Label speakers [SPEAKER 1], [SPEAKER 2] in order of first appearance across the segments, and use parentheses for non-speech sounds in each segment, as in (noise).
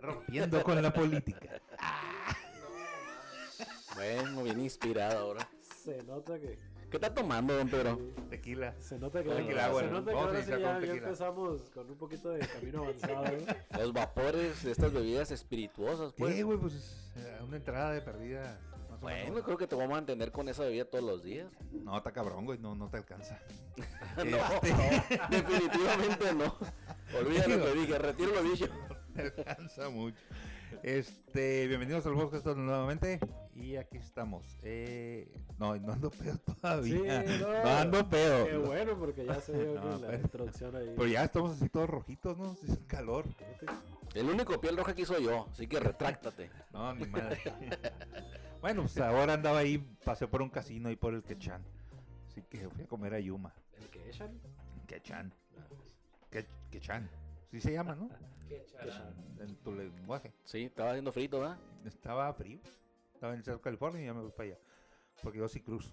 [SPEAKER 1] rompiendo con (laughs) la política.
[SPEAKER 2] Bueno, bien inspirado ahora.
[SPEAKER 3] Se nota que.
[SPEAKER 2] ¿Qué está tomando, don Pedro?
[SPEAKER 1] Tequila.
[SPEAKER 3] Se nota que.
[SPEAKER 1] Tequila,
[SPEAKER 3] se
[SPEAKER 1] bueno,
[SPEAKER 3] nota que
[SPEAKER 1] vamos a
[SPEAKER 3] ahora sí
[SPEAKER 1] iniciar
[SPEAKER 3] ya,
[SPEAKER 1] con
[SPEAKER 3] ya
[SPEAKER 1] tequila.
[SPEAKER 3] empezamos con un poquito de camino
[SPEAKER 1] (laughs)
[SPEAKER 3] avanzado. ¿eh?
[SPEAKER 2] Los vapores de estas bebidas espirituosas, pues.
[SPEAKER 1] ¿Qué, güey? Pues es, eh, una entrada de perdida. más o
[SPEAKER 2] Bueno,
[SPEAKER 1] menos.
[SPEAKER 2] creo que te voy a mantener con esa bebida todos los días. (laughs)
[SPEAKER 1] No, está cabrón, güey. No, no te alcanza. (laughs)
[SPEAKER 2] No, no, definitivamente no. Olvídate lo que dije, retiro lo dicho.
[SPEAKER 1] Te alcanza mucho. Este, bienvenidos al podcast nuevamente. Y aquí estamos. Eh, no, no ando pedo (laughs) todavía.
[SPEAKER 3] Sí,
[SPEAKER 1] no.
[SPEAKER 3] no.
[SPEAKER 1] ando pedo.
[SPEAKER 3] Qué bueno, porque ya se dio
[SPEAKER 1] No, pues.
[SPEAKER 3] con la
[SPEAKER 1] pero-
[SPEAKER 3] introducción ahí. ¿Este?
[SPEAKER 1] Pero ya estamos así todos rojitos, ¿no? Es calor.
[SPEAKER 3] Fíjate.
[SPEAKER 2] El único piel roja que hizo yo, así que retráctate.
[SPEAKER 1] No, ni (laughs) madre. bueno, pues ahora andaba ahí, pasé por un casino ahí por el Quechan. Así que fui a comer a Yuma.
[SPEAKER 3] ¿El que echan?
[SPEAKER 1] Quechan. Que- Quechan. Sí se llama, (laughs) ¿no? En tu lenguaje.
[SPEAKER 2] Sí, estaba haciendo frito, ¿verdad?
[SPEAKER 1] Estaba frío. Estaba en South California y ya me voy para allá. Porque yo sí cruz.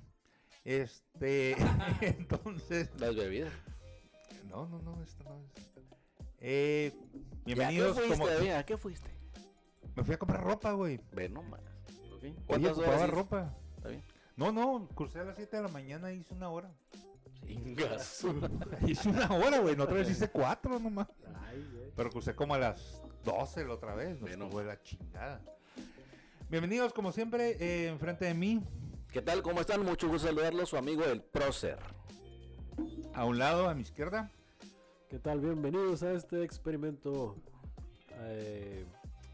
[SPEAKER 1] Este. (laughs) entonces.
[SPEAKER 2] Las bebidas.
[SPEAKER 1] No, no, no, esta no es. Eh,
[SPEAKER 2] ¿A
[SPEAKER 1] bienvenidos.
[SPEAKER 2] qué fuiste?
[SPEAKER 1] como-
[SPEAKER 2] David? ¿A qué fuiste?
[SPEAKER 1] Me fui a comprar ropa, güey.
[SPEAKER 2] Ve nomás. Ok.
[SPEAKER 1] Oye,
[SPEAKER 2] ¿Cuántas
[SPEAKER 1] ocupaba
[SPEAKER 2] horas?
[SPEAKER 1] ropa.
[SPEAKER 2] hiciste? Está bien.
[SPEAKER 1] No, no, crucé a las 7 de la mañana hice una hora.
[SPEAKER 2] Ingas.
[SPEAKER 1] (laughs) Hice una hora, güey. La otra vez hice cuatro nomás.
[SPEAKER 3] Ay, güey.
[SPEAKER 1] Pero crucé como a las 12 la otra vez. Nos
[SPEAKER 2] Bueno.
[SPEAKER 1] fue la chingada. Bienvenidos, como siempre, eh, enfrente de mí,
[SPEAKER 2] (laughs) ¿Qué tal? ¿Cómo están? Mucho gusto saludarlos, su amigo el prócer.
[SPEAKER 1] a un lado, a mi izquierda.
[SPEAKER 3] ¿Qué tal? Bienvenidos a este experimento. eh,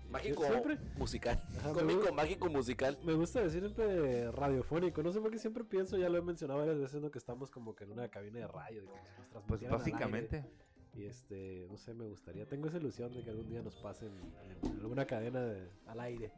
[SPEAKER 2] Mágico
[SPEAKER 3] Siempre.
[SPEAKER 2] musical.
[SPEAKER 3] Ajá,
[SPEAKER 2] Cómico,
[SPEAKER 3] me-
[SPEAKER 2] mágico musical.
[SPEAKER 3] Me gusta decir siempre radiofónico, no sé por qué siempre pienso, ya lo he mencionado varias veces, ¿no? que estamos como que en una cabina de radio, de que nos
[SPEAKER 1] Pues
[SPEAKER 3] transmitieran al
[SPEAKER 1] básicamente.
[SPEAKER 3] aire. Y este, no sé, me gustaría, tengo esa ilusión de que algún día nos pasen en alguna cadena de- al aire.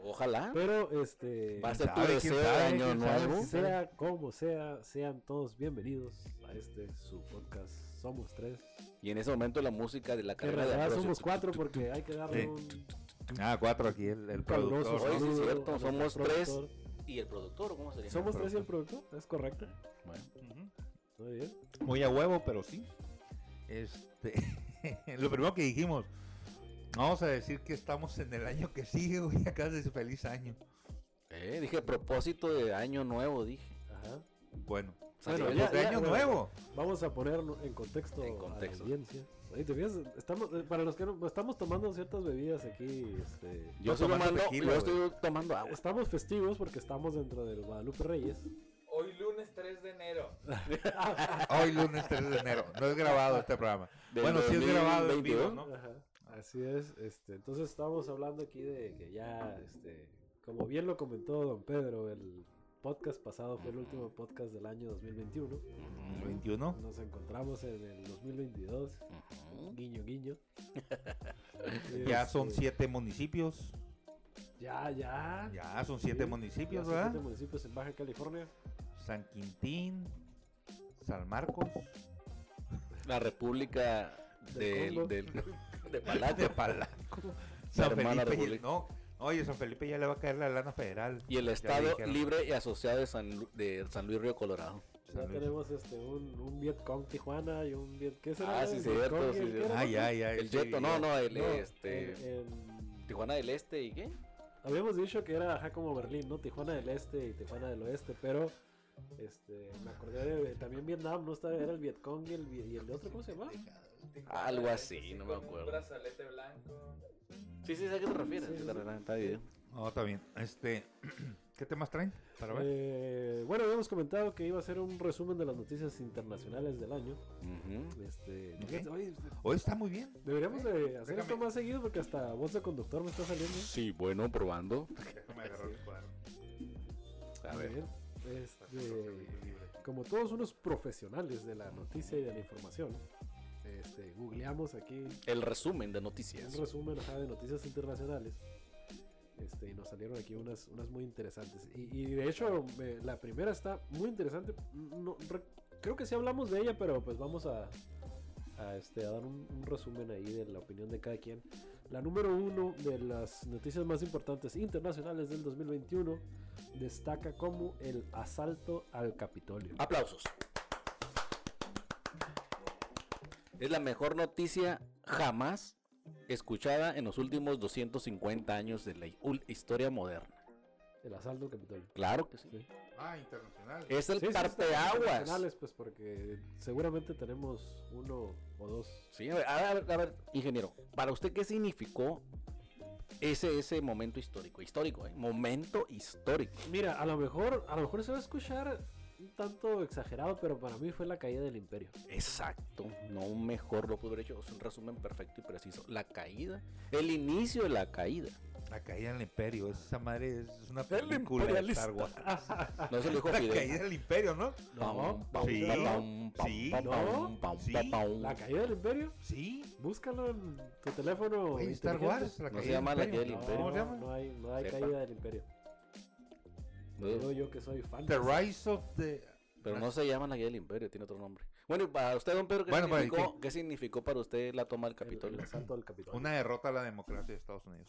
[SPEAKER 2] Ojalá.
[SPEAKER 3] Pero este,
[SPEAKER 2] Va a ser tu
[SPEAKER 1] sabe, quién
[SPEAKER 2] deseo de
[SPEAKER 1] sabe,
[SPEAKER 2] año
[SPEAKER 1] quién sabe.
[SPEAKER 2] nuevo.
[SPEAKER 3] sea como sea, sean todos bienvenidos a este su podcast Somos Tres.
[SPEAKER 2] Y en ese momento la música de la
[SPEAKER 3] Que en
[SPEAKER 2] carrera de
[SPEAKER 3] realidad
[SPEAKER 2] Ambrosio.
[SPEAKER 3] somos cuatro porque hay que darle
[SPEAKER 1] Sí.
[SPEAKER 3] un
[SPEAKER 1] Ah, cuatro aquí, el, el
[SPEAKER 3] caluroso
[SPEAKER 1] productor.
[SPEAKER 2] Oye, sí es
[SPEAKER 3] saludo
[SPEAKER 2] cierto,
[SPEAKER 3] a nuestro
[SPEAKER 2] somos tres.
[SPEAKER 3] productor.
[SPEAKER 2] ¿Y el productor? ¿Cómo sería?
[SPEAKER 3] Somos tres y el productor, es correcto.
[SPEAKER 2] Bueno.
[SPEAKER 3] ¿eh?
[SPEAKER 1] Ujú.
[SPEAKER 3] Muy bien.
[SPEAKER 1] Muy a huevo, pero sí. Este, (laughs) lo primero que dijimos, vamos a decir que estamos en el año que sigue, güey. (laughs) Acá dice feliz año.
[SPEAKER 2] Eh, dije propósito de año nuevo, dije.
[SPEAKER 3] Ajá.
[SPEAKER 1] Bueno,
[SPEAKER 3] Bueno,
[SPEAKER 2] Salió
[SPEAKER 3] ya-
[SPEAKER 1] saludos de
[SPEAKER 3] ya,
[SPEAKER 1] año
[SPEAKER 3] bueno.
[SPEAKER 1] nuevo.
[SPEAKER 3] Vamos a poner en contexto,
[SPEAKER 2] En
[SPEAKER 3] a
[SPEAKER 2] contexto.
[SPEAKER 3] la audiencia. Ahí te fijas, estamos, eh, para los que no, estamos tomando ciertas bebidas aquí, este,
[SPEAKER 1] No
[SPEAKER 2] Yo, ah, estoy
[SPEAKER 1] tomaste
[SPEAKER 2] tomando,
[SPEAKER 1] tequila,
[SPEAKER 2] yo
[SPEAKER 1] güey.
[SPEAKER 2] estoy tomando agua.
[SPEAKER 3] estamos festivos porque estamos dentro del Guadalupe Reyes.
[SPEAKER 4] Hoy lunes 3 de enero.
[SPEAKER 1] Hoy lunes 3 de enero. No es grabado este programa.
[SPEAKER 2] Del
[SPEAKER 1] bueno, sí es grabado en
[SPEAKER 2] 2022,
[SPEAKER 1] vivo, ¿no?
[SPEAKER 3] Ajá, Así es, este, entonces estábamos hablando aquí de que ya, este, como bien lo comentó don Pedro, el podcast pasado fue el último podcast del año 2021.
[SPEAKER 1] El 21.
[SPEAKER 3] Nos encontramos en el 2022,
[SPEAKER 2] Ujú.
[SPEAKER 3] guiño guiño.
[SPEAKER 1] Ya son
[SPEAKER 3] Este,
[SPEAKER 1] 7 municipios.
[SPEAKER 3] Ya, ya.
[SPEAKER 1] Ya son 7
[SPEAKER 3] Sí,
[SPEAKER 1] municipios,
[SPEAKER 3] Ya son
[SPEAKER 1] ¿verdad?
[SPEAKER 3] siete municipios en Baja California.
[SPEAKER 1] San Quintín, San Marcos,
[SPEAKER 2] La República
[SPEAKER 3] Del
[SPEAKER 2] del,
[SPEAKER 1] (laughs)
[SPEAKER 3] Congo.
[SPEAKER 2] del, de Palacio.
[SPEAKER 1] de
[SPEAKER 2] (laughs)
[SPEAKER 1] Palanco, San
[SPEAKER 2] hermana
[SPEAKER 1] Felipe. ya-
[SPEAKER 2] república.
[SPEAKER 1] No, oye, San Felipe ya le va a caer la lana federal.
[SPEAKER 2] Y el
[SPEAKER 1] Ya
[SPEAKER 2] Estado
[SPEAKER 1] dijeron.
[SPEAKER 2] Libre y Asociado de San, Lu- de San Luis Río Colorado.
[SPEAKER 1] San
[SPEAKER 3] ya
[SPEAKER 1] Luis.
[SPEAKER 3] tenemos este, un, un Vietcong Tijuana y un Viet... ¿Qué será?
[SPEAKER 2] Ah, sí,
[SPEAKER 3] ¿El
[SPEAKER 2] cierto,
[SPEAKER 3] Vietcong y
[SPEAKER 2] sí,
[SPEAKER 3] el
[SPEAKER 2] sí.
[SPEAKER 3] qué era?
[SPEAKER 1] Ah, ya, ya.
[SPEAKER 2] El
[SPEAKER 1] sí,
[SPEAKER 2] Yeto, no,
[SPEAKER 1] ya. eh,
[SPEAKER 2] no, el
[SPEAKER 3] No,
[SPEAKER 2] este.
[SPEAKER 3] en- en-
[SPEAKER 2] Tijuana del Este y qué?
[SPEAKER 3] Habíamos dicho que era ajá como Berlín, ¿no? Tijuana del Este y Tijuana del Oeste, pero... Este, me acordé de también Vietnam, ¿no? Estaba, era el Vietcong y el, vi- y el otro, ¿cómo se llama?
[SPEAKER 2] Algo así,
[SPEAKER 4] Sí,
[SPEAKER 2] no me
[SPEAKER 4] con
[SPEAKER 2] acuerdo.
[SPEAKER 4] Un brazalete blanco.
[SPEAKER 2] Sí, sí, ¿a qué te refieres?
[SPEAKER 3] Sí, sí, sí.
[SPEAKER 2] Está bien.
[SPEAKER 1] No, está bien. Este, (clears throat) ¿qué temas traen? Para ver.
[SPEAKER 3] Eh, bueno, habíamos comentado que iba a ser un resumen de las noticias internacionales del año.
[SPEAKER 2] Ujú.
[SPEAKER 3] Este,
[SPEAKER 1] Ok.
[SPEAKER 3] oye,
[SPEAKER 1] Hoy Oh, está muy bien.
[SPEAKER 3] Deberíamos de hacer
[SPEAKER 1] déjame.
[SPEAKER 3] esto más seguido porque hasta voz de conductor me está saliendo.
[SPEAKER 2] Sí, bueno, probando.
[SPEAKER 1] Déjame agarrar el cuadro.
[SPEAKER 2] A
[SPEAKER 3] Muy
[SPEAKER 2] ver.
[SPEAKER 3] bien.
[SPEAKER 2] Eh,
[SPEAKER 3] Este, como todos unos profesionales de la noticia y de la información, este, googleamos aquí
[SPEAKER 2] El resumen de
[SPEAKER 3] un
[SPEAKER 2] noticias.
[SPEAKER 3] resumen ajá, de noticias internacionales. Este, y nos salieron aquí unas, unas muy interesantes. Y, y de hecho, me- la primera está muy interesante. No, re- creo que sí hablamos de ella, pero pues vamos a, a, este, a dar un, un resumen ahí de la opinión de cada quien. La número uno de las noticias más importantes internacionales del 2021 destaca como el asalto al Capitolio.
[SPEAKER 2] Aplausos. Es la mejor noticia jamás escuchada en los últimos 250 años de la ul- historia moderna.
[SPEAKER 3] El asalto al Capitolio.
[SPEAKER 2] Claro que sí.
[SPEAKER 1] Ah, internacional.
[SPEAKER 2] Es el
[SPEAKER 3] Sí, sí, están los
[SPEAKER 2] parteaguas.
[SPEAKER 3] internacionales, pues porque seguramente tenemos uno o dos.
[SPEAKER 2] Sí, a ver, a ver, a ver, ingeniero, ¿para usted qué significó ese, ese momento histórico? Histórico, ¿eh? Momento histórico.
[SPEAKER 3] Mira, a lo mejor, a lo mejor se va a escuchar un tanto exagerado, pero para mí fue la caída del imperio.
[SPEAKER 2] Exacto, no mejor lo pudo haber hecho. Es un resumen perfecto y preciso. La caída, el inicio de la caída.
[SPEAKER 1] La caída del imperio. Esa madre es una película de
[SPEAKER 2] ah. imperialista.
[SPEAKER 1] Star Wars.
[SPEAKER 2] No se lo (laughs) dijo
[SPEAKER 1] (laughs) La
[SPEAKER 2] Fidel.
[SPEAKER 1] caída del imperio, ¿no?
[SPEAKER 2] Pam, pam,
[SPEAKER 1] Sí.
[SPEAKER 2] pam, pam,
[SPEAKER 1] Sí.
[SPEAKER 2] pam, pam, pam,
[SPEAKER 1] Sí.
[SPEAKER 2] pam, pam.
[SPEAKER 3] ¿La caída del imperio?
[SPEAKER 1] Sí.
[SPEAKER 3] Búscalo en tu teléfono.
[SPEAKER 1] Güey, Star
[SPEAKER 3] inteligente.
[SPEAKER 1] Wars. La
[SPEAKER 2] No
[SPEAKER 1] caída
[SPEAKER 2] se llama La caída del
[SPEAKER 3] No,
[SPEAKER 2] imperio.
[SPEAKER 1] ¿Cómo se llama?
[SPEAKER 3] no hay, no hay
[SPEAKER 2] Sepa.
[SPEAKER 3] caída del imperio. Digo yo que soy fan.
[SPEAKER 1] The Rise of the.
[SPEAKER 2] Eh, Pero no se llama la guía del imperio, tiene otro nombre. Bueno, y para usted, don Pedro, ¿qué,
[SPEAKER 1] Bueno, para el
[SPEAKER 2] significó, ¿qué significó para usted la toma del
[SPEAKER 3] El- El,
[SPEAKER 2] Capitolio?
[SPEAKER 3] asalto al Capitolio.
[SPEAKER 1] Una derrota a la democracia de Estados Unidos.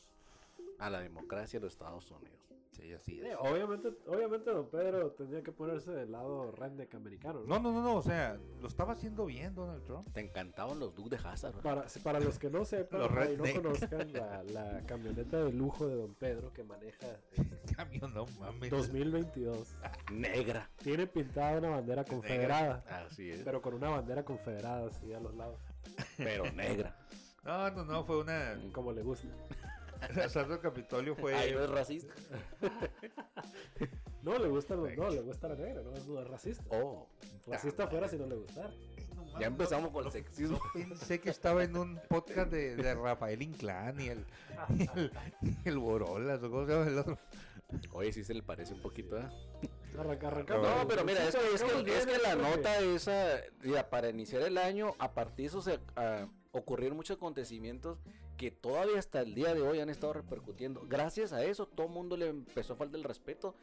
[SPEAKER 2] A la democracia de los Estados Unidos.
[SPEAKER 1] Sí, así
[SPEAKER 3] Eh, obviamente, obviamente don Pedro tenía que ponerse del lado redneck americano. ¿no?
[SPEAKER 1] No, no, no, no. O sea, lo estaba haciendo bien Donald Trump. (laughs)
[SPEAKER 2] Te encantaban los Duke de Hazard. ¿verdad?
[SPEAKER 3] Para, para los que no sepan
[SPEAKER 1] Los
[SPEAKER 3] y no
[SPEAKER 1] redneck.
[SPEAKER 3] conozcan la, la camioneta de lujo de don Pedro
[SPEAKER 1] (laughs)
[SPEAKER 3] que maneja eh,
[SPEAKER 1] Cambio, no mames.
[SPEAKER 3] 2022,
[SPEAKER 2] Negra.
[SPEAKER 3] tiene pintada una bandera confederada.
[SPEAKER 2] Así es.
[SPEAKER 3] Pero con una bandera confederada así a los lados,
[SPEAKER 2] Pero negra.
[SPEAKER 1] No, no, no. Fue una. (laughs)
[SPEAKER 2] Mm.
[SPEAKER 3] como le gusta.
[SPEAKER 1] El asalto al Capitolio fue.
[SPEAKER 2] Ay, no es racista.
[SPEAKER 3] No, le gusta, lo- no, le gusta la negra, no, no es racista.
[SPEAKER 2] Oh,
[SPEAKER 3] Racista fuera si no le gustara.
[SPEAKER 2] ya empezamos con el sexismo.
[SPEAKER 1] Pensé que estaba en un podcast de, de Rafael Inclán y el, (laughs) y el, y el Borolas o cómo se llama el otro.
[SPEAKER 2] Oye, sí se le parece un poquito. ¿eh?
[SPEAKER 3] Arranca, arrancamos.
[SPEAKER 2] No, pero mira, es que, es
[SPEAKER 3] Arrancamos
[SPEAKER 2] que,
[SPEAKER 3] bien,
[SPEAKER 2] es que la
[SPEAKER 3] creo que-
[SPEAKER 2] nota esa, ya, para iniciar el año, a partir de eso se ah, ocurrieron muchos acontecimientos que todavía hasta el día de hoy han estado repercutiendo. Gracias a eso, todo el mundo le empezó a faltar el respeto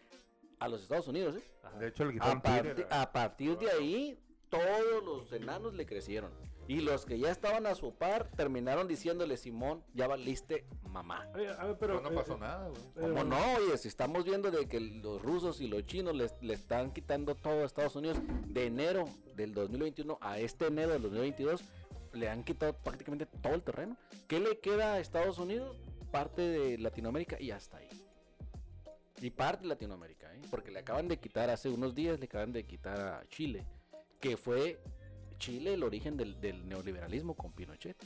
[SPEAKER 2] a los Estados Unidos. ¿eh?
[SPEAKER 3] Ajá.
[SPEAKER 1] De hecho, le
[SPEAKER 2] A,
[SPEAKER 1] quitaron
[SPEAKER 2] parti-
[SPEAKER 1] Twitter.
[SPEAKER 2] a partir de ahí, todos los enanos le crecieron. Y los que ya estaban a su par terminaron diciéndole, Simón, ya valiste mamá.
[SPEAKER 3] Oye, a ver, pero,
[SPEAKER 1] no,
[SPEAKER 3] eh,
[SPEAKER 1] no pasó
[SPEAKER 3] eh,
[SPEAKER 1] nada, güey.
[SPEAKER 3] eh,
[SPEAKER 2] ¿Cómo no? Oye, si estamos viendo de que los rusos y los chinos les- le están quitando todo a Estados Unidos de enero del 2021 a este enero del 2022, le han quitado prácticamente todo el terreno. ¿Qué le queda a Estados Unidos? Parte de Latinoamérica y hasta ahí. Y parte de Latinoamérica, ¿eh? porque le acaban de quitar hace unos días, le acaban de quitar a Chile, que fue Chile el origen del, del neoliberalismo con Pinochet.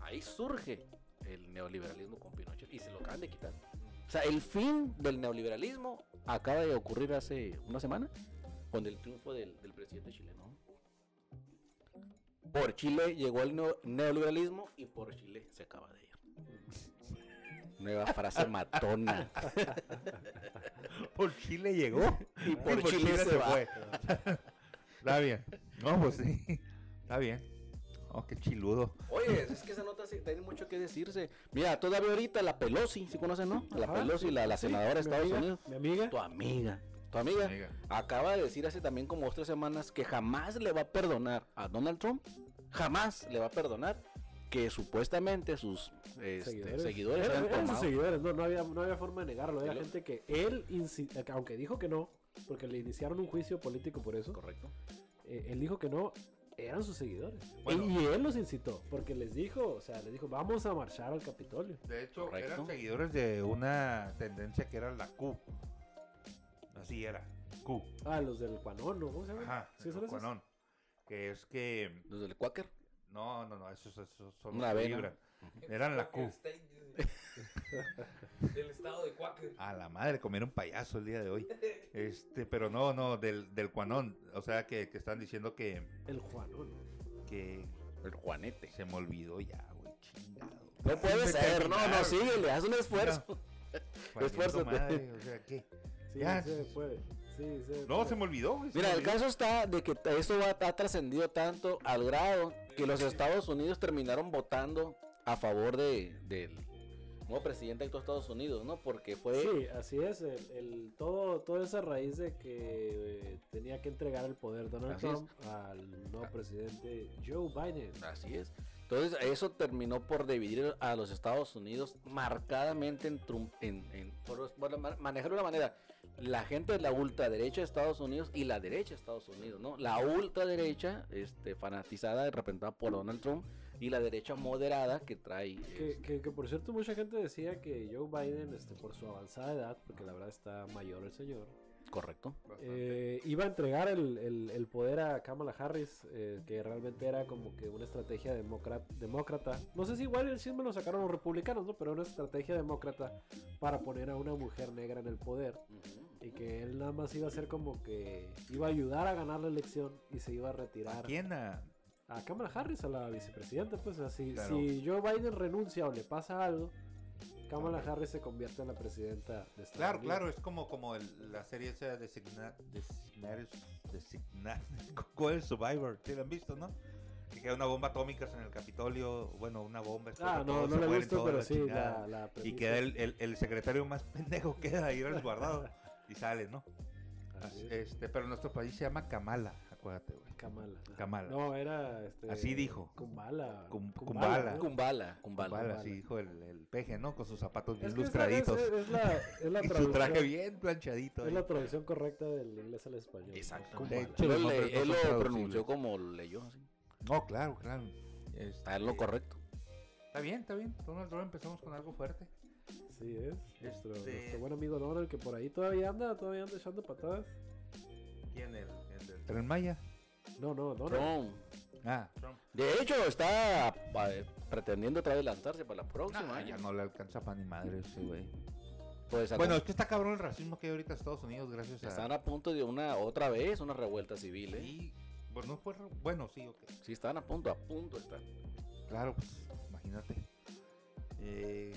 [SPEAKER 2] Ahí surge el neoliberalismo con Pinochet y se lo acaban de quitar. O sea, el fin del neoliberalismo acaba de ocurrir hace una semana con el triunfo del, del presidente chileno. Por Chile llegó el neo- neoliberalismo y por Chile se acaba de ir. Nueva frase matona.
[SPEAKER 1] Por Chile llegó.
[SPEAKER 2] Y por, Chile, se, va.
[SPEAKER 1] (laughs) Está bien. No, pues sí. Está bien. Oh, qué chiludo.
[SPEAKER 2] Oye, es que esa nota sí tiene mucho que decirse. Mira, todavía ahorita la Pelosi, si conocen, ¿no? A la
[SPEAKER 3] Ajá,
[SPEAKER 2] Pelosi, la, la
[SPEAKER 3] sí,
[SPEAKER 2] senadora de
[SPEAKER 3] mi
[SPEAKER 2] Estados
[SPEAKER 3] amiga,
[SPEAKER 2] Unidos.
[SPEAKER 3] Mi amiga.
[SPEAKER 2] Tu amiga. Tu amiga.
[SPEAKER 1] Amiga.
[SPEAKER 2] Acaba de decir hace también como otras semanas que jamás le va a perdonar a Donald Trump, jamás le va a perdonar que supuestamente sus este, seguidores,
[SPEAKER 3] Eran-
[SPEAKER 2] hayan
[SPEAKER 3] eran sus
[SPEAKER 2] tomado.
[SPEAKER 3] Eh, seguidores, no, no había, no había forma de negarlo. Era
[SPEAKER 2] Y lo-
[SPEAKER 3] gente que él, insi- aunque dijo que no, porque le iniciaron un juicio político por eso,
[SPEAKER 2] Correcto.
[SPEAKER 3] eh, él dijo que no, eran sus seguidores.
[SPEAKER 1] Bueno.
[SPEAKER 3] y él los incitó, porque les dijo, o sea, les dijo, vamos a marchar al Capitolio.
[SPEAKER 1] De hecho,
[SPEAKER 2] Correcto.
[SPEAKER 1] eran seguidores de una tendencia que era la Q. Así era. Q.
[SPEAKER 3] Ah, los del Cuanón, ¿no? ¿Cómo se llama?
[SPEAKER 1] Ajá.
[SPEAKER 3] ¿Sí
[SPEAKER 1] el
[SPEAKER 3] son esos?
[SPEAKER 1] Quanon. Que es que.
[SPEAKER 2] Los del Quaker.
[SPEAKER 1] No, no, no. Esos, esos son
[SPEAKER 2] Una
[SPEAKER 1] los que
[SPEAKER 2] avena.
[SPEAKER 1] vibran. Eran la Q.
[SPEAKER 4] (laughs) Del estado de Quaker.
[SPEAKER 1] A la madre, comieron payaso el día de hoy. Este, pero no, no, del, del Cuanón. O sea, que, que están diciendo que,
[SPEAKER 3] El Juanón.
[SPEAKER 1] que
[SPEAKER 2] El Juanete.
[SPEAKER 1] Este, se me olvidó ya, güey, chingado.
[SPEAKER 2] No puede
[SPEAKER 1] Déjame
[SPEAKER 2] ser, no, no,
[SPEAKER 1] terminar,
[SPEAKER 2] síguele, haz un esfuerzo.
[SPEAKER 1] valiendo
[SPEAKER 2] esfuérzate.
[SPEAKER 1] madre, o sea, ¿qué?
[SPEAKER 3] Sí,
[SPEAKER 1] Ya.
[SPEAKER 3] se puede. Sí, se
[SPEAKER 1] No,
[SPEAKER 3] puede.
[SPEAKER 1] se me olvidó, güey. se
[SPEAKER 2] Mira,
[SPEAKER 1] me
[SPEAKER 2] el
[SPEAKER 1] olvidó.
[SPEAKER 2] caso está de que eso va- ha trascendido tanto al grado que los Estados Unidos terminaron votando a favor de, del nuevo presidente actual de Estados Unidos, ¿no? Porque fue
[SPEAKER 3] Sí, así es. El, el- todo, toda esa raíz de que eh, tenía que entregar el poder Donald
[SPEAKER 2] Así es.
[SPEAKER 3] Trump al
[SPEAKER 1] Ah.
[SPEAKER 3] nuevo presidente Joe Biden.
[SPEAKER 2] Así es. Entonces, eso terminó por dividir a los Estados Unidos marcadamente en. trum- en, en- por, por ma- manejarlo de una manera. La gente de la ultraderecha de Estados Unidos y la derecha de Estados Unidos, ¿no? La ultraderecha, este, fanatizada, representada por Donald Trump, y la derecha moderada que trae.
[SPEAKER 3] Que,
[SPEAKER 2] este,
[SPEAKER 3] que- que, por cierto mucha gente decía que Joe Biden, este, por su avanzada edad, porque la verdad está mayor el señor,
[SPEAKER 2] correcto.
[SPEAKER 3] eh, iba a entregar el, el- el poder a Kamala Harris, eh, que realmente era como que una estrategia demócrata, demócrata. No sé si igual el chisme lo sacaron los republicanos, ¿no? Pero era una estrategia demócrata para poner a una mujer negra en el poder. Y que él nada más iba a ser como que iba a ayudar a ganar la elección y se iba a retirar.
[SPEAKER 1] ¿A quién? A-
[SPEAKER 3] a Kamala Harris, a la vicepresidenta, pues así.
[SPEAKER 1] Claro.
[SPEAKER 3] Si Joe Biden renuncia o le pasa algo, Kamala Harris se convierte en la presidenta de Estados
[SPEAKER 1] Claro,
[SPEAKER 3] Unidos.
[SPEAKER 1] claro, es como, como el- la serie esa designar, designar, designar, (laughs) ¿cuál es Survivor? ¿Sí lo han visto, no? Que queda una bomba atómica en el Capitolio, bueno, una bomba. explota
[SPEAKER 3] Ah,
[SPEAKER 1] todo,
[SPEAKER 3] no,
[SPEAKER 1] se
[SPEAKER 3] no le
[SPEAKER 1] mueren
[SPEAKER 3] gustó,
[SPEAKER 1] todos,
[SPEAKER 3] pero
[SPEAKER 1] la
[SPEAKER 3] sí,
[SPEAKER 1] chingada.
[SPEAKER 3] la, la
[SPEAKER 1] Y
[SPEAKER 3] premisa.
[SPEAKER 1] queda el, el- el secretario más (laughs) pendejo, queda ahí resguardado y sale, ¿no?
[SPEAKER 3] Así es.
[SPEAKER 1] Este, pero en nuestro país se llama Kamala, acuérdate, güey.
[SPEAKER 3] Eh, Kamala. ajá.
[SPEAKER 1] Kamala.
[SPEAKER 3] No, era. Este,
[SPEAKER 1] Así dijo.
[SPEAKER 3] Kumbala.
[SPEAKER 1] Cum- Kumbala.
[SPEAKER 3] ¿no?
[SPEAKER 2] Kumbala, Kumbala.
[SPEAKER 1] Kumbala,
[SPEAKER 3] Kumbala.
[SPEAKER 1] sí, dijo el, el peje, ¿no? Con sus zapatos bien
[SPEAKER 3] Es que esa Es,
[SPEAKER 1] lustraditos.
[SPEAKER 3] es, es la, es
[SPEAKER 1] (laughs)
[SPEAKER 3] la
[SPEAKER 1] y su traje
[SPEAKER 3] traducción.
[SPEAKER 1] bien planchadito. eh.
[SPEAKER 3] Es
[SPEAKER 1] ahí.
[SPEAKER 3] la traducción correcta del inglés al español.
[SPEAKER 2] Exactamente.
[SPEAKER 1] De
[SPEAKER 3] Kumbala.
[SPEAKER 1] hecho,
[SPEAKER 2] Él lo
[SPEAKER 1] los nombres no
[SPEAKER 2] le-
[SPEAKER 1] son
[SPEAKER 2] él lo
[SPEAKER 1] traducibles.
[SPEAKER 2] pronunció como lo leyó, así.
[SPEAKER 1] No, claro, claro. Este,
[SPEAKER 2] A él lo correcto.
[SPEAKER 1] Está bien, está bien. Donald Trump empezamos con algo fuerte.
[SPEAKER 3] Sí, es. Nuestro,
[SPEAKER 1] Este-
[SPEAKER 3] nuestro buen amigo Donald, que por ahí todavía anda, todavía anda echando patadas.
[SPEAKER 1] ¿Quién? El, el del Tren Maya.
[SPEAKER 3] No, no, Donald.
[SPEAKER 2] Trump.
[SPEAKER 1] Ah, Trump.
[SPEAKER 2] De hecho, está eh, pretendiendo otra vez lanzarse para la próxima.
[SPEAKER 1] Ah,
[SPEAKER 2] ¿eh?
[SPEAKER 1] ya no le alcanza para ni madre ese güey.
[SPEAKER 2] Pues, a-
[SPEAKER 1] Bueno, es que está cabrón el racismo que hay ahorita en Estados Unidos, gracias a.
[SPEAKER 2] están a punto de una otra vez una revuelta civil. ¿eh?
[SPEAKER 1] Y, pues, no fue. Bueno, sí, ok.
[SPEAKER 2] Sí, están a punto, a punto están.
[SPEAKER 1] Claro, pues, imagínate. Eh,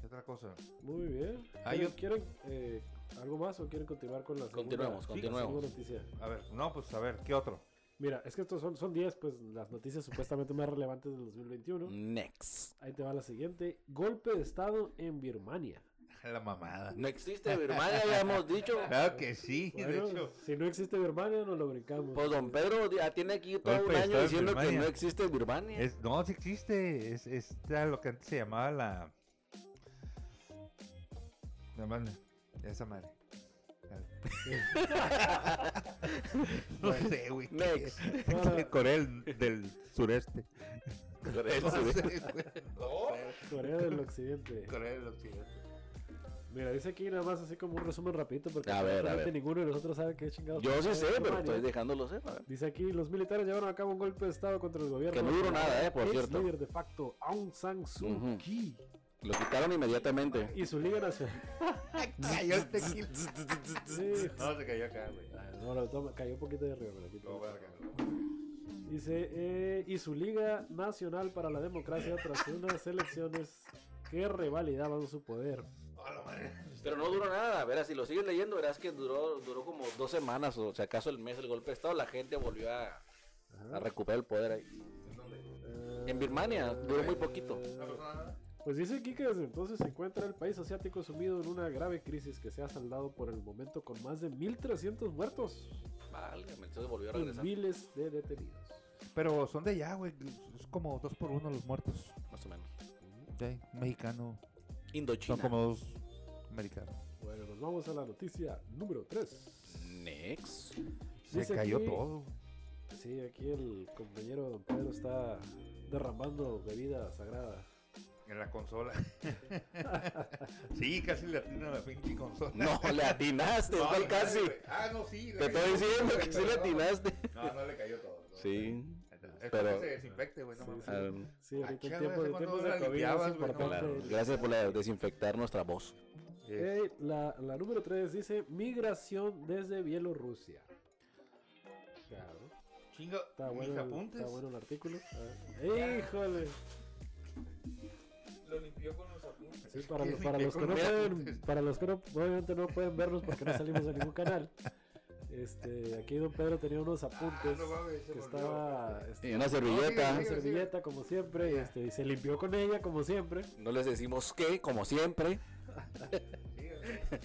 [SPEAKER 1] ¿Qué otra cosa?
[SPEAKER 3] Muy bien.
[SPEAKER 1] Hay
[SPEAKER 3] ¿Quieren,
[SPEAKER 1] ot-
[SPEAKER 3] quieren, eh, algo más o quieren continuar con la segunda-
[SPEAKER 2] Continuemos,
[SPEAKER 3] la
[SPEAKER 2] continuemos.
[SPEAKER 3] segunda noticia?
[SPEAKER 1] A ver, no, pues, a ver, ¿qué otro? (laughs)
[SPEAKER 3] Mira, es que estos son, son 10, pues las noticias supuestamente más relevantes del
[SPEAKER 1] Mm.
[SPEAKER 3] 2021.
[SPEAKER 2] Next.
[SPEAKER 3] Ahí te va la siguiente. Golpe de Estado en Birmania.
[SPEAKER 1] La mamada.
[SPEAKER 2] No existe Birmania, ya hemos dicho.
[SPEAKER 1] (laughs) Claro que sí,
[SPEAKER 3] Bueno,
[SPEAKER 1] de hecho.
[SPEAKER 3] si no existe Birmania, nos lo brincamos.
[SPEAKER 2] Pues don Pedro ya tiene aquí todo
[SPEAKER 1] Golpe
[SPEAKER 2] un
[SPEAKER 1] de
[SPEAKER 2] año
[SPEAKER 1] estado en
[SPEAKER 2] diciendo que
[SPEAKER 1] Birmania.
[SPEAKER 2] no existe Birmania. (laughs)
[SPEAKER 1] Es, no, sí existe. Es, es era lo que antes se llamaba la. La madre. Esa madre. no sé, güey. ¿qué
[SPEAKER 2] Next.
[SPEAKER 1] (laughs) es? Corea del- del sureste. (laughs) No sé, güey, no sé.
[SPEAKER 3] Corea
[SPEAKER 2] (laughs)
[SPEAKER 3] del Occidente.
[SPEAKER 1] (laughs) Corea del occidente.
[SPEAKER 3] Mira, dice aquí nada más así como un resumen rapidito porque
[SPEAKER 2] A ver, a
[SPEAKER 3] absolutamente
[SPEAKER 2] ver.
[SPEAKER 3] ninguno de nosotros sabe qué chingados.
[SPEAKER 2] Yo sí
[SPEAKER 3] es
[SPEAKER 2] sé, pero
[SPEAKER 3] Birmania.
[SPEAKER 2] estoy dejándolo ser. a ver.
[SPEAKER 3] Dice aquí, los militares llevaron a cabo un golpe de estado contra el gobierno.
[SPEAKER 2] Que no duró nada, eh, por
[SPEAKER 3] ex
[SPEAKER 2] cierto.
[SPEAKER 3] líder de facto, Aung San Suu
[SPEAKER 2] Ujú.
[SPEAKER 3] Kyi.
[SPEAKER 2] Lo quitaron inmediatamente.
[SPEAKER 3] Y su Liga Nacional. (laughs)
[SPEAKER 1] Cayó el tequila.
[SPEAKER 3] Sí.
[SPEAKER 1] No, se cayó acá, güey.
[SPEAKER 3] Ah, No, lo toma, cayó un poquito de arriba. pero aquí
[SPEAKER 1] No,
[SPEAKER 3] toma.
[SPEAKER 1] verga.
[SPEAKER 3] Dice, eh, y su Liga Nacional para la Democracia tras unas elecciones que revalidaban su poder.
[SPEAKER 1] A la madre.
[SPEAKER 2] Pero no duró nada. Verás, si lo sigues leyendo, verás que duró, duró como dos semanas o si acaso el mes del golpe de Estado. La gente volvió a, a
[SPEAKER 3] Ajá.
[SPEAKER 2] recuperar el poder ahí.
[SPEAKER 3] Eh,
[SPEAKER 2] En Birmania duró muy poquito.
[SPEAKER 3] Pues dice aquí que desde entonces se encuentra el país asiático sumido en una grave crisis que se ha saldado por el momento con más de 1.300 muertos
[SPEAKER 2] Válgame, entonces volvió a
[SPEAKER 3] y
[SPEAKER 2] regresar.
[SPEAKER 3] miles de detenidos.
[SPEAKER 1] Pero son de allá, güey. Es como dos por uno los muertos.
[SPEAKER 2] Más o menos.
[SPEAKER 1] Sí, mexicano.
[SPEAKER 2] Indochina.
[SPEAKER 1] Son como dos americanos.
[SPEAKER 3] Bueno, nos vamos a la noticia número 3.
[SPEAKER 2] Next.
[SPEAKER 1] Se
[SPEAKER 3] Dice
[SPEAKER 1] cayó
[SPEAKER 3] aquí-
[SPEAKER 1] todo.
[SPEAKER 3] Sí, aquí el compañero Don Pedro está derramando bebida sagrada.
[SPEAKER 1] En la consola. (laughs) sí, casi le atino a la pinche consola.
[SPEAKER 2] No, (laughs) le atinaste,
[SPEAKER 1] No,
[SPEAKER 2] ¿cuál
[SPEAKER 1] no,
[SPEAKER 2] casi.
[SPEAKER 1] güey. Ah, no, sí. le
[SPEAKER 2] Te
[SPEAKER 1] cayó
[SPEAKER 2] estoy
[SPEAKER 1] todo,
[SPEAKER 2] diciendo
[SPEAKER 1] güey,
[SPEAKER 2] que sí le
[SPEAKER 1] pero no.
[SPEAKER 2] atinaste.
[SPEAKER 1] No, no le cayó todo. no,
[SPEAKER 2] Sí.
[SPEAKER 1] güey. Es
[SPEAKER 2] Pero-
[SPEAKER 1] para que se desinfecte, güey, no
[SPEAKER 3] Sí,
[SPEAKER 1] mames.
[SPEAKER 3] sí.
[SPEAKER 2] Ah,
[SPEAKER 3] Sí,
[SPEAKER 1] Ah,
[SPEAKER 3] ahorita en
[SPEAKER 1] chale,
[SPEAKER 3] tiempos
[SPEAKER 1] hace
[SPEAKER 3] de,
[SPEAKER 1] cuánto
[SPEAKER 3] tiempos
[SPEAKER 1] no
[SPEAKER 3] de
[SPEAKER 1] la
[SPEAKER 3] COVID es
[SPEAKER 1] limpiabas, güey, no
[SPEAKER 3] importante.
[SPEAKER 2] Claro.
[SPEAKER 3] el-
[SPEAKER 2] Gracias por la- desinfectar nuestra voz.
[SPEAKER 1] Es-
[SPEAKER 3] Ey, la, la número 3 dice migración desde Bielorrusia. Claro.
[SPEAKER 1] Chinga,
[SPEAKER 3] Está
[SPEAKER 1] mis
[SPEAKER 3] bueno, el,
[SPEAKER 1] apuntes.
[SPEAKER 3] está bueno el artículo.
[SPEAKER 1] Ah.
[SPEAKER 3] A ver. Híjole.
[SPEAKER 4] Lo limpió con los apuntes.
[SPEAKER 3] Sí, para,
[SPEAKER 1] Sí,
[SPEAKER 3] lo-
[SPEAKER 1] sí,
[SPEAKER 3] para
[SPEAKER 1] que
[SPEAKER 3] los que
[SPEAKER 1] con
[SPEAKER 3] no
[SPEAKER 1] mis
[SPEAKER 3] pueden,
[SPEAKER 1] apuntes.
[SPEAKER 3] para los que no, obviamente no pueden vernos porque no salimos de ningún canal. Este, aquí don Pedro tenía unos apuntes
[SPEAKER 1] Ah, no mames, se
[SPEAKER 3] que
[SPEAKER 1] volvió.
[SPEAKER 3] estaba
[SPEAKER 2] Y
[SPEAKER 3] este,
[SPEAKER 2] una servilleta.
[SPEAKER 1] Sí,
[SPEAKER 3] una
[SPEAKER 1] sí, sí.
[SPEAKER 3] servilleta como siempre y, este, y se limpió con ella como siempre.
[SPEAKER 2] No les decimos qué, como siempre.
[SPEAKER 1] Sí, güey.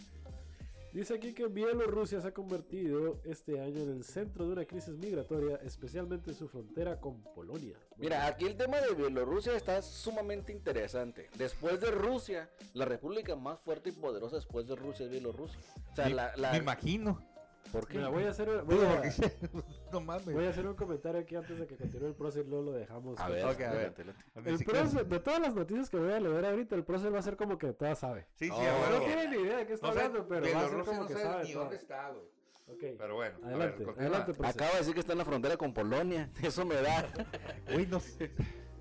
[SPEAKER 3] Dice aquí que Bielorrusia se ha convertido este año en el centro de una crisis migratoria, especialmente en su frontera con Polonia.
[SPEAKER 2] Mira, aquí el tema de Bielorrusia está sumamente interesante. Después de Rusia, la república más fuerte y poderosa después de Rusia es Bielorrusia. O sea,
[SPEAKER 1] Me-
[SPEAKER 2] la, la-
[SPEAKER 1] Me imagino.
[SPEAKER 2] ¿Por qué?
[SPEAKER 3] Mira, voy a hacer. voy
[SPEAKER 1] Digo,
[SPEAKER 3] a-
[SPEAKER 1] porque- no mames.
[SPEAKER 3] Voy a hacer un comentario aquí antes de que continúe el prócer y luego lo dejamos.
[SPEAKER 2] A ver,
[SPEAKER 1] Ok, a ver.
[SPEAKER 2] adelante, adelante.
[SPEAKER 1] Ni
[SPEAKER 3] El
[SPEAKER 1] siquiera-
[SPEAKER 3] prócer, de todas las noticias que voy a leer ahorita, el prócer va a ser como que todas sabe.
[SPEAKER 1] Sí, sí,
[SPEAKER 2] No,
[SPEAKER 1] a huevo.
[SPEAKER 3] No tiene ni idea de qué está
[SPEAKER 1] No sé,
[SPEAKER 3] hablando, pero va a ser
[SPEAKER 1] Bielorrusia
[SPEAKER 3] como
[SPEAKER 1] no
[SPEAKER 3] que
[SPEAKER 1] sabe
[SPEAKER 3] sabe.
[SPEAKER 1] ni
[SPEAKER 3] todo.
[SPEAKER 1] dónde está, güey.
[SPEAKER 3] Ok.
[SPEAKER 1] Pero bueno, a ver,
[SPEAKER 3] Adelante,
[SPEAKER 1] continúa.
[SPEAKER 3] adelante, prócer.
[SPEAKER 2] Acaba de decir que está en la frontera con Polonia. (laughs) Eso me da.
[SPEAKER 1] Güey, no sé.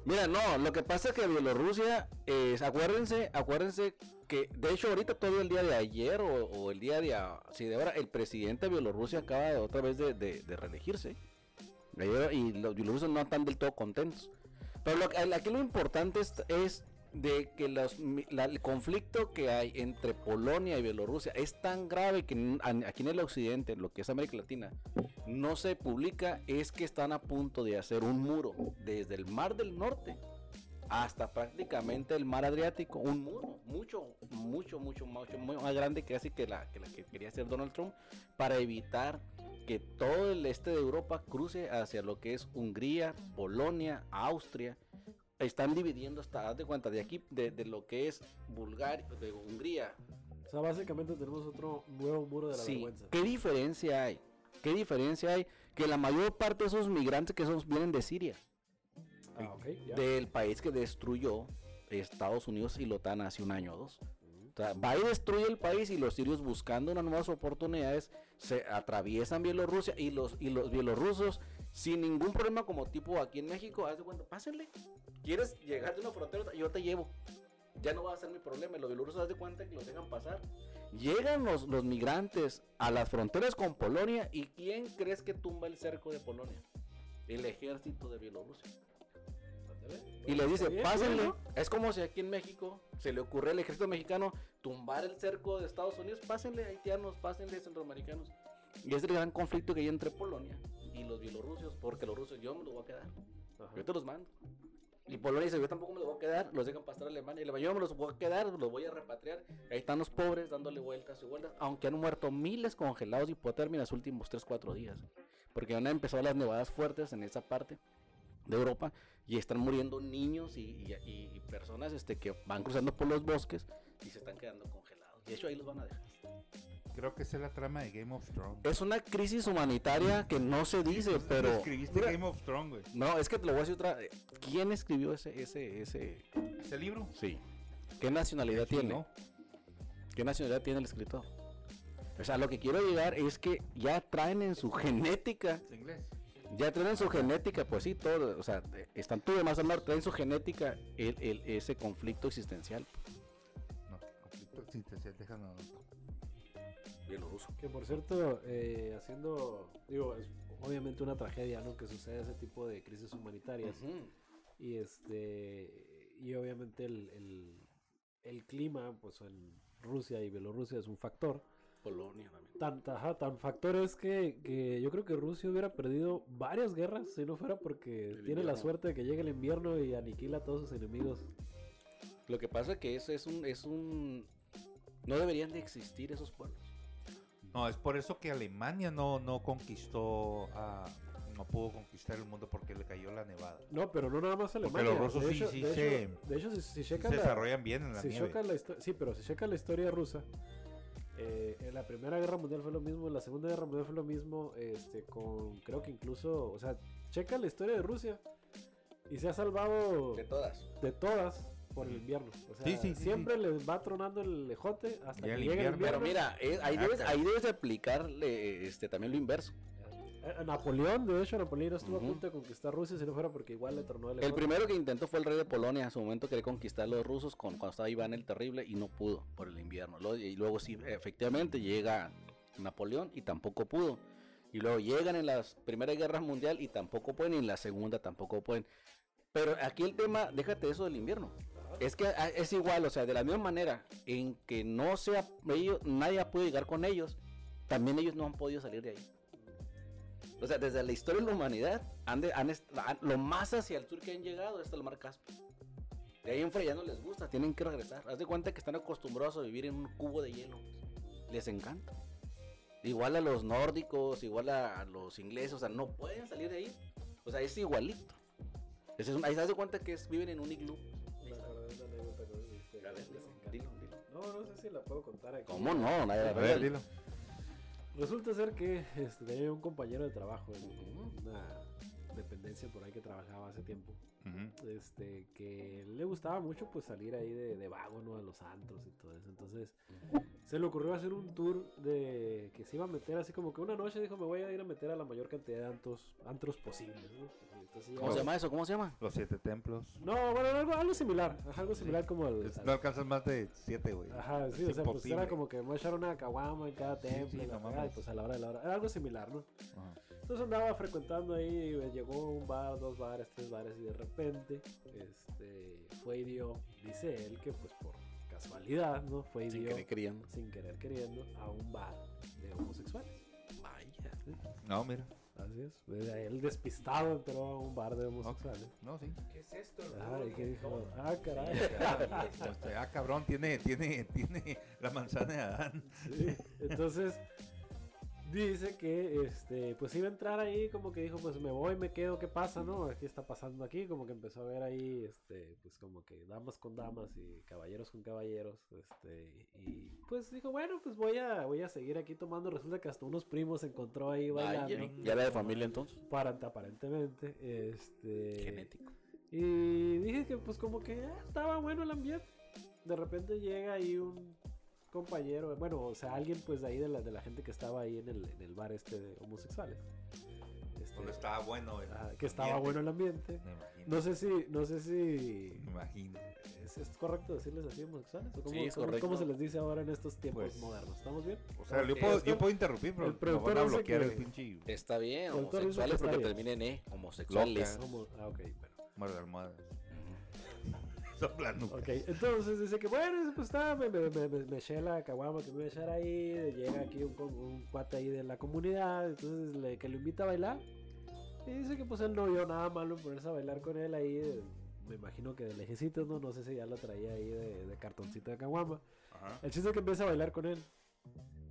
[SPEAKER 2] Mira, no, lo que pasa es que Bielorrusia, es- acuérdense, acuérdense que, de hecho, ahorita todavía el día de ayer o, o el día de, a- sí, de ahora, el presidente de Bielorrusia acaba de, otra vez de, de- de reelegirse. Ayer- Y los bielorrusos no están del todo contentos. Pero lo, que- aquí lo importante es, es de que los, mi- la- el conflicto que hay entre Polonia y Bielorrusia es tan grave que n- a- aquí en el occidente, lo que es América Latina, no se publica es que están a punto de hacer un muro desde el Mar del Norte hasta prácticamente el Mar Adriático, un muro mucho, mucho, mucho, mucho, muy más grande que así que la, que la que quería hacer Donald Trump para evitar que todo el este de Europa cruce hacia lo que es Hungría, Polonia, Austria. Están dividiendo hasta, haz de cuenta, de aquí, de, de lo que es Bulgaria, de Hungría,
[SPEAKER 3] O sea, básicamente tenemos otro nuevo muro de la
[SPEAKER 2] Sí,
[SPEAKER 3] vergüenza.
[SPEAKER 2] ¿Qué diferencia hay? ¿Qué diferencia hay? Que la mayor parte de esos migrantes que son, vienen de Siria,
[SPEAKER 3] Ah, ok, ya.
[SPEAKER 2] del país que destruyó Estados Unidos y lo tan hace un año o dos. O sea, va y destruye el país y los sirios buscando unas nuevas oportunidades se atraviesan Bielorrusia y los, y los bielorrusos sin ningún problema como tipo aquí en México, haz de cuenta, pásenle. ¿Quieres llegar de una frontera? a otra? Yo te llevo. Ya no va a ser mi problema. y Los bielorrusos haz de cuenta que los dejan pasar. Llegan los, los migrantes a las fronteras con Polonia y ¿quién crees que tumba el cerco de Polonia? El ejército de Bielorrusia. Y les dice,
[SPEAKER 3] Está bien,
[SPEAKER 2] pásenle.
[SPEAKER 3] bueno.
[SPEAKER 2] Es como si aquí en México se le ocurrió al ejército mexicano tumbar el cerco de Estados Unidos. Pásenle haitianos, pásenle centroamericanos. Y es el gran conflicto que hay entre Polonia y los bielorrusios, porque los rusos yo me los voy a quedar.
[SPEAKER 3] Ajá.
[SPEAKER 2] Yo te los mando. Y Polonia dice, yo tampoco me los voy a quedar, los dejan pasar a Alemania. Y Alemania, yo me los voy a quedar, los voy a repatriar. Ahí están los pobres dándole vueltas y vueltas, aunque han muerto miles congelados de hipotermia en los últimos 3-4 días. Porque han empezado las nevadas fuertes en esa parte de Europa y están muriendo niños y, y- y- y personas este, que van cruzando por los bosques y se están quedando congelados. Y de hecho ahí los van a dejar.
[SPEAKER 1] Creo que esa es la trama de Game of Thrones.
[SPEAKER 2] Es una crisis humanitaria que no se dice, pero...
[SPEAKER 1] Escribiste Game of Thrones, güey.
[SPEAKER 2] No, es que te lo voy a decir otra... ¿Quién escribió ese, ese, ese,
[SPEAKER 1] ¿Ese libro?
[SPEAKER 2] Sí. ¿Qué nacionalidad tiene?
[SPEAKER 1] ¿no?
[SPEAKER 2] ¿Qué nacionalidad tiene el escritor? O sea, lo que quiero llegar es que ya traen en su genética,
[SPEAKER 1] Es inglés.
[SPEAKER 2] ya traen en su genética, pues sí, todo, o sea, de- están tú de más al norte, traen en su genética el, el- ese conflicto existencial.
[SPEAKER 1] No, conflicto existencial, déjalo.
[SPEAKER 2] Bielorruso.
[SPEAKER 3] Que por cierto, eh, haciendo, digo, es obviamente una tragedia, ¿no? Que suceda ese tipo de crisis
[SPEAKER 2] pues.
[SPEAKER 3] humanitarias. Y este, y obviamente el, el, el clima, pues en Rusia y Bielorrusia es un factor.
[SPEAKER 2] Polonia también.
[SPEAKER 3] Tan, ajá, tan factor es que, que yo creo que Rusia hubiera perdido varias guerras si no fuera porque
[SPEAKER 2] El
[SPEAKER 3] tiene la
[SPEAKER 2] invierno.
[SPEAKER 3] suerte de que llega el invierno y aniquila a todos sus enemigos.
[SPEAKER 2] Lo que pasa es que eso es un, es un, no deberían de existir esos pueblos.
[SPEAKER 1] No, es por eso que Alemania no, no conquistó, a- no pudo conquistar el mundo porque le cayó la nevada.
[SPEAKER 3] No, pero no nada más Alemania.
[SPEAKER 1] los rusos
[SPEAKER 3] de
[SPEAKER 1] sí-
[SPEAKER 3] hecho,
[SPEAKER 1] sí
[SPEAKER 3] de
[SPEAKER 1] se-
[SPEAKER 3] hecho- de hecho, si, si
[SPEAKER 1] Se
[SPEAKER 3] checas la-
[SPEAKER 1] desarrollan bien en la
[SPEAKER 3] si
[SPEAKER 1] nieve.
[SPEAKER 3] checas la histo- sí, pero si checas la historia rusa, eh, en la Primera Guerra Mundial fue lo mismo, en la Segunda Guerra Mundial fue lo mismo, este, con creo que incluso, o sea, checa la historia de Rusia y se ha salvado de,
[SPEAKER 2] todas.
[SPEAKER 3] todas por el invierno. O sea,
[SPEAKER 1] Sí, sí, sí,
[SPEAKER 3] siempre les va tronando el lejote hasta
[SPEAKER 1] Llega
[SPEAKER 3] que
[SPEAKER 1] el
[SPEAKER 3] llega el
[SPEAKER 1] invierno.
[SPEAKER 2] Pero
[SPEAKER 3] invierno.
[SPEAKER 2] mira, eh, ahí,
[SPEAKER 1] Ah,
[SPEAKER 2] debes,
[SPEAKER 1] caray.
[SPEAKER 2] ahí debes de aplicarle este, también lo inverso.
[SPEAKER 3] Eh, Napoleón, de hecho, Napoleón no estuvo
[SPEAKER 2] Ujú.
[SPEAKER 3] a punto de conquistar Rusia si no fuera porque igual le tronó el
[SPEAKER 2] El
[SPEAKER 3] ejote.
[SPEAKER 2] primero que intentó fue el rey de Polonia. En su momento quería conquistar a los rusos con, cuando estaba Iván el Terrible y no pudo por el invierno. Lo- y luego sí, efectivamente llega Napoleón y tampoco pudo. Y luego llegan en las primeras guerras mundial y tampoco pueden. Y en la segunda tampoco pueden. Pero aquí el tema, déjate eso del invierno. Es que ah, es igual, o sea, de la misma manera en que no sea ellos, nadie ha podido llegar con ellos, también ellos no han podido salir de ahí. O sea, desde la historia de la humanidad, han de- han est- han- lo más hacia el sur que han llegado es el mar Caspio. De ahí en fuera ya no les gusta, tienen que regresar. Haz de cuenta que están acostumbrados a vivir en un cubo de hielo. Les encanta. Igual a los nórdicos, igual a, a los ingleses, o sea, no pueden salir de ahí. O sea, es igualito. Es- es un- ahí se hace cuenta que es- viven en un iglú.
[SPEAKER 3] Me acordé de una anécdota que me dijiste,
[SPEAKER 2] A ver,
[SPEAKER 3] les encanta.
[SPEAKER 2] dilo, dilo.
[SPEAKER 3] No, no sé si la puedo contar aquí.
[SPEAKER 2] ¿Cómo no? Nadie-
[SPEAKER 1] A ver, dilo.
[SPEAKER 3] Resulta ser que este, tenía un compañero de trabajo en en una dependencia por ahí que trabajaba hace tiempo.
[SPEAKER 1] Ujú.
[SPEAKER 3] Este, que le gustaba mucho pues salir ahí de, de vago, ¿no? A los antros y todo eso. Entonces, se le ocurrió hacer un tour de que se iba a meter así como que una noche dijo, me voy a ir a meter a la mayor cantidad de antros, antros posibles, ¿no? Entonces,
[SPEAKER 2] ¿Cómo
[SPEAKER 3] ya-
[SPEAKER 2] se llama eso? ¿Cómo se llama?
[SPEAKER 1] Los siete templos.
[SPEAKER 3] No, bueno, algo, algo similar, ajá, algo similar como el...
[SPEAKER 1] Es- No alcanzas más de siete, güey.
[SPEAKER 3] Ajá, sí,
[SPEAKER 1] Es
[SPEAKER 3] o sea, pues
[SPEAKER 1] imposible.
[SPEAKER 3] era como que me echaron una caguama en cada
[SPEAKER 1] Sí,
[SPEAKER 3] templo
[SPEAKER 1] sí,
[SPEAKER 3] y la
[SPEAKER 1] no
[SPEAKER 3] fregada, y
[SPEAKER 1] mames.
[SPEAKER 3] pues a la hora de la hora. Era algo similar, ¿no?
[SPEAKER 1] Ajá.
[SPEAKER 3] Entonces andaba frecuentando ahí, y me llegó a un bar, dos bares, tres bares y de repente este, fue y dio, dice él que pues por casualidad, ¿no? Fue y
[SPEAKER 2] Sin
[SPEAKER 3] dio,
[SPEAKER 2] querer queriendo.
[SPEAKER 3] sin querer queriendo, a un bar de homosexuales. Vaya.
[SPEAKER 1] No, mira.
[SPEAKER 3] Así es. Él despistado entró a un bar de homosexuales.
[SPEAKER 1] No, sí.
[SPEAKER 4] ¿Qué es esto?
[SPEAKER 3] Ah,
[SPEAKER 4] hermano?
[SPEAKER 3] y que dijo,
[SPEAKER 4] ¿Cómo?
[SPEAKER 3] ah, caray.
[SPEAKER 1] Este, ah, cabrón, tiene, tiene, tiene la manzana de Adán.
[SPEAKER 3] Sí, Entonces dice que este pues iba a entrar ahí como que dijo pues me voy, me quedo, ¿qué pasa, no? ¿Qué está pasando aquí? Como que empezó a ver ahí este pues como que damas con damas y caballeros con caballeros, este y pues dijo, bueno, pues voy a voy a seguir aquí tomando, resulta que hasta unos primos se encontró ahí
[SPEAKER 2] Vaya.
[SPEAKER 3] bailando.
[SPEAKER 2] Ya era de familia entonces.
[SPEAKER 3] Para, aparentemente, este...
[SPEAKER 2] Genético.
[SPEAKER 3] Y dije que pues como que ah, estaba bueno el ambiente. De repente llega ahí un compañero, bueno, o sea, alguien pues de ahí de la, de la gente que estaba ahí en el, en el bar este de homosexuales. Este,
[SPEAKER 1] Pero estaba bueno, el
[SPEAKER 3] ah, que estaba
[SPEAKER 1] ambiente.
[SPEAKER 3] bueno el ambiente.
[SPEAKER 1] Me imagino.
[SPEAKER 3] No sé si, no sé si
[SPEAKER 1] Me imagino.
[SPEAKER 3] es, es correcto decirles así homosexuales o cómo,
[SPEAKER 2] Sí, es
[SPEAKER 3] cómo-
[SPEAKER 2] correcto.
[SPEAKER 3] cómo se les dice ahora en estos tiempos
[SPEAKER 1] Pues,
[SPEAKER 3] modernos. ¿Estamos bien?
[SPEAKER 1] O sea, yo
[SPEAKER 4] Ok,
[SPEAKER 1] puedo,
[SPEAKER 4] esto-
[SPEAKER 1] yo puedo interrumpir,
[SPEAKER 3] el
[SPEAKER 1] pero me
[SPEAKER 3] productor
[SPEAKER 1] van a
[SPEAKER 3] dice
[SPEAKER 1] bloquear
[SPEAKER 3] que-
[SPEAKER 1] el pinche
[SPEAKER 2] Está bien,
[SPEAKER 3] Doctor, dice
[SPEAKER 2] homosexuales
[SPEAKER 3] que
[SPEAKER 2] porque
[SPEAKER 3] está
[SPEAKER 2] terminen en E, homosexuales.
[SPEAKER 3] Homo- ah, ok, bueno.
[SPEAKER 1] muerde almohadas. Sopla nuca.
[SPEAKER 3] Ok, entonces dice que bueno, pues está, me, me, me, me- me eché la caguama que me voy a echar ahí, llega aquí un, co- un cuate ahí de la comunidad, entonces le, que lo invita a bailar. Y dice que pues él no vio nada malo en ponerse a bailar con él ahí, eh, me imagino que de lejecitos, no, no sé si ya la traía ahí de, de cartoncito de caguama.
[SPEAKER 1] Ajá.
[SPEAKER 3] El chiste es que empieza a bailar con él.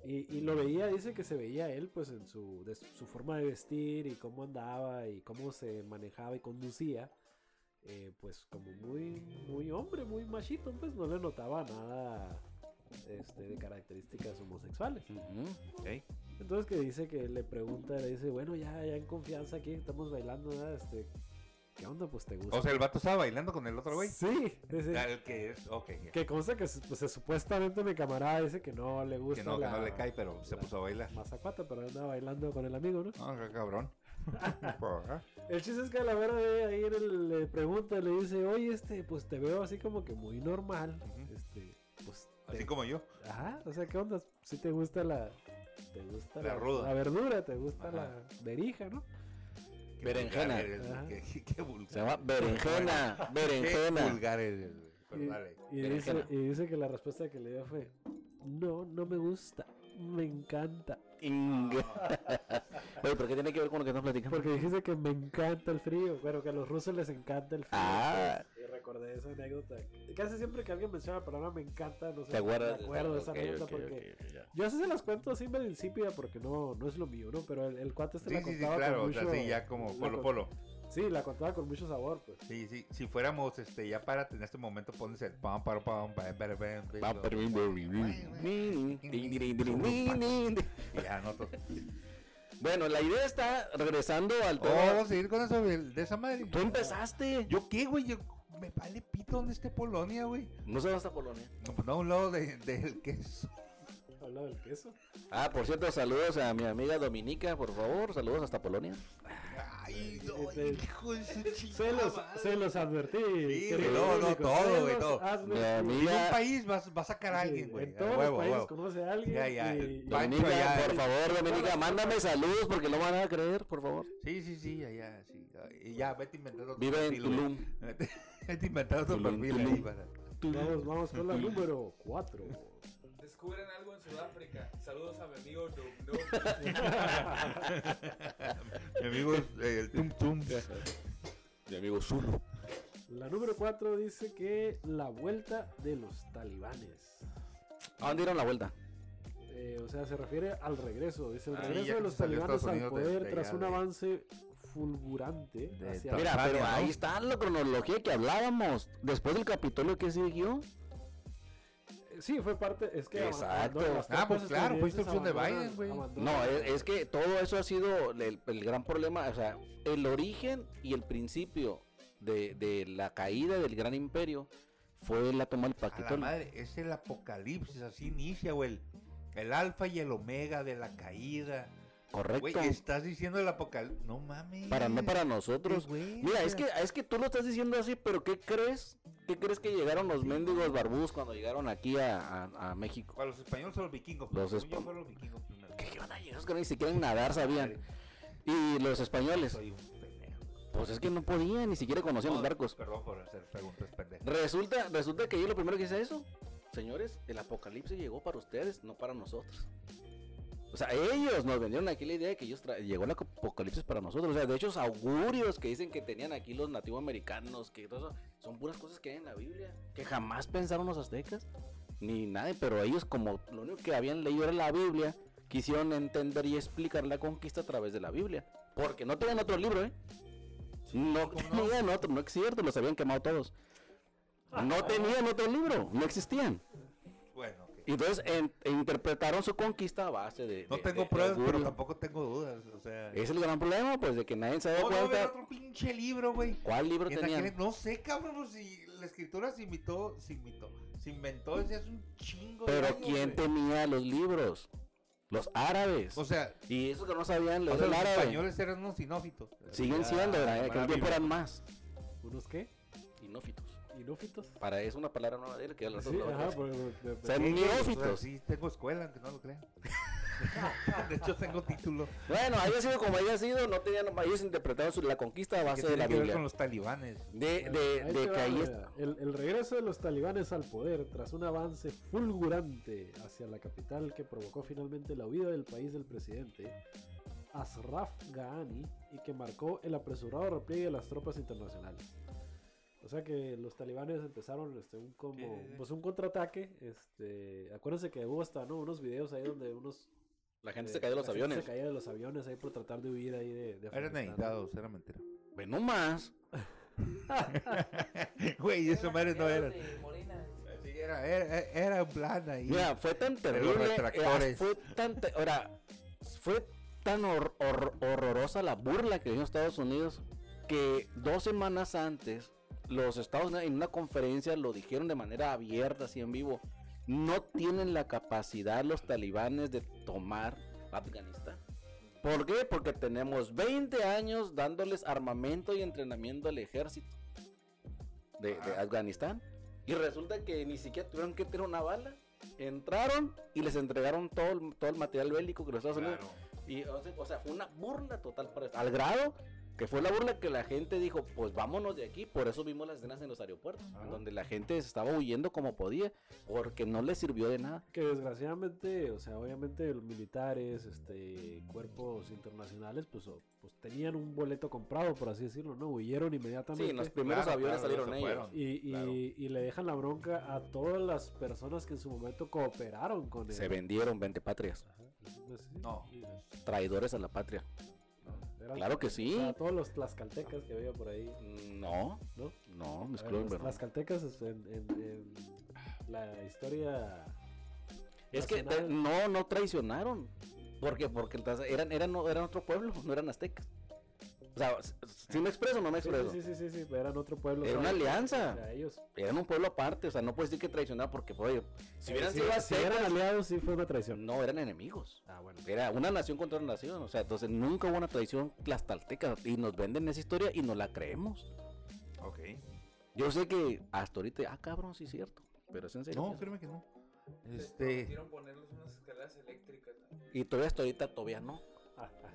[SPEAKER 3] Y, y lo veía, dice que se veía él pues en su, de su forma de vestir y cómo andaba y cómo se manejaba y conducía. eh, pues como muy, muy hombre, muy machito, pues no le notaba nada este, de características homosexuales.
[SPEAKER 2] Ujú.
[SPEAKER 1] Ey,
[SPEAKER 3] Entonces que dice que le pregunta, le dice, bueno, ya, ya en confianza aquí, estamos bailando, ¿verdad? Este, ¿qué onda? Pues te gusta.
[SPEAKER 1] O sea, el vato estaba bailando con el otro güey.
[SPEAKER 3] sí, dice,
[SPEAKER 1] Ah, El que es, ok. ya.
[SPEAKER 3] que consta que pues, supuestamente mi camarada dice que no le gusta
[SPEAKER 1] Que no, que no
[SPEAKER 3] la-
[SPEAKER 1] le cae, pero se
[SPEAKER 3] la-
[SPEAKER 1] puso a bailar.
[SPEAKER 3] Mazacuata, pero andaba bailando con el amigo, ¿no?
[SPEAKER 1] Ah, qué cabrón. Ajá.
[SPEAKER 3] El chiste es que a la vera de ahí en el- le pregunta, le dice, oye, este, pues te veo así como que muy normal.
[SPEAKER 1] Ujú.
[SPEAKER 3] Este, pues. te-
[SPEAKER 1] Así como yo.
[SPEAKER 3] Ajá, o sea, ¿qué onda? Si te gusta la. Te gusta
[SPEAKER 1] La ruda.
[SPEAKER 3] la verdura, te gusta
[SPEAKER 1] Ajá.
[SPEAKER 3] la berija, ¿no?
[SPEAKER 1] Qué
[SPEAKER 2] Berenjena.
[SPEAKER 1] vulgar eres,
[SPEAKER 3] Ajá.
[SPEAKER 1] Qué, qué vulgar.
[SPEAKER 2] Se llama berenjena,
[SPEAKER 1] Qué
[SPEAKER 2] berenjena.
[SPEAKER 1] vulgar eres, güey. Pero
[SPEAKER 3] Y-
[SPEAKER 1] dale.
[SPEAKER 3] Y, dice,
[SPEAKER 2] berenjena.
[SPEAKER 3] y dice que la respuesta que le dio fue: No, no me gusta, me encanta.
[SPEAKER 2] Inga. (laughs) Oye, ¿pero qué tiene que ver con lo que estamos platicando?
[SPEAKER 3] Porque dijiste que me encanta el frío, bueno, que a los rusos les encanta el frío.
[SPEAKER 2] Ah.
[SPEAKER 3] Y recordé esa anécdota. Casi siempre que alguien menciona la palabra me encanta, no sé,
[SPEAKER 2] ¿Te acuerdas?
[SPEAKER 3] me acuerdo de esa
[SPEAKER 2] Ok,
[SPEAKER 3] anécdota
[SPEAKER 2] ok,
[SPEAKER 3] porque
[SPEAKER 2] ok, ya.
[SPEAKER 3] yo así se las cuento así medio insípida porque no, no es lo mío, ¿no? Pero el, el cuate este
[SPEAKER 1] Sí,
[SPEAKER 3] la
[SPEAKER 1] sí, sí,
[SPEAKER 3] contaba con
[SPEAKER 1] claro. O sea,
[SPEAKER 3] mucho-
[SPEAKER 1] sí, ya como
[SPEAKER 3] la
[SPEAKER 1] polo,
[SPEAKER 3] con-
[SPEAKER 1] polo.
[SPEAKER 3] Sí, la contaba con mucho sabor, pues.
[SPEAKER 1] Sí, sí. Si fuéramos, este, ya párate en este momento, pones el pam, pam, pam, pam, pam, pam, pam,
[SPEAKER 2] Va, pero- Ni, ni, ni, ni, ni, ni, ni.
[SPEAKER 1] Y ya, nosotros.
[SPEAKER 2] Bueno, la idea está regresando al
[SPEAKER 1] Oh, vamos
[SPEAKER 2] tema.
[SPEAKER 1] a seguir con eso de, de esa madre.
[SPEAKER 2] Tú empezaste.
[SPEAKER 1] ¿Yo qué, güey? Yo, me vale pito donde esté Polonia, güey.
[SPEAKER 2] No se va hasta Polonia.
[SPEAKER 1] No, pues, no, a un lado de- del queso.
[SPEAKER 3] Hablaba del queso.
[SPEAKER 2] Ah, por cierto, saludos a mi amiga Dominica, por favor. Saludos hasta Polonia.
[SPEAKER 1] Ay, no,
[SPEAKER 3] Este-
[SPEAKER 1] hijo de su
[SPEAKER 3] Se
[SPEAKER 1] chingada
[SPEAKER 3] los,
[SPEAKER 1] madre.
[SPEAKER 3] se los advertí.
[SPEAKER 1] Sí,
[SPEAKER 3] querido
[SPEAKER 1] no, no,
[SPEAKER 3] público,
[SPEAKER 1] todo,
[SPEAKER 3] se
[SPEAKER 1] güey,
[SPEAKER 3] los
[SPEAKER 1] todo.
[SPEAKER 3] advertí.
[SPEAKER 2] Mi
[SPEAKER 1] En un
[SPEAKER 2] amiga.
[SPEAKER 1] país vas, vas a sacar a alguien, güey.
[SPEAKER 3] En
[SPEAKER 1] a
[SPEAKER 3] todos
[SPEAKER 1] huevo,
[SPEAKER 3] los
[SPEAKER 1] a
[SPEAKER 3] países
[SPEAKER 1] huevo.
[SPEAKER 3] conoce a alguien.
[SPEAKER 1] Ya, ya,
[SPEAKER 3] y-
[SPEAKER 1] va-
[SPEAKER 2] Dominica,
[SPEAKER 1] Pancho, ya,
[SPEAKER 2] por
[SPEAKER 1] eh.
[SPEAKER 2] favor, Dominica, mándame saludos porque no van a creer, por favor.
[SPEAKER 1] Sí, sí, sí, allá, sí. Y ya, vete inventando tu
[SPEAKER 2] Vive en
[SPEAKER 1] perfil, güey.
[SPEAKER 2] Tulum.
[SPEAKER 1] Vete, (laughs) vete inventando tu
[SPEAKER 2] Tulum,
[SPEAKER 1] perfil
[SPEAKER 2] Tulum.
[SPEAKER 1] ahí para. (laughs)
[SPEAKER 3] Vamos, vamos con la número 4.
[SPEAKER 4] Descubren algo en Sudáfrica. Saludos a mi amigo Dum
[SPEAKER 3] (laughs)
[SPEAKER 4] Dum.
[SPEAKER 1] Mi amigo, eh, el Tum Tum.
[SPEAKER 2] Mi amigo Zulu.
[SPEAKER 3] La número 4 dice que la vuelta de los talibanes.
[SPEAKER 2] ¿A dónde dieron la vuelta?
[SPEAKER 3] Eh, o sea, se refiere al regreso. Dice el
[SPEAKER 1] Ah,
[SPEAKER 3] regreso
[SPEAKER 1] sí, ya
[SPEAKER 3] de
[SPEAKER 1] que
[SPEAKER 3] los
[SPEAKER 1] salió
[SPEAKER 3] talibanes
[SPEAKER 1] Estados
[SPEAKER 3] al
[SPEAKER 1] Unidos
[SPEAKER 3] poder
[SPEAKER 1] desde
[SPEAKER 3] tras
[SPEAKER 1] allá
[SPEAKER 3] un
[SPEAKER 1] de-
[SPEAKER 3] avance fulgurante
[SPEAKER 1] de
[SPEAKER 3] hacia
[SPEAKER 1] Tanzania.
[SPEAKER 2] Mira, pero
[SPEAKER 1] Tanzania, ¿no?
[SPEAKER 2] ahí está la cronología que hablábamos. Después del Capitolio, ¿qué siguió?
[SPEAKER 3] eh, sí, fue parte. Es que. abandonó
[SPEAKER 2] Exacto.
[SPEAKER 3] las
[SPEAKER 1] Ah, pues
[SPEAKER 3] tropas
[SPEAKER 1] claro, fue
[SPEAKER 3] estadounidenses,
[SPEAKER 1] instrucción de
[SPEAKER 3] abandonan-
[SPEAKER 1] Biden, güey.
[SPEAKER 3] abandonan-
[SPEAKER 2] No, e, es, es que todo eso ha sido el, el gran problema, o sea, el origen y el principio de, de la caída del gran imperio fue la toma del
[SPEAKER 1] A la
[SPEAKER 2] Pactitolio.
[SPEAKER 1] madre, es el apocalipsis, así inicia, güey. El alfa y el omega de la caída. Güey,
[SPEAKER 2] Correcto.
[SPEAKER 1] estás diciendo el apocalipsis. No mames.
[SPEAKER 2] Para no para
[SPEAKER 1] Qué
[SPEAKER 2] nosotros.
[SPEAKER 1] güey,
[SPEAKER 2] Mira, es que, es que tú lo estás diciendo así, pero ¿qué crees? ¿Qué crees que llegaron los mendigos barbús cuando llegaron aquí a, a- a México?
[SPEAKER 1] Para los españoles son los vikingos.
[SPEAKER 2] Los
[SPEAKER 1] Según yo,
[SPEAKER 2] espa-
[SPEAKER 1] fueron los vikingos primero.
[SPEAKER 2] ¿Qué iban a llegar? Es que ni siquiera nadar sabían. Y los españoles,
[SPEAKER 1] Soy un pendejo.
[SPEAKER 2] pues es que no podían, ni siquiera conocían los
[SPEAKER 1] No,
[SPEAKER 2] barcos.
[SPEAKER 1] Perdón por hacer preguntas pendejas.
[SPEAKER 2] Resulta, resulta que yo lo primero que hice eso. Señores, el apocalipsis llegó para ustedes, no para nosotros. O sea, ellos nos vendieron aquí la idea de que ellos tra- llegó el apocalipsis para nosotros. O sea, de hecho, augurios que dicen que tenían aquí los nativos americanos, que todo eso, son puras cosas que hay en la Biblia, que jamás pensaron los aztecas, ni nadie, pero ellos como lo único que habían leído era la Biblia, quisieron entender y explicar la conquista a través de la Biblia. Porque no tenían otro libro, ¿eh? No tenían otro, no es cierto, los habían quemado todos.
[SPEAKER 1] Ah,
[SPEAKER 2] No tenían otro libro, no existían.
[SPEAKER 1] Bueno, ok.
[SPEAKER 2] Y entonces en- e interpretaron su conquista a base de.
[SPEAKER 1] no
[SPEAKER 2] de- de-
[SPEAKER 1] tengo
[SPEAKER 2] de
[SPEAKER 1] pruebas,
[SPEAKER 2] augurio.
[SPEAKER 1] pero tampoco tengo dudas. O sea,
[SPEAKER 2] Es el gran problema, pues, de que nadie se da
[SPEAKER 1] no, no, a ver
[SPEAKER 2] cuenta
[SPEAKER 1] otro pinche libro, güey.
[SPEAKER 2] cuál libro
[SPEAKER 1] En
[SPEAKER 2] tenían.
[SPEAKER 1] aquel- no sé, cabrón, pues, si la escritura se invitó, se invitó, se inventó desde hace un chingo de
[SPEAKER 2] Pero
[SPEAKER 1] años,
[SPEAKER 2] ¿quién
[SPEAKER 1] güey.
[SPEAKER 2] tenía los libros? Los árabes.
[SPEAKER 1] O sea,
[SPEAKER 2] y esos que no sabían
[SPEAKER 1] o
[SPEAKER 2] leer
[SPEAKER 1] sea,
[SPEAKER 2] el
[SPEAKER 1] los
[SPEAKER 2] árabe.
[SPEAKER 1] españoles eran unos sinófitos. Ah,
[SPEAKER 2] Siguen siendo, ¿verdad? Que
[SPEAKER 1] para
[SPEAKER 2] un tiempo
[SPEAKER 1] Biblia.
[SPEAKER 2] eran más.
[SPEAKER 3] ¿Unos qué?
[SPEAKER 2] Inófitos.
[SPEAKER 3] ¿Inófitos?
[SPEAKER 2] Para eso una palabra nueva de él que al rato
[SPEAKER 3] Sí,
[SPEAKER 2] lo-
[SPEAKER 3] ajá, pues. por- por- por-
[SPEAKER 2] O sea,
[SPEAKER 1] Sí, güey, o sea,
[SPEAKER 2] neófitos.
[SPEAKER 1] sí, tengo escuela, aunque no lo crean. (laughs) de hecho, tengo título.
[SPEAKER 2] Bueno, había sido como había sido, no tenían, ellos interpretaron su- la conquista a
[SPEAKER 1] que
[SPEAKER 2] base de
[SPEAKER 1] tiene
[SPEAKER 2] la
[SPEAKER 1] que ver con
[SPEAKER 2] Biblia.
[SPEAKER 1] los talibanes.
[SPEAKER 2] De, Eh, de,
[SPEAKER 3] Ahí
[SPEAKER 2] de
[SPEAKER 3] te
[SPEAKER 2] que
[SPEAKER 3] va,
[SPEAKER 2] ahí es-
[SPEAKER 3] mira, el, el regreso de los talibanes al poder tras un avance fulgurante hacia la capital que provocó finalmente la huida del país del presidente Ashraf Ghani y que marcó el apresurado repliegue de las tropas internacionales. O sea que los talibanes empezaron este, un como
[SPEAKER 1] Sí, sí, sí.
[SPEAKER 3] pues un contraataque. Este, acuérdense que hubo hasta ¿no? unos videos ahí donde unos
[SPEAKER 2] la gente
[SPEAKER 3] eh,
[SPEAKER 2] se cayó de los
[SPEAKER 3] la gente
[SPEAKER 2] aviones.
[SPEAKER 3] Se caía de los aviones ahí por tratar de huir ahí de, de
[SPEAKER 1] Eran
[SPEAKER 3] Afganistán.
[SPEAKER 1] editados, era mentira.
[SPEAKER 2] Ve nomás.
[SPEAKER 1] (laughs) Güey, esos madres no eran.
[SPEAKER 4] de Molina.
[SPEAKER 1] Sí, Era, era, era un plan ahí.
[SPEAKER 2] Mira, fue tan
[SPEAKER 1] Pero los
[SPEAKER 2] terrible. era-
[SPEAKER 1] retractores.
[SPEAKER 2] fue tan. te- Ahora, fue tan hor- hor- horrorosa la burla que dio Estados Unidos que dos semanas antes, los Estados Unidos en una conferencia lo dijeron de manera abierta, así en vivo. No tienen la capacidad los talibanes de tomar Afganistán. ¿Por qué? Porque tenemos 20 años dándoles armamento y entrenamiento al ejército de, de
[SPEAKER 1] Ah.
[SPEAKER 2] Afganistán. Y resulta que ni siquiera tuvieron que tirar una bala. Entraron y les entregaron todo el, todo el material bélico que los Estados Unidos. Y, o, sea, o sea, fue una burla total para esto. Al grado que fue la burla que la gente dijo, pues vámonos de aquí. Por eso vimos las escenas en los aeropuertos,
[SPEAKER 3] Ajá.
[SPEAKER 2] donde la gente se estaba huyendo como podía, porque no les sirvió de nada.
[SPEAKER 3] Que desgraciadamente, o sea, obviamente los militares, este, cuerpos internacionales, pues, o- pues tenían un boleto comprado, por así decirlo, ¿no? Huyeron
[SPEAKER 2] Sí,
[SPEAKER 3] inmediatamente.
[SPEAKER 2] en los primeros
[SPEAKER 1] Claro,
[SPEAKER 2] aviones
[SPEAKER 1] claro,
[SPEAKER 2] salieron
[SPEAKER 1] se
[SPEAKER 2] ellos.
[SPEAKER 1] fueron.
[SPEAKER 3] y, y-
[SPEAKER 1] Claro.
[SPEAKER 3] y le dejan la bronca a todas las personas que en su momento cooperaron con él.
[SPEAKER 2] Se vendieron 20 patrias,
[SPEAKER 3] Ajá, no sé si-
[SPEAKER 1] No.
[SPEAKER 3] y-
[SPEAKER 2] traidores a la patria.
[SPEAKER 3] no, eran-
[SPEAKER 2] Claro que
[SPEAKER 3] o
[SPEAKER 2] sí. Mm,
[SPEAKER 3] sea, todos los tlaxcaltecas que había por ahí,
[SPEAKER 2] No,
[SPEAKER 3] ¿no?
[SPEAKER 2] no,
[SPEAKER 3] A
[SPEAKER 2] mis
[SPEAKER 3] ver,
[SPEAKER 2] clubes,
[SPEAKER 3] los
[SPEAKER 2] pero no.
[SPEAKER 3] tlaxcaltecas este, en, en- en la historia...
[SPEAKER 2] Es que
[SPEAKER 3] nacional-
[SPEAKER 2] te- no, no traicionaron. ¿Por qué? Porque el Taza- eran, eran, eran otro pueblo, no eran aztecas. O sea, s- si me expreso o no me
[SPEAKER 3] Sí,
[SPEAKER 2] expreso.
[SPEAKER 3] sí, sí, sí, sí, pero eran otro pueblo.
[SPEAKER 2] Era una
[SPEAKER 3] ¿sabes?
[SPEAKER 2] alianza.
[SPEAKER 3] O sea, ellos
[SPEAKER 2] Eran un pueblo aparte, o sea, no puedes decir que traicionaron porque, oye, si hubieran
[SPEAKER 3] Eh, Sí,
[SPEAKER 2] sido
[SPEAKER 3] si
[SPEAKER 2] aztecas,
[SPEAKER 3] eran aliados, sí fue una traición.
[SPEAKER 2] no, eran enemigos.
[SPEAKER 3] Ah, bueno.
[SPEAKER 2] Era una nación contra una nación, o sea, entonces nunca hubo una traición tlaxcalteca y nos venden esa historia y no la creemos.
[SPEAKER 1] Ok.
[SPEAKER 2] Yo sé que hasta ahorita, ah, cabrón, sí es cierto, pero es en serio.
[SPEAKER 1] No,
[SPEAKER 2] eso.
[SPEAKER 1] créeme que no. Este.
[SPEAKER 4] Prometieron ponerles unas escaleras eléctricas. ¿no? (laughs)
[SPEAKER 2] Y todavía hasta ahorita todavía no.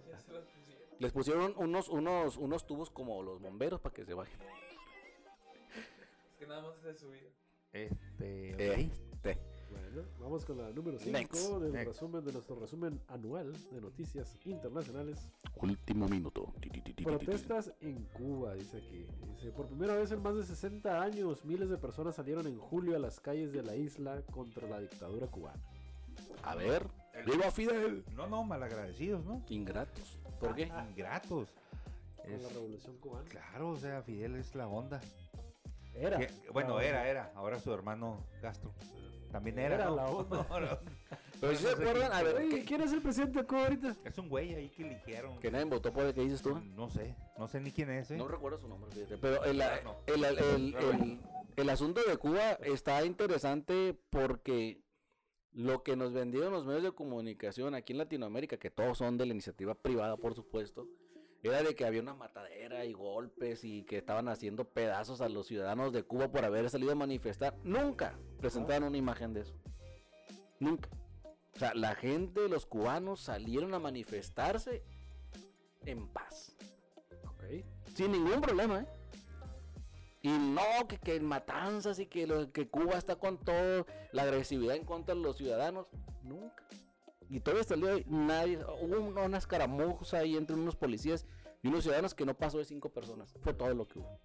[SPEAKER 4] Ya se las pusieron.
[SPEAKER 2] Les pusieron unos, unos, unos tubos como los bomberos para que se bajen.
[SPEAKER 4] Es que nada más es de subida.
[SPEAKER 1] Este. ok.
[SPEAKER 2] Este.
[SPEAKER 3] Bueno, vamos con la número
[SPEAKER 2] Next,
[SPEAKER 3] 5 del
[SPEAKER 1] next.
[SPEAKER 3] resumen de nuestro resumen anual de noticias internacionales.
[SPEAKER 2] Último minuto. Ti, ti, ti, ti, ti, ti, ti.
[SPEAKER 3] Protestas en Cuba, dice aquí. Dice, por primera vez en más de 60 años, miles de personas salieron en julio a las calles de la isla contra la dictadura cubana.
[SPEAKER 2] A ver. Viva Fidel.
[SPEAKER 1] No, no, malagradecidos, ¿no?
[SPEAKER 2] Ingratos. ¿Por qué?
[SPEAKER 1] Ingratos.
[SPEAKER 3] Ah. Con
[SPEAKER 1] Es-
[SPEAKER 3] la revolución cubana.
[SPEAKER 1] Claro, o sea, Fidel es la onda.
[SPEAKER 3] Era.
[SPEAKER 1] Que- bueno,
[SPEAKER 3] La-
[SPEAKER 1] era, era. Ahora su hermano Castro. También era.
[SPEAKER 3] Era
[SPEAKER 1] (laughs) ¿no?
[SPEAKER 3] la onda.
[SPEAKER 1] Ahora-
[SPEAKER 2] Pero si se acuerdan, a ver,
[SPEAKER 3] Oye,
[SPEAKER 2] ¿qué-
[SPEAKER 3] ¿quién es el presidente de Cuba ahorita?
[SPEAKER 1] Es un güey ahí que eligieron.
[SPEAKER 2] que nadie votó por el que dices tú.
[SPEAKER 1] Ah, No sé, no sé ni quién es. ¿eh?
[SPEAKER 2] No recuerdo su nombre, fíjate, Pero el,
[SPEAKER 1] Ah, no.
[SPEAKER 2] el- el- el-
[SPEAKER 1] Pero bueno.
[SPEAKER 2] el- el asunto de Cuba está interesante porque lo que nos vendieron los medios de comunicación aquí en Latinoamérica, que todos son de la iniciativa privada, por supuesto, era de que había una matadera y golpes y que estaban haciendo pedazos a los ciudadanos de Cuba por haber salido a manifestar. Nunca presentaron una imagen de eso. Nunca. O sea, la gente, los cubanos salieron a manifestarse en paz.
[SPEAKER 3] Ok.
[SPEAKER 2] Sin ningún problema, ¿eh? Y no, que, que matanzas y que, lo- que Cuba está con todo, la agresividad en contra de los ciudadanos. Nunca. Y todavía hasta el día de hoy, nadie. Hubo una, una escaramuza ahí entre unos policías y unos ciudadanos que no pasó de cinco personas. Fue todo lo que hubo.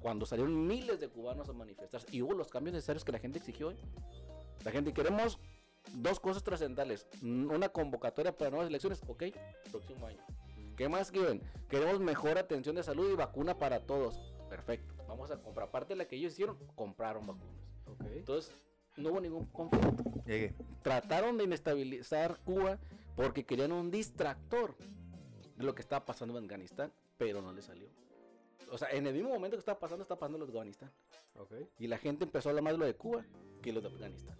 [SPEAKER 2] Cuando salieron miles de cubanos a manifestarse y hubo los cambios necesarios que la gente exigió, ¿eh? La gente, queremos dos cosas trascendentales: Mm, una convocatoria para nuevas elecciones, ok, próximo año. ¿Qué más quieren? Queremos mejor atención de salud y vacuna para todos. Perfecto. Vamos a comprar. Aparte de la que ellos hicieron, compraron vacunas.
[SPEAKER 3] Ok.
[SPEAKER 2] Entonces, no hubo ningún conflicto.
[SPEAKER 1] Llegué. Pues
[SPEAKER 2] Trataron de inestabilizar Cuba porque querían un distractor de lo que estaba pasando en Afganistán, pero no le salió. O sea, en el mismo momento que estaba pasando, está pasando lo de Afganistán.
[SPEAKER 3] Ok.
[SPEAKER 2] Y la gente empezó a hablar más de lo de Cuba que lo de Afganistán.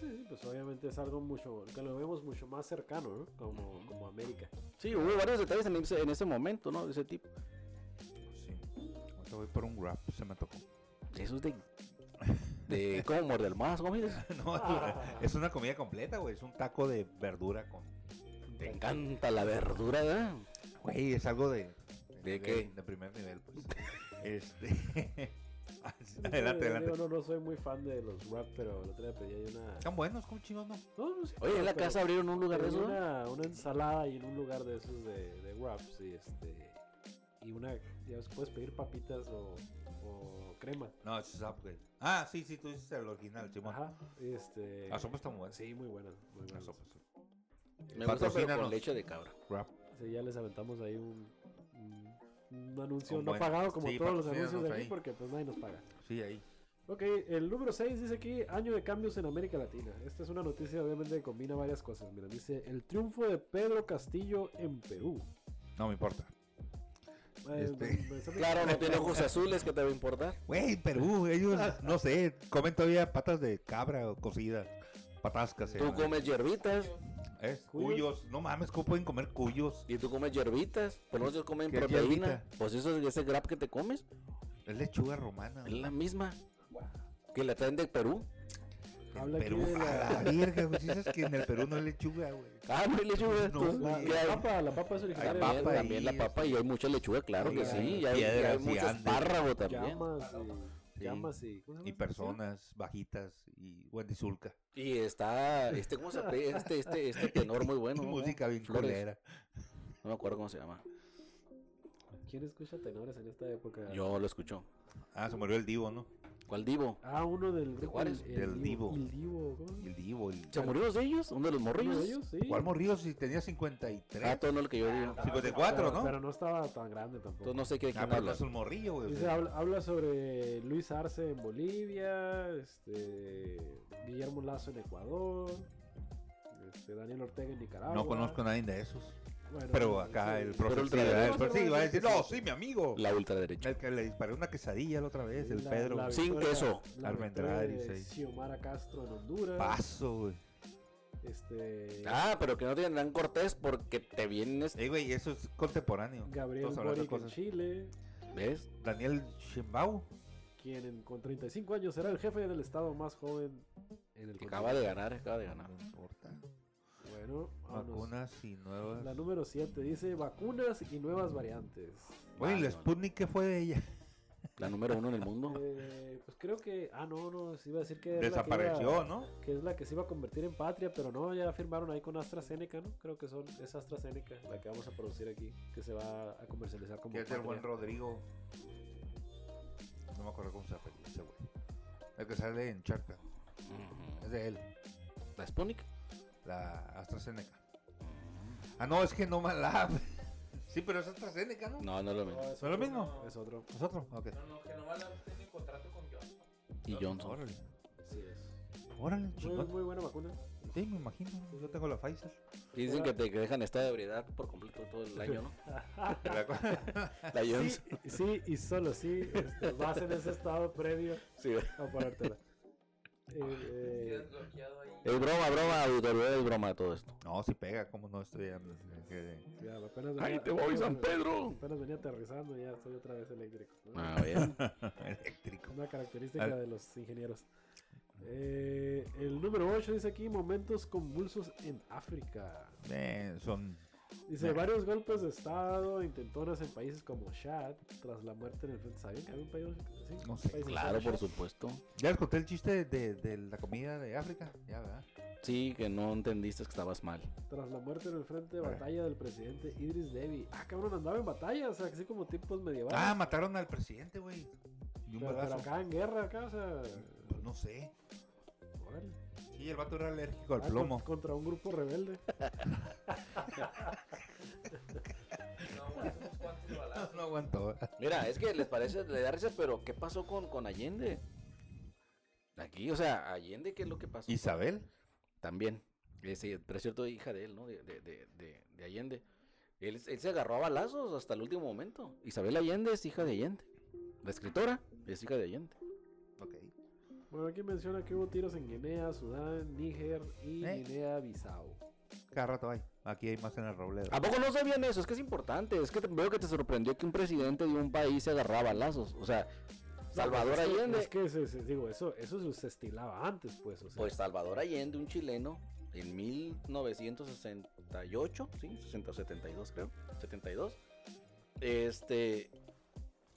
[SPEAKER 3] Sí, sí, pues obviamente es algo mucho. que lo vemos mucho más cercano, ¿no? Como, como América.
[SPEAKER 2] Sí, hubo varios detalles en ese, en ese momento, ¿no? De ese tipo.
[SPEAKER 1] Sí. Ahorita voy por un rap, se me tocó.
[SPEAKER 2] Eso es de. de ¿Cómo muerde el más, Gómez?
[SPEAKER 1] (laughs) No, es una comida completa, güey. Es un taco de verdura con.
[SPEAKER 2] Te encanta la verdura, ¿verdad?
[SPEAKER 1] Güey, es algo de.
[SPEAKER 2] ¿De qué?
[SPEAKER 1] De primer nivel, pues. (laughs) este. (laughs) (laughs) adelante,
[SPEAKER 3] Yo digo,
[SPEAKER 1] adelante.
[SPEAKER 3] no, no soy muy fan de los rap, pero el otro día pedí ahí una.
[SPEAKER 1] Están buenos, como chingos, ¿no?
[SPEAKER 3] No, no sé,
[SPEAKER 2] Oye, en la
[SPEAKER 3] pero-
[SPEAKER 2] casa abrieron un lugar de
[SPEAKER 3] pedí
[SPEAKER 2] eso. ¿no?
[SPEAKER 3] una, una ensalada y en un lugar de esos de, de wraps y este. Y una. Ya ves, puedes pedir papitas o, o crema.
[SPEAKER 1] No, es upgrade. Ah, sí, sí, tú dices el original, Simón.
[SPEAKER 3] Ajá. Este.
[SPEAKER 1] La sopa está muy buena.
[SPEAKER 3] Sí, muy buenas. Muy
[SPEAKER 1] La
[SPEAKER 3] buenas.
[SPEAKER 1] sopa, sí.
[SPEAKER 2] Me gusta pero
[SPEAKER 1] Patrocínanos.
[SPEAKER 2] con leche de cabra.
[SPEAKER 1] Rap.
[SPEAKER 3] Sí, ya les aventamos ahí un. un- un anuncio
[SPEAKER 1] Un
[SPEAKER 3] no
[SPEAKER 1] buen-
[SPEAKER 3] pagado como
[SPEAKER 1] sí,
[SPEAKER 3] todos los
[SPEAKER 1] patrocínanos
[SPEAKER 3] anuncios de aquí
[SPEAKER 1] ahí.
[SPEAKER 3] porque pues nadie nos paga.
[SPEAKER 1] Sí, ahí.
[SPEAKER 3] Ok, el número 6 dice aquí, año de cambios en América Latina. Esta es una noticia obviamente que combina varias cosas. Mira, dice, el triunfo de Pedro Castillo en Perú.
[SPEAKER 1] No me importa.
[SPEAKER 3] Eh,
[SPEAKER 1] Este-
[SPEAKER 3] me- me
[SPEAKER 2] (laughs)
[SPEAKER 3] está-
[SPEAKER 2] Claro, no tiene ojos azules que te va a importar.
[SPEAKER 1] Güey, Perú, ellos, no sé, comen todavía patas de cabra o cocidas. Patascas, eh, se
[SPEAKER 2] Tú
[SPEAKER 1] llaman.
[SPEAKER 2] comes hierbitas
[SPEAKER 1] Es
[SPEAKER 3] Cuyos.
[SPEAKER 1] cuyos. No mames, ¿cómo pueden comer cuyos?
[SPEAKER 2] y tú comes hierbitas, pero no se comen
[SPEAKER 1] ¿Qué es
[SPEAKER 2] proteína.
[SPEAKER 1] hierbita?
[SPEAKER 2] Pues eso es ese grab que te comes,
[SPEAKER 1] Es lechuga romana.
[SPEAKER 2] es la misma que la traen de Perú.
[SPEAKER 1] En
[SPEAKER 3] Habla aquí
[SPEAKER 1] Perú,
[SPEAKER 3] de la-
[SPEAKER 1] (laughs) a la verga, güey. Si dices que en el Perú no es lechuga, güey.
[SPEAKER 2] Ah, no hay lechuga.
[SPEAKER 1] No,
[SPEAKER 2] pues,
[SPEAKER 3] La,
[SPEAKER 1] güey.
[SPEAKER 2] y
[SPEAKER 3] la
[SPEAKER 2] hay-
[SPEAKER 3] papa, la papa es originaria de
[SPEAKER 1] papa
[SPEAKER 2] también,
[SPEAKER 1] ahí,
[SPEAKER 2] también la papa y hay mucha lechuga, claro
[SPEAKER 1] y
[SPEAKER 2] que
[SPEAKER 3] la
[SPEAKER 2] sí. Y hay, y hay
[SPEAKER 1] piedras y
[SPEAKER 2] mucho
[SPEAKER 1] Andes.
[SPEAKER 2] espárrago también.
[SPEAKER 3] llamas y...
[SPEAKER 1] Sí.
[SPEAKER 3] Llamas y... ¿cómo se llama?
[SPEAKER 1] Y personas bajitas y guandizulca.
[SPEAKER 2] Y está este, ¿cómo se pe- este, este, este tenor muy bueno.
[SPEAKER 1] Y
[SPEAKER 2] ¿no?
[SPEAKER 1] (laughs) música bien
[SPEAKER 2] Flores.
[SPEAKER 1] culera.
[SPEAKER 2] No me acuerdo cómo se llama.
[SPEAKER 3] ¿Quién escucha tenores en esta época?
[SPEAKER 2] Yo lo escucho.
[SPEAKER 1] Ah, se murió el divo, ¿no?
[SPEAKER 2] ¿Cuál divo?
[SPEAKER 3] Ah, uno del grupo...
[SPEAKER 2] Juárez?
[SPEAKER 3] el,
[SPEAKER 1] Del Divo.
[SPEAKER 3] El Divo, ¿cómo se llama?
[SPEAKER 1] El divo, el...
[SPEAKER 2] ¿Se murieron los de ellos? ¿Uno de los
[SPEAKER 3] ¿Uno
[SPEAKER 2] morrillos?
[SPEAKER 3] de ellos? Sí.
[SPEAKER 1] ¿Cuál morrió si tenía
[SPEAKER 2] Ah,
[SPEAKER 1] 53?
[SPEAKER 2] todo no lo que yo digo.
[SPEAKER 3] Pero,
[SPEAKER 1] 54, ¿no?
[SPEAKER 3] pero no estaba tan grande tampoco.
[SPEAKER 2] Entonces no sé qué de
[SPEAKER 1] pues, Ah,
[SPEAKER 2] quién
[SPEAKER 1] pero no
[SPEAKER 2] habla.
[SPEAKER 1] es un morrillo, güey. o
[SPEAKER 3] Dice,
[SPEAKER 1] sea,
[SPEAKER 3] habla, habla sobre Luis Arce en Bolivia, este, Guillermo Lazo en Ecuador, este, Daniel Ortega en Nicaragua.
[SPEAKER 1] No conozco a nadie de esos.
[SPEAKER 3] Bueno,
[SPEAKER 1] Pero acá
[SPEAKER 3] sí.
[SPEAKER 1] el
[SPEAKER 2] Pero
[SPEAKER 1] profesor
[SPEAKER 2] el
[SPEAKER 1] sí, ¿verdad? El
[SPEAKER 3] profesor
[SPEAKER 1] profe sí
[SPEAKER 3] va
[SPEAKER 1] va
[SPEAKER 3] a
[SPEAKER 1] a
[SPEAKER 3] decir
[SPEAKER 1] decir,
[SPEAKER 3] que
[SPEAKER 1] no,
[SPEAKER 3] sí".
[SPEAKER 1] sí, mi amigo.
[SPEAKER 2] La ultraderecha.
[SPEAKER 1] El que le disparé una quesadilla la otra vez, el
[SPEAKER 3] La-
[SPEAKER 1] Pedro.
[SPEAKER 3] la
[SPEAKER 2] Sin
[SPEAKER 3] victoria-
[SPEAKER 2] queso.
[SPEAKER 3] la
[SPEAKER 1] Almendrari,
[SPEAKER 3] victoria de
[SPEAKER 1] sí.
[SPEAKER 3] Xiomara Castro en Honduras.
[SPEAKER 1] Paso, güey.
[SPEAKER 3] Este,
[SPEAKER 2] Ah, pero que no te Hernán Cortés porque te vienes.
[SPEAKER 1] Ey, güey, eso es contemporáneo.
[SPEAKER 3] Gabriel
[SPEAKER 1] Estamos hablando de
[SPEAKER 3] Boric en
[SPEAKER 1] cosas.
[SPEAKER 3] Chile,
[SPEAKER 2] ¿Ves?
[SPEAKER 1] Daniel Shimbao.
[SPEAKER 3] quien en- con 35 años será el jefe del estado más joven en el
[SPEAKER 2] Que acaba de
[SPEAKER 3] continente.
[SPEAKER 2] ganar, acaba de ganar.
[SPEAKER 1] No importa.
[SPEAKER 3] Bueno, vámonos.
[SPEAKER 1] Vacunas y nuevas.
[SPEAKER 3] La número 7 dice vacunas y nuevas variantes.
[SPEAKER 1] Güey,
[SPEAKER 2] Vale,
[SPEAKER 1] la Sputnik, ¿qué fue de ella?
[SPEAKER 2] La número uno en el mundo.
[SPEAKER 3] Eh, pues creo que. Ah, no, no, se iba a decir que. es la que iba-
[SPEAKER 1] Desapareció, ¿no?
[SPEAKER 3] que es la que se iba a convertir en patria, pero no, ya firmaron ahí con AstraZeneca, ¿no? Creo que son, es AstraZeneca la que vamos a producir aquí, que se va a comercializar como
[SPEAKER 1] Que es el
[SPEAKER 3] patria.
[SPEAKER 1] buen Rodrigo. No me acuerdo cómo se apellida ese güey. El que sale en Charca. Es
[SPEAKER 2] Ujú.
[SPEAKER 1] de él.
[SPEAKER 2] ¿La Sputnik?
[SPEAKER 1] La AstraZeneca. Ah, no, es que no Lab. (laughs) Sí, pero es AstraZeneca, ¿no?
[SPEAKER 2] No, no es lo mismo.
[SPEAKER 3] es
[SPEAKER 1] ¿No es lo
[SPEAKER 3] otro,
[SPEAKER 1] mismo?
[SPEAKER 3] Es otro.
[SPEAKER 1] ¿Es otro? Ok.
[SPEAKER 4] No, no, que nomás la tiene contrato con Johnson.
[SPEAKER 2] Y Johnson.
[SPEAKER 1] Órale.
[SPEAKER 3] Sí, es.
[SPEAKER 1] Órale,
[SPEAKER 3] Muy,
[SPEAKER 1] chingón.
[SPEAKER 3] muy buena vacuna.
[SPEAKER 1] Sí, me imagino. Yo tengo la
[SPEAKER 3] (laughs)
[SPEAKER 1] Pfizer.
[SPEAKER 2] Y dicen que te que dejan estar de ebriedad por completo todo el año, (laughs) ¿no? La
[SPEAKER 3] Sí,
[SPEAKER 2] Johnson.
[SPEAKER 3] sí, y solo sí. este, vas en ese estado previo
[SPEAKER 2] Sí.
[SPEAKER 3] a ponértela. Eh, eh,
[SPEAKER 4] Quedas bloqueado ahí.
[SPEAKER 2] Es broma, broma, auditorio, es broma todo esto.
[SPEAKER 1] no, si pega, como no estoy hablando. Que-
[SPEAKER 2] (laughs)
[SPEAKER 3] ya, apenas
[SPEAKER 2] ¡Ahí te voy, San Pedro! Ah.
[SPEAKER 3] Apenas venía aterrizando y ya estoy otra vez eléctrico. ¿no?
[SPEAKER 2] A ver.
[SPEAKER 1] Eléctrico.
[SPEAKER 3] Una característica
[SPEAKER 2] Ah.
[SPEAKER 1] Al-
[SPEAKER 3] de los ingenieros. Eh, el número 8 dice aquí momentos convulsos en África.
[SPEAKER 1] Eh, son.
[SPEAKER 3] Dice
[SPEAKER 1] Nah.
[SPEAKER 3] varios golpes de estado, intentonas en países como Chad tras la muerte en el frente. ¿Sabían que había un país así?
[SPEAKER 1] No sé,
[SPEAKER 3] Países
[SPEAKER 2] Claro,
[SPEAKER 3] como
[SPEAKER 2] por
[SPEAKER 3] Chad.
[SPEAKER 2] supuesto.
[SPEAKER 1] Ya les conté el chiste de, de la comida de África. Ya, ¿verdad?
[SPEAKER 2] Sí, que no entendiste que estabas mal.
[SPEAKER 3] Tras la muerte en el frente de
[SPEAKER 1] Ah.
[SPEAKER 3] batalla del presidente Idris Deby. Ah, cabrón, andaba en batalla, o sea, así como tipos medievales.
[SPEAKER 1] Ah, mataron al presidente, güey. Y un
[SPEAKER 3] pero, pero
[SPEAKER 1] balazo.
[SPEAKER 3] acá en guerra, acá, o sea.
[SPEAKER 1] Pues no sé.
[SPEAKER 3] órale.
[SPEAKER 1] Sí, el vato era alérgico al
[SPEAKER 3] Ah,
[SPEAKER 1] plomo.
[SPEAKER 3] con- contra un grupo rebelde.
[SPEAKER 4] No, güey, unos cuantos
[SPEAKER 1] (laughs)
[SPEAKER 4] balazos.
[SPEAKER 1] No aguantó.
[SPEAKER 2] Mira, es que les parece, le da risa, pero ¿qué pasó con, con Allende? Aquí, o sea, Allende, ¿qué es lo que pasó?
[SPEAKER 1] Isabel.
[SPEAKER 2] También. Ese, pero es cierto, hija de él, ¿no? De, de- de- de- de Allende. Él, él se agarró a balazos hasta el último momento. Isabel Allende es hija de Allende. La escritora es hija de Allende.
[SPEAKER 1] Ok.
[SPEAKER 3] Bueno, aquí menciona que hubo tiros en Guinea, Sudán, Níger y
[SPEAKER 1] ¿Eh?
[SPEAKER 3] Guinea-Bissau.
[SPEAKER 1] Cada rato hay. Aquí hay más en el Robledo.
[SPEAKER 3] Ah.
[SPEAKER 2] ¿A poco no sabían eso? Es que es importante. Es que te- veo que te sorprendió que un presidente de un país se agarraba a balazos. O sea, Salvador
[SPEAKER 3] pues Es que-
[SPEAKER 2] Allende.
[SPEAKER 3] Es que se- se- digo, eso, eso se estilaba antes, pues. O sea,
[SPEAKER 2] Pues Salvador Allende, un chileno, en 1968, sí, 60 o 72 creo, 72, este,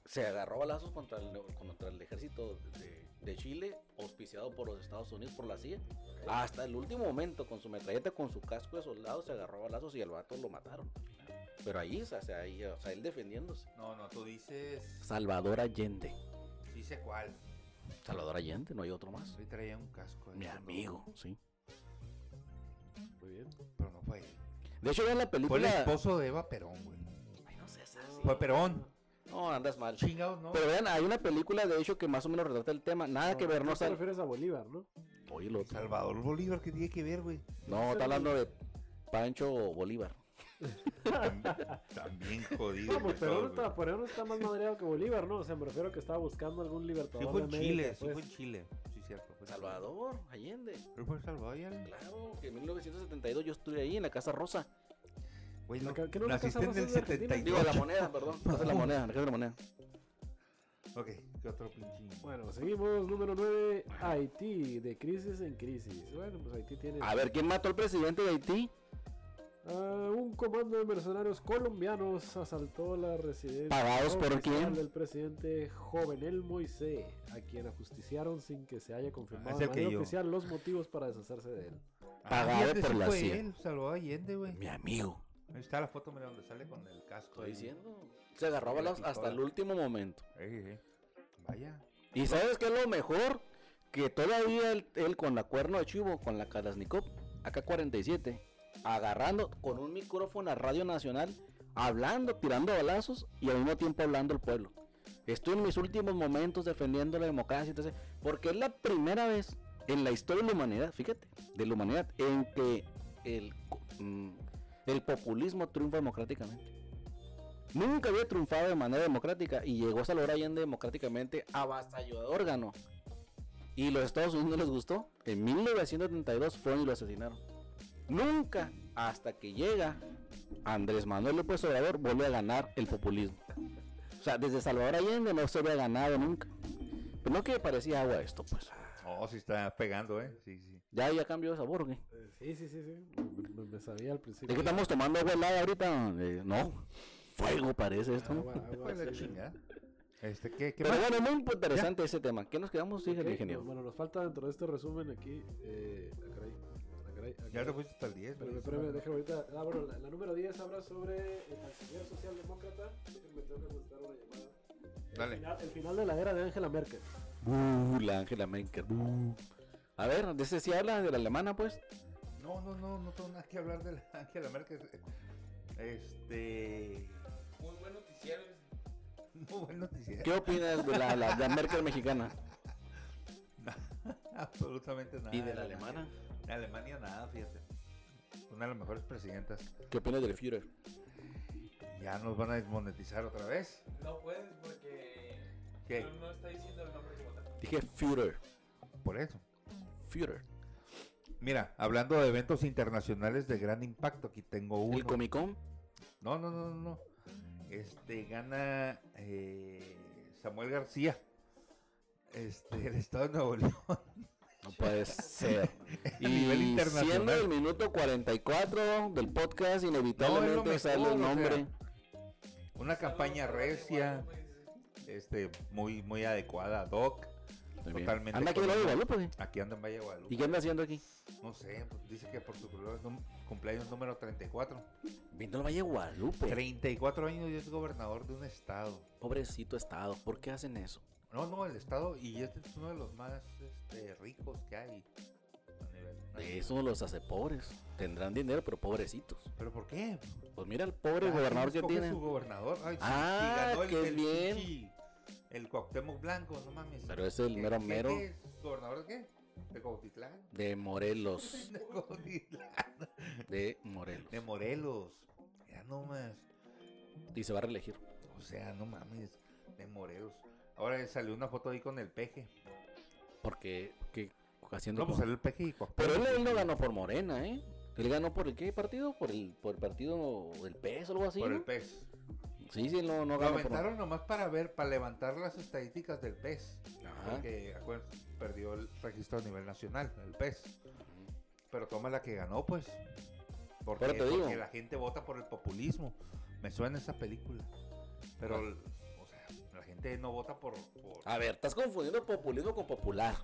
[SPEAKER 2] se agarró a balazos contra el, neo- contra el ejército de, de Chile, auspiciado por los Estados Unidos, por la CIA, hasta el último momento, con su metralleta, con su casco de soldado, se agarró a balazos y al vato lo mataron. Pero ahí, o sea, ahí, o sea, él defendiéndose.
[SPEAKER 1] No, no, tú dices.
[SPEAKER 2] Salvador Allende.
[SPEAKER 1] Dice cuál.
[SPEAKER 2] Salvador Allende, no hay otro más.
[SPEAKER 1] Hoy traía un casco. ahí
[SPEAKER 2] Mi
[SPEAKER 1] cuando-
[SPEAKER 2] amigo, sí.
[SPEAKER 3] muy bien.
[SPEAKER 1] Pero no fue él.
[SPEAKER 2] De hecho, vean la
[SPEAKER 1] Fue el
[SPEAKER 2] película.
[SPEAKER 1] esposo de Eva Perón, güey.
[SPEAKER 2] Ay, no seas así.
[SPEAKER 1] Fue Perón.
[SPEAKER 2] No, andas mal.
[SPEAKER 1] Chingados, ¿no?
[SPEAKER 2] Pero vean, hay una película de hecho que más o menos retrata el tema. Nada que ver,
[SPEAKER 3] ¿Tú
[SPEAKER 2] no
[SPEAKER 3] te
[SPEAKER 2] sale.
[SPEAKER 3] refieres a Bolívar, ¿no?
[SPEAKER 2] Oye, lo-
[SPEAKER 1] Salvador Bolívar, ¿qué tiene que ver, güey?
[SPEAKER 2] No, está hablando de Pancho Bolívar.
[SPEAKER 3] (laughs)
[SPEAKER 1] También jodido.
[SPEAKER 3] Vamos,
[SPEAKER 1] güey,
[SPEAKER 3] Perón
[SPEAKER 1] todo,
[SPEAKER 3] está,
[SPEAKER 1] güey.
[SPEAKER 3] Perón está más madreado que Bolívar, ¿no? O sea, me refiero que estaba buscando algún libertador
[SPEAKER 1] Sí fue
[SPEAKER 3] de
[SPEAKER 1] en
[SPEAKER 3] América,
[SPEAKER 1] Chile, sí
[SPEAKER 3] pues.
[SPEAKER 1] fue en Chile. Sí, cierto. fue en Chile.
[SPEAKER 2] Salvador, Allende.
[SPEAKER 1] Pero fue en Salvador, ya.
[SPEAKER 2] Claro, que en 1972 yo estuve ahí en la Casa Rosa.
[SPEAKER 1] Güey,
[SPEAKER 3] La
[SPEAKER 1] no,
[SPEAKER 3] ca- que no la
[SPEAKER 1] naciste
[SPEAKER 3] Casa
[SPEAKER 1] en
[SPEAKER 3] Rosa
[SPEAKER 1] el
[SPEAKER 3] es de Argentina.
[SPEAKER 1] 72.
[SPEAKER 2] Digo, de la moneda, perdón. (laughs) Casa de la moneda, la Casa de la moneda.
[SPEAKER 1] Ok, ¿qué otro pinche?
[SPEAKER 3] Bueno, seguimos. Número 9, Haití, de crisis en crisis. Bueno, pues Haití tiene
[SPEAKER 2] A ver, ¿quién mató al presidente de Haití?
[SPEAKER 3] Ah, un comando de mercenarios colombianos asaltó la residencia
[SPEAKER 2] ¿Pagados por
[SPEAKER 3] oficial
[SPEAKER 2] quién?
[SPEAKER 3] del presidente Jovenel Moisés, a quien ajusticiaron sin que se haya confirmado
[SPEAKER 1] ese
[SPEAKER 3] de
[SPEAKER 1] que
[SPEAKER 3] manera
[SPEAKER 1] yo.
[SPEAKER 3] oficial los motivos para deshacerse de él.
[SPEAKER 2] Pagado
[SPEAKER 1] Ah, fíjate,
[SPEAKER 2] por
[SPEAKER 1] sí
[SPEAKER 2] la
[SPEAKER 1] fue
[SPEAKER 2] CIA.
[SPEAKER 1] él, Salvador Allende, güey.
[SPEAKER 2] Mi amigo.
[SPEAKER 1] Ahí está la foto, mira, donde sale con el casco.
[SPEAKER 2] Estoy
[SPEAKER 1] ahí.
[SPEAKER 2] diciendo. Se agarró a balazos hasta el último momento.
[SPEAKER 1] Ey, ey. Vaya.
[SPEAKER 2] ¿Y sabes qué es lo mejor? Que todavía él, él con la cuerno de chivo, con la Kalashnikov AK-47, agarrando con un micrófono a Radio Nacional, hablando, tirando balazos y al mismo tiempo hablando al pueblo. Estoy en mis últimos momentos defendiendo la democracia, entonces, porque es la primera vez en la historia de la humanidad, fíjate, de la humanidad, en que el, co- mm, el populismo triunfa democráticamente. Nunca había triunfado de manera democrática y llegó Salvador Allende democráticamente avasallador ganó. Y los Estados Unidos no les gustó. En 1972 fueron y lo asesinaron. Nunca hasta que llega Andrés Manuel López Obrador vuelve a ganar el populismo. O sea, desde Salvador Allende no se había ganado nunca. Pero no que parecía agua esto, pues.
[SPEAKER 1] Oh, sí está pegando, ¿eh? Sí, sí.
[SPEAKER 2] Ya, ya cambió de sabor, güey.
[SPEAKER 3] Eh, Sí, sí, sí, sí. Me, me sabía al
[SPEAKER 2] ¿De
[SPEAKER 3] principio.
[SPEAKER 2] qué estamos tomando agua helada ahorita? Eh, no. Fuego parece esto, ¿no?
[SPEAKER 3] Agua, agua,
[SPEAKER 1] Fue Pues, la
[SPEAKER 3] sí.
[SPEAKER 1] chingada. Este, Ah, ¿qué, qué
[SPEAKER 2] Pero
[SPEAKER 1] más?
[SPEAKER 2] bueno, muy interesante ese tema. ¿Qué nos quedamos? Sí,
[SPEAKER 3] Ok,
[SPEAKER 2] el ingeniero.
[SPEAKER 3] Bueno, nos falta dentro de este resumen aquí. Eh, ah, caray, ah, caray, ah,
[SPEAKER 1] Ya
[SPEAKER 3] caray.
[SPEAKER 1] te fuiste hasta el 10,
[SPEAKER 3] Espérame,
[SPEAKER 1] güey.
[SPEAKER 3] espérame, déjame ahorita. Ah, bueno, la, la número 10 habla sobre el canciller socialdemócrata. Me tengo que contestar una llamada.
[SPEAKER 1] Dale.
[SPEAKER 3] Final- el final de la era de Angela Merkel.
[SPEAKER 2] Buh, la Angela Merkel. buh. A ver, de ese sí habla de la alemana, pues.
[SPEAKER 1] (laughs) No, no, no, no tengo nada que hablar de la Angela Merkel. Este.
[SPEAKER 4] Muy buen noticiero.
[SPEAKER 1] No, buen noticiero. (laughs)
[SPEAKER 2] ¿Qué opinas de la, la, la Merkel mexicana?
[SPEAKER 1] Absolutamente nada.
[SPEAKER 2] ¿Y de la alemana?
[SPEAKER 1] De Alemania nada, fíjate. Una de las mejores presidentas.
[SPEAKER 2] ¿Qué opinas del Führer?
[SPEAKER 1] Ya nos van a desmonetizar otra vez.
[SPEAKER 4] No puedes porque
[SPEAKER 1] ¿Qué?
[SPEAKER 4] no, no está diciendo el nombre como tal.
[SPEAKER 2] Dije Führer.
[SPEAKER 1] Por eso.
[SPEAKER 2] Führer.
[SPEAKER 1] Mira, hablando de eventos internacionales de gran impacto, aquí tengo uno.
[SPEAKER 2] ¿El Comic Con?
[SPEAKER 1] No, no, no, no, no. Este gana eh, Samuel García. Este, el estado de Nuevo León.
[SPEAKER 2] No puede (laughs) ser.
[SPEAKER 1] A nivel
[SPEAKER 2] Siendo
[SPEAKER 1] internacional.
[SPEAKER 2] el minuto 44 del podcast,
[SPEAKER 1] No, es
[SPEAKER 2] inevitablemente
[SPEAKER 1] lo
[SPEAKER 2] sale
[SPEAKER 1] mejor,
[SPEAKER 2] el
[SPEAKER 1] o sea.
[SPEAKER 2] nombre.
[SPEAKER 1] Una campaña
[SPEAKER 4] Saludos a Rodrigo
[SPEAKER 1] recia,
[SPEAKER 4] Guadalupe,
[SPEAKER 1] este, muy, muy adecuada, Doc.
[SPEAKER 2] Muy bien.
[SPEAKER 1] Totalmente
[SPEAKER 2] Anda aquí
[SPEAKER 1] con-
[SPEAKER 2] lo de Guadalupe.
[SPEAKER 1] Aquí anda en Valle de
[SPEAKER 2] ¿Y
[SPEAKER 1] Guadalupe.
[SPEAKER 2] qué anda haciendo aquí?
[SPEAKER 1] No sé, pues, dice que por su cumpleaños, num- cumpleaños número 34.
[SPEAKER 2] Viendo el Valle de Guadalupe.
[SPEAKER 1] 34 años y es gobernador de un estado.
[SPEAKER 2] Pobrecito estado. ¿Por qué hacen eso?
[SPEAKER 1] No, no, el estado, y este es uno de los más este, ricos que hay a nivel nacional.
[SPEAKER 2] Eso los hace pobres. Tendrán dinero, pero pobrecitos.
[SPEAKER 1] ¿Pero por qué?
[SPEAKER 2] Pues mira el pobre
[SPEAKER 1] Cada
[SPEAKER 2] gobernador
[SPEAKER 1] quien
[SPEAKER 2] que
[SPEAKER 1] escoge
[SPEAKER 2] tiene.
[SPEAKER 1] su gobernador. Ay, sí,
[SPEAKER 2] Ah,
[SPEAKER 1] y ganó el,
[SPEAKER 2] qué
[SPEAKER 1] el
[SPEAKER 2] bien.
[SPEAKER 1] pinche- el Cuauhtémoc Blanco, no mames.
[SPEAKER 2] Pero es el
[SPEAKER 1] ¿Qué-
[SPEAKER 2] mero
[SPEAKER 1] qué-
[SPEAKER 2] mero
[SPEAKER 1] qué es? ¿Gobernador de qué? ¿De Cuautitlán? (laughs)
[SPEAKER 2] de Morelos.
[SPEAKER 1] De Cuautitlán.
[SPEAKER 2] De Morelos.
[SPEAKER 1] De Morelos. Ya no más.
[SPEAKER 2] Y se va a reelegir.
[SPEAKER 1] O sea, no mames. De Morelos. Ahora salió una foto ahí con el peje.
[SPEAKER 2] Porque, que haciendo.
[SPEAKER 1] No, pues
[SPEAKER 2] con-
[SPEAKER 1] salió el peje y Cuauhtémoc.
[SPEAKER 2] Pero él, él no ganó por Morena, ¿eh? Él ganó por el qué partido? Por el, por el partido del PES o algo así.
[SPEAKER 1] Por
[SPEAKER 2] ¿no?
[SPEAKER 1] el pez.
[SPEAKER 2] Sí, sí,
[SPEAKER 1] Lo
[SPEAKER 2] no, no ganó por Morena.
[SPEAKER 1] aventaron nomás para ver, para levantar las estadísticas del pez.
[SPEAKER 2] Ajá.
[SPEAKER 1] Porque, acuérdense, perdió el registro a nivel nacional, el pez. Pero toma la que ganó, pues. Porque,
[SPEAKER 2] Pero te digo.
[SPEAKER 1] porque la gente vota por el populismo. Me suena esa película. Pero,
[SPEAKER 2] Bueno.
[SPEAKER 1] el- o sea, la gente no vota por. por-
[SPEAKER 2] A ver, estás confundiendo populismo con popular.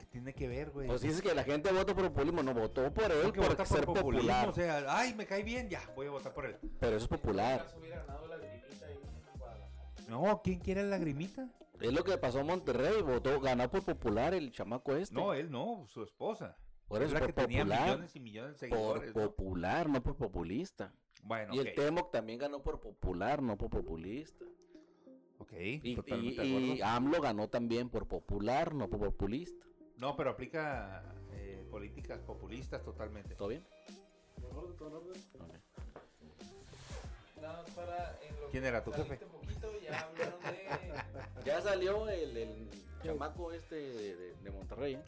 [SPEAKER 1] ¿Qué tiene que ver, güey?
[SPEAKER 2] Pues dices que la gente vota por populismo, no votó por él
[SPEAKER 1] Porque
[SPEAKER 2] por,
[SPEAKER 1] vota
[SPEAKER 2] ser
[SPEAKER 1] por populismo,
[SPEAKER 2] popular.
[SPEAKER 1] O sea, ay, me cae bien, ya, voy a votar por él.
[SPEAKER 2] Pero eso es
[SPEAKER 4] En
[SPEAKER 2] popular.
[SPEAKER 4] caso hubiera ganado la grimita ahí en Guadalajara.
[SPEAKER 1] No, ¿quién quiere la lagrimita?
[SPEAKER 2] Es lo que pasó en Monterrey, votó, ganó por popular el chamaco este.
[SPEAKER 1] No, él no, su esposa.
[SPEAKER 2] por
[SPEAKER 1] es
[SPEAKER 2] eso
[SPEAKER 1] la
[SPEAKER 2] por
[SPEAKER 1] que tenía
[SPEAKER 2] popular.
[SPEAKER 1] millones y millones de
[SPEAKER 2] Por
[SPEAKER 1] seguidores. ¿no?
[SPEAKER 2] popular, no por populista.
[SPEAKER 1] Bueno,
[SPEAKER 2] Y
[SPEAKER 1] ok.
[SPEAKER 2] el Temoc también ganó por popular, no por populista.
[SPEAKER 1] Ok,
[SPEAKER 2] Y,
[SPEAKER 1] totalmente de
[SPEAKER 2] y- y
[SPEAKER 1] acuerdo.
[SPEAKER 2] AMLO ganó también por popular, no por populista.
[SPEAKER 1] No, pero aplica eh, políticas populistas totalmente.
[SPEAKER 2] ¿Todo bien? Ok.
[SPEAKER 4] Nada más para en lo
[SPEAKER 1] ¿Quién
[SPEAKER 4] que
[SPEAKER 1] era tu
[SPEAKER 4] saliste
[SPEAKER 1] jefe?
[SPEAKER 4] un poquito, ya hablaron de.
[SPEAKER 2] Ya salió el, el chamaco este de, de- de Monterrey. ¿eh?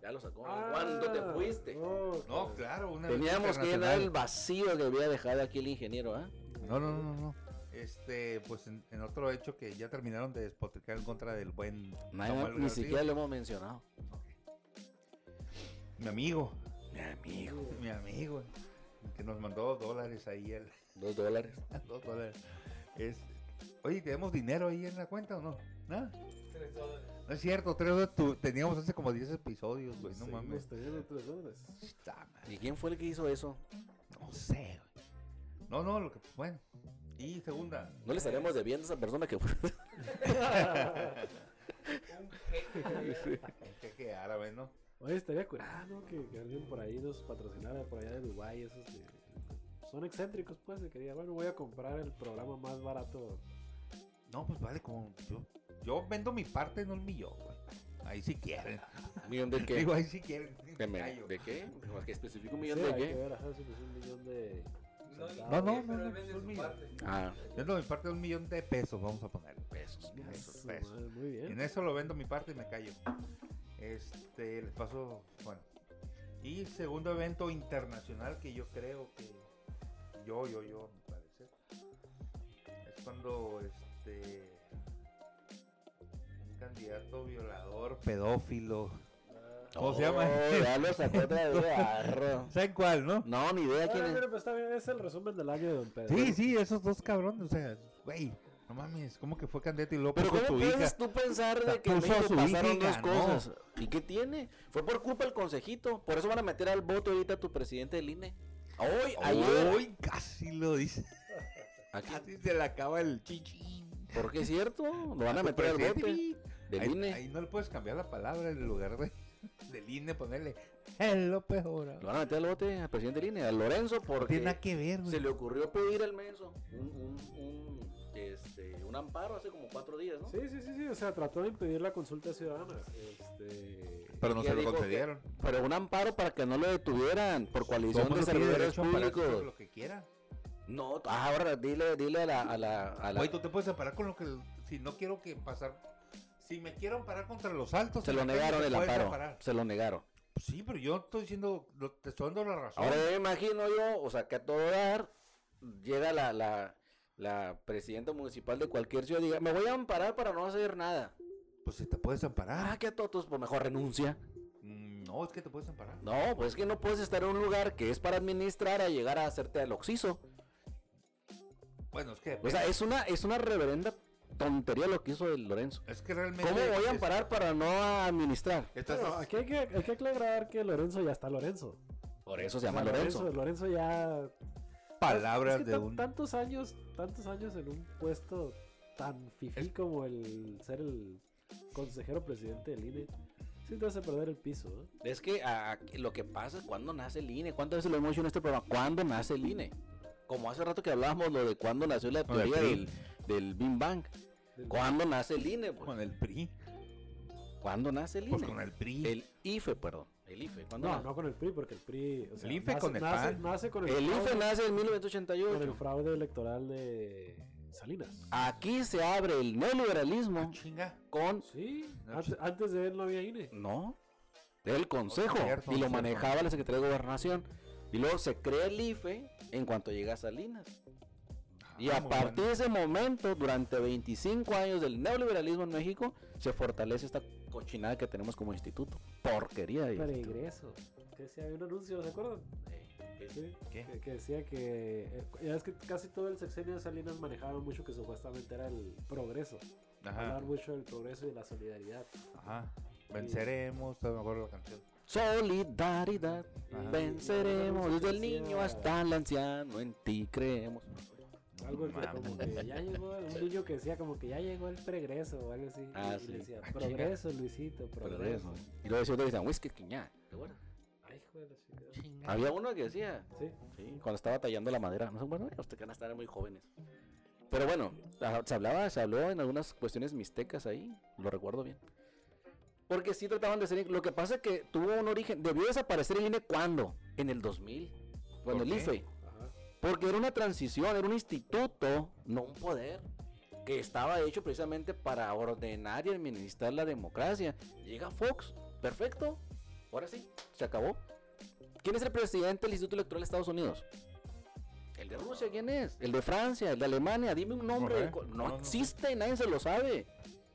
[SPEAKER 2] Ya lo sacó. ¿Cuándo te fuiste?
[SPEAKER 3] Ah, No,
[SPEAKER 1] No,
[SPEAKER 3] claro.
[SPEAKER 1] claro, Ah. Oh, una
[SPEAKER 2] Teníamos que llenar el
[SPEAKER 1] internacional.
[SPEAKER 2] vacío que había dejado aquí el ingeniero, ¿ah?
[SPEAKER 1] No, no, no, no. Este, pues en, en otro hecho que ya terminaron de despotricar en contra del buen
[SPEAKER 2] Nadie-
[SPEAKER 1] Samuel
[SPEAKER 2] ni
[SPEAKER 1] García.
[SPEAKER 2] siquiera lo hemos mencionado.
[SPEAKER 1] Mi amigo,
[SPEAKER 2] Mi amigo.
[SPEAKER 1] mi amigo, que nos mandó dos dólares ahí, el,
[SPEAKER 2] Dos dólares.
[SPEAKER 1] dos dólares. Es, oye, ¿tenemos dinero ahí en la cuenta o no? Nada.
[SPEAKER 4] Tres dólares.
[SPEAKER 1] No es cierto, tres dólares tu- teníamos hace como 10 episodios,
[SPEAKER 2] Pues
[SPEAKER 1] güey, no mames.
[SPEAKER 3] tres dólares.
[SPEAKER 1] Está mal.
[SPEAKER 2] ¿Y quién fue el que hizo eso?
[SPEAKER 1] No sé, güey. No, no, lo que, bueno. Y segunda,
[SPEAKER 2] No le estaremos debiendo a esa persona que fue.
[SPEAKER 4] Un jefe.
[SPEAKER 1] el jeque árabe, ¿no?
[SPEAKER 3] Oye, estaría curado que, que alguien por ahí nos patrocinara por allá de Dubái, esos de- Son excéntricos, pues, de que diga, bueno, voy a comprar el programa más barato.
[SPEAKER 1] No, pues vale, como yo, yo vendo mi parte en un millón, güey. Ahí si quieren.
[SPEAKER 2] ¿Millón (laughs) de qué?
[SPEAKER 1] Digo, ahí si quieren.
[SPEAKER 2] ¿De, me-
[SPEAKER 1] Callo.
[SPEAKER 2] de qué? Más que especifico un
[SPEAKER 3] Sí,
[SPEAKER 2] millón de
[SPEAKER 3] hay que
[SPEAKER 2] qué.
[SPEAKER 3] ver, ajá, si es un millón de...
[SPEAKER 4] No, ni-
[SPEAKER 3] centavos.
[SPEAKER 1] no,
[SPEAKER 4] pero
[SPEAKER 1] no,
[SPEAKER 4] él vende
[SPEAKER 1] son
[SPEAKER 4] su
[SPEAKER 1] míos.
[SPEAKER 4] parte.
[SPEAKER 2] Ah,
[SPEAKER 1] Vendo mi parte de un millón de pesos, vamos a ponerlo.
[SPEAKER 2] pesos.
[SPEAKER 3] Ah,
[SPEAKER 1] Pesos,
[SPEAKER 3] su
[SPEAKER 1] pesos.
[SPEAKER 3] madre, Muy bien.
[SPEAKER 1] En eso lo vendo mi parte y me callo. Este, les paso, bueno. Y segundo evento internacional que yo creo que yo, yo, yo, me parece. Es cuando este un candidato violador, pedófilo. ¿Cómo se llama?
[SPEAKER 2] Oh, ya lo sacó otra vez de barro.
[SPEAKER 1] ¿Saben cuál, no?
[SPEAKER 2] No, ni idea quién
[SPEAKER 3] Bueno,
[SPEAKER 2] es.
[SPEAKER 3] pero pues está bien, es el resumen del año de Don Pedro.
[SPEAKER 1] Sí, sí, esos dos cabrones, o sea, güey, no mames, ¿cómo que fue candidato y luego
[SPEAKER 2] Pero
[SPEAKER 1] puso
[SPEAKER 2] ¿cómo
[SPEAKER 1] tu hija?
[SPEAKER 2] puedes tú pensar
[SPEAKER 1] La
[SPEAKER 2] de que en
[SPEAKER 1] puso a
[SPEAKER 2] México
[SPEAKER 1] su hija y
[SPEAKER 2] pasaron dos
[SPEAKER 1] ganó.
[SPEAKER 2] cosas? ¿Y qué tiene? Fue por culpa del consejito. Por eso van a meter al voto ahorita a tu presidente del E. INE. Hoy, ayer.
[SPEAKER 1] Uy, casi lo dice,
[SPEAKER 2] Aquí.
[SPEAKER 1] (laughs) casi se le acaba el chichín.
[SPEAKER 2] Porque es cierto, lo van a meter al
[SPEAKER 1] Presidente,
[SPEAKER 2] bote
[SPEAKER 1] pi.
[SPEAKER 2] del E.
[SPEAKER 1] ahí,
[SPEAKER 2] INE.
[SPEAKER 1] ahí no le puedes cambiar la palabra en lugar de, (laughs) del INE ponerle "Eh, es lo peor.
[SPEAKER 2] Lo van a meter al bote al presidente del INE, a Lorenzo,
[SPEAKER 1] No tiene
[SPEAKER 2] porque
[SPEAKER 1] nada que ver, güey.
[SPEAKER 2] se le ocurrió pedir al menso un, un, un, este, un amparo hace como cuatro días, ¿no?
[SPEAKER 3] Sí, sí, sí, sí, o sea, trató de impedir la consulta ciudadana. Este...
[SPEAKER 1] Pero no
[SPEAKER 2] Ya
[SPEAKER 1] se lo
[SPEAKER 2] dijo Eh, que-
[SPEAKER 1] concedieron.
[SPEAKER 2] Pero un amparo para que no lo detuvieran por coalición
[SPEAKER 1] Somos
[SPEAKER 2] de
[SPEAKER 1] los que tienen
[SPEAKER 2] servidores
[SPEAKER 1] derecho a parar con
[SPEAKER 2] públicos.
[SPEAKER 1] lo que quiera.
[SPEAKER 2] No, ah, ahora dile, dile a la... A la, a la-
[SPEAKER 1] Güey, tú te puedes separar con lo que. Si no quiero que pasar. Si me quiero parar contra los altos.
[SPEAKER 2] se
[SPEAKER 1] en
[SPEAKER 2] lo
[SPEAKER 1] la calle,
[SPEAKER 2] negaron
[SPEAKER 1] te
[SPEAKER 2] el
[SPEAKER 1] puedes
[SPEAKER 2] amparo,
[SPEAKER 1] amparar.
[SPEAKER 2] se lo negaron.
[SPEAKER 1] Sí, pero yo estoy diciendo. lo- Te estoy dando la razón.
[SPEAKER 2] Ahora yo me imagino yo, o sea, que a todo dar llega la, la, la presidenta municipal de cualquier ciudad y diga, me voy a amparar para no hacer nada.
[SPEAKER 1] Pues si te puedes amparar.
[SPEAKER 2] Ah, que a todos, pues mejor renuncia.
[SPEAKER 1] Mm, No, es que te puedes amparar.
[SPEAKER 2] No, pues es que no puedes estar en un lugar que es para administrar a llegar a hacerte al oxiso.
[SPEAKER 1] Bueno, es que.
[SPEAKER 2] O sea, es una, es una reverenda tontería lo que hizo el Lorenzo.
[SPEAKER 1] es que realmente.
[SPEAKER 2] ¿Cómo voy
[SPEAKER 1] es-
[SPEAKER 2] a amparar para no administrar?
[SPEAKER 1] estás-
[SPEAKER 3] Bueno, aquí hay que, hay que aclarar que Lorenzo ya está Lorenzo.
[SPEAKER 2] Por eso se
[SPEAKER 3] O sea,
[SPEAKER 2] llama Lorenzo.
[SPEAKER 3] Lorenzo ya
[SPEAKER 1] palabras
[SPEAKER 3] Es que
[SPEAKER 1] de
[SPEAKER 3] tan-
[SPEAKER 1] un.
[SPEAKER 3] tantos años, tantos años en un puesto tan fifí
[SPEAKER 1] Es-
[SPEAKER 3] como el ser el consejero presidente del INE, sí te hace perder el piso. ¿eh?
[SPEAKER 2] Es que a- a- lo que pasa es cuando nace el INE. ¿Cuántas veces lo hemos dicho en este programa? ¿Cuándo nace el INE? Como hace rato que hablábamos lo de cuándo nació la
[SPEAKER 1] Lo del
[SPEAKER 2] teoría
[SPEAKER 1] PRI.
[SPEAKER 2] del, del Bing Bang.
[SPEAKER 3] Del-
[SPEAKER 2] ¿Cuándo nace el INE? pues?
[SPEAKER 1] Con el PRI.
[SPEAKER 2] ¿Cuándo nace el
[SPEAKER 1] Pues con
[SPEAKER 2] INE?
[SPEAKER 1] el PRI.
[SPEAKER 2] El IFE, perdón. El IFE. ¿Cuándo
[SPEAKER 3] No,
[SPEAKER 2] nace?
[SPEAKER 3] no con el PRI, porque el PRI. O sea,
[SPEAKER 1] El IFE
[SPEAKER 3] nace,
[SPEAKER 1] con el
[SPEAKER 3] nace-
[SPEAKER 1] PAN.
[SPEAKER 3] nace con el,
[SPEAKER 2] El IFE
[SPEAKER 3] fraude,
[SPEAKER 2] nace en
[SPEAKER 3] con el
[SPEAKER 2] 1988.
[SPEAKER 3] fraude electoral de Salinas.
[SPEAKER 2] Aquí se abre el
[SPEAKER 1] Ah,
[SPEAKER 2] neoliberalismo
[SPEAKER 1] chinga.
[SPEAKER 2] con...
[SPEAKER 3] Sí,
[SPEAKER 1] No,
[SPEAKER 3] ante-
[SPEAKER 1] ch-
[SPEAKER 3] antes, de él no había INE.
[SPEAKER 2] No. El Consejo.
[SPEAKER 1] cierto,
[SPEAKER 2] Y lo
[SPEAKER 1] cierto.
[SPEAKER 2] manejaba la Secretaría de Gobernación. Y luego se crea el IFE en cuanto llega Salinas. Y
[SPEAKER 1] Ah,
[SPEAKER 2] a
[SPEAKER 1] muy
[SPEAKER 2] partir
[SPEAKER 1] bueno.
[SPEAKER 2] de ese momento, durante 25 años del neoliberalismo en México, se fortalece esta cochinada que tenemos como instituto. Porquería. de instituto.
[SPEAKER 3] Peregreso. Que decía, había un anuncio, ¿se acuerdan? Sí,
[SPEAKER 1] ¿Qué?
[SPEAKER 3] Eh, Que, que decía que. eh, ya es que casi todo el sexenio de Salinas manejaron mucho que supuestamente era el progreso.
[SPEAKER 1] Ajá.
[SPEAKER 3] hablar mucho del progreso y de la solidaridad.
[SPEAKER 1] Ajá. Venceremos. todavía me acuerdo la canción.
[SPEAKER 2] Solidaridad,
[SPEAKER 1] Ajá.
[SPEAKER 2] venceremos desde el
[SPEAKER 3] Decía-
[SPEAKER 2] niño hasta el anciano, en ti creemos.
[SPEAKER 3] Algo que
[SPEAKER 1] Mames.
[SPEAKER 3] como que
[SPEAKER 1] (laughs)
[SPEAKER 3] ya llegó, un niño que decía como que ya llegó el progreso o algo así.
[SPEAKER 2] Ah,
[SPEAKER 3] y
[SPEAKER 2] sí.
[SPEAKER 3] le decía,
[SPEAKER 1] Ah, chinga.
[SPEAKER 3] progreso, Luisito,
[SPEAKER 1] ¿eh?
[SPEAKER 3] progreso.
[SPEAKER 2] Y luego decía otro que decía, whisky quiñá.
[SPEAKER 3] Ay, hijo de la chingada.
[SPEAKER 1] Chinga.
[SPEAKER 2] Había uno que decía,
[SPEAKER 3] Sí,
[SPEAKER 2] Sí, cuando estaba tallando la madera. No sé, bueno, ustedes que van a estar muy jóvenes. Pero bueno, ah, se hablaba, se habló en algunas cuestiones mixtecas ahí, lo recuerdo bien. Porque sí trataban de ser. Lo que pasa es que tuvo un origen. Debió desaparecer el INE cuando? En el 2000. Bueno,
[SPEAKER 1] ¿Por
[SPEAKER 2] el
[SPEAKER 1] qué?
[SPEAKER 2] IFE.
[SPEAKER 3] ajá.
[SPEAKER 2] Porque era una transición, era un instituto, no un poder, que estaba hecho precisamente para ordenar y administrar la democracia. Llega Fox, perfecto, ahora sí, se acabó. ¿Quién es el presidente del Instituto Electoral de Estados Unidos? El de Rusia, ¿quién es? El de Francia, el de Alemania, dime un nombre.
[SPEAKER 1] Ajá.
[SPEAKER 2] de co-
[SPEAKER 1] No,
[SPEAKER 2] No
[SPEAKER 1] no.
[SPEAKER 2] existe, nadie se lo sabe.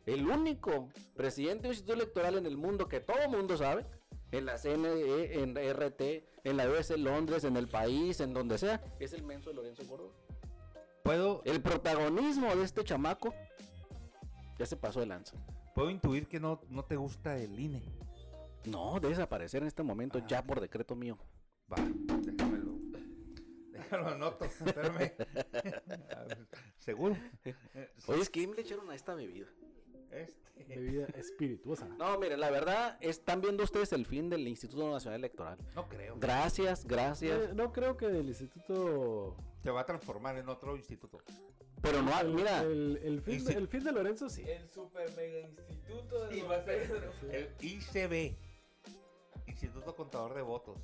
[SPEAKER 2] El único presidente del Instituto Electoral en el mundo que todo mundo sabe en la CNE, en la RT, en la US, en Londres, en el país, en donde sea, es el menso de Lorenzo Gordo.
[SPEAKER 1] ¿Puedo,
[SPEAKER 2] El protagonismo de este chamaco ya se pasó de lanza.
[SPEAKER 1] puedo intuir que no, no te gusta el INE.
[SPEAKER 2] No, debe desaparecer en este momento
[SPEAKER 1] Ah.
[SPEAKER 2] ya por decreto mío.
[SPEAKER 1] Va, déjamelo. Déjalo anoto,
[SPEAKER 2] (laughs)
[SPEAKER 1] espérame. A ver, ¿Seguro? Eh,
[SPEAKER 2] Oye, es que me le echaron a esta bebida.
[SPEAKER 1] Este.
[SPEAKER 3] Bebida espirituosa.
[SPEAKER 2] No, miren, la verdad, están viendo ustedes el fin del Instituto Nacional Electoral.
[SPEAKER 1] No creo.
[SPEAKER 2] Gracias,
[SPEAKER 3] Eh,
[SPEAKER 2] gracias.
[SPEAKER 3] no creo que el instituto.
[SPEAKER 1] Te va a transformar en otro instituto.
[SPEAKER 2] Pero no, ha-
[SPEAKER 3] el,
[SPEAKER 2] Ah, mira,
[SPEAKER 3] El, el fin, de-
[SPEAKER 1] Insti-
[SPEAKER 3] el fin de Lorenzo sí.
[SPEAKER 4] El super mega instituto de
[SPEAKER 1] Sí,
[SPEAKER 4] Don Pedro.
[SPEAKER 1] El ICB. Instituto Contador de Votos.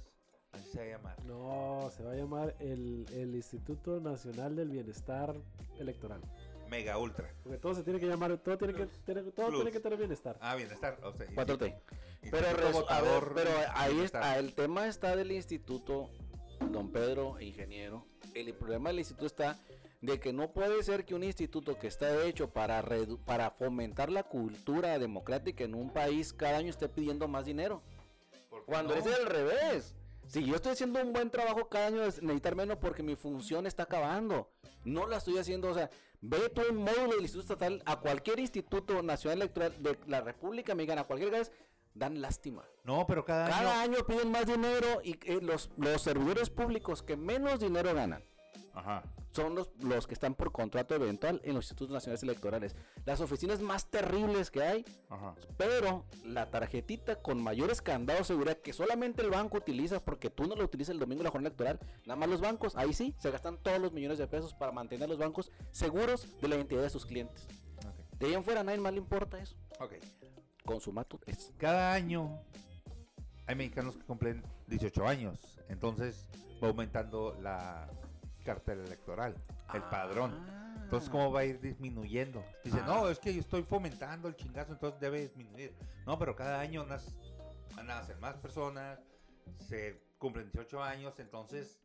[SPEAKER 1] Así se va a llamar.
[SPEAKER 3] No, se va a llamar el, el Instituto Nacional del Bienestar Electoral.
[SPEAKER 1] Mega Ultra.
[SPEAKER 3] Porque todo se tiene que llamar, todo tiene que, tener- todo
[SPEAKER 1] Plus.
[SPEAKER 3] tiene que tener bienestar.
[SPEAKER 1] Ah, bienestar. O sea,
[SPEAKER 2] 4T.
[SPEAKER 1] instituto
[SPEAKER 2] Pero, resu- a ver,
[SPEAKER 1] votador
[SPEAKER 2] pero ahí
[SPEAKER 1] bienestar.
[SPEAKER 2] está, el tema está del instituto, don Pedro, ingeniero. El problema del instituto está de que no puede ser que un instituto que está hecho para, redu- para fomentar la cultura democrática en un país cada año esté pidiendo más dinero.
[SPEAKER 1] ¿Por qué
[SPEAKER 2] Cuando
[SPEAKER 1] no?
[SPEAKER 2] es el revés. Si yo estoy haciendo un buen trabajo cada año, es necesitar menos porque mi función está acabando. No la estoy haciendo, o sea, ve tú un módulo del Instituto Estatal a cualquier instituto nacional electoral de la República Mexicana, a cualquier país, dan lástima.
[SPEAKER 1] No, pero cada,
[SPEAKER 2] Cada
[SPEAKER 1] año.
[SPEAKER 2] año piden más dinero y eh, los, los servidores públicos que menos dinero ganan
[SPEAKER 5] Ajá.
[SPEAKER 2] son los, los que están por contrato eventual en los institutos nacionales electorales. Las oficinas más terribles que hay,
[SPEAKER 5] Ajá.
[SPEAKER 2] pero la tarjetita con mayores candados de seguridad que solamente el banco utiliza porque tú no la utilizas el domingo de la jornada electoral, nada más los bancos, ahí sí, se gastan todos los millones de pesos para mantener los bancos seguros de la identidad de sus clientes.
[SPEAKER 1] Ok.
[SPEAKER 2] De ahí en fuera a nadie más le importa eso.
[SPEAKER 1] Ok.
[SPEAKER 2] Consumato es.
[SPEAKER 1] Cada año hay mexicanos que cumplen 18 años. Entonces va aumentando la cartera electoral, el padrón. Entonces, ¿cómo va a ir disminuyendo? Dice,
[SPEAKER 2] Ah.
[SPEAKER 1] no, es que yo estoy fomentando el chingazo, entonces debe disminuir. No, pero cada año nas- van a nacer más personas, se cumplen 18 años, entonces.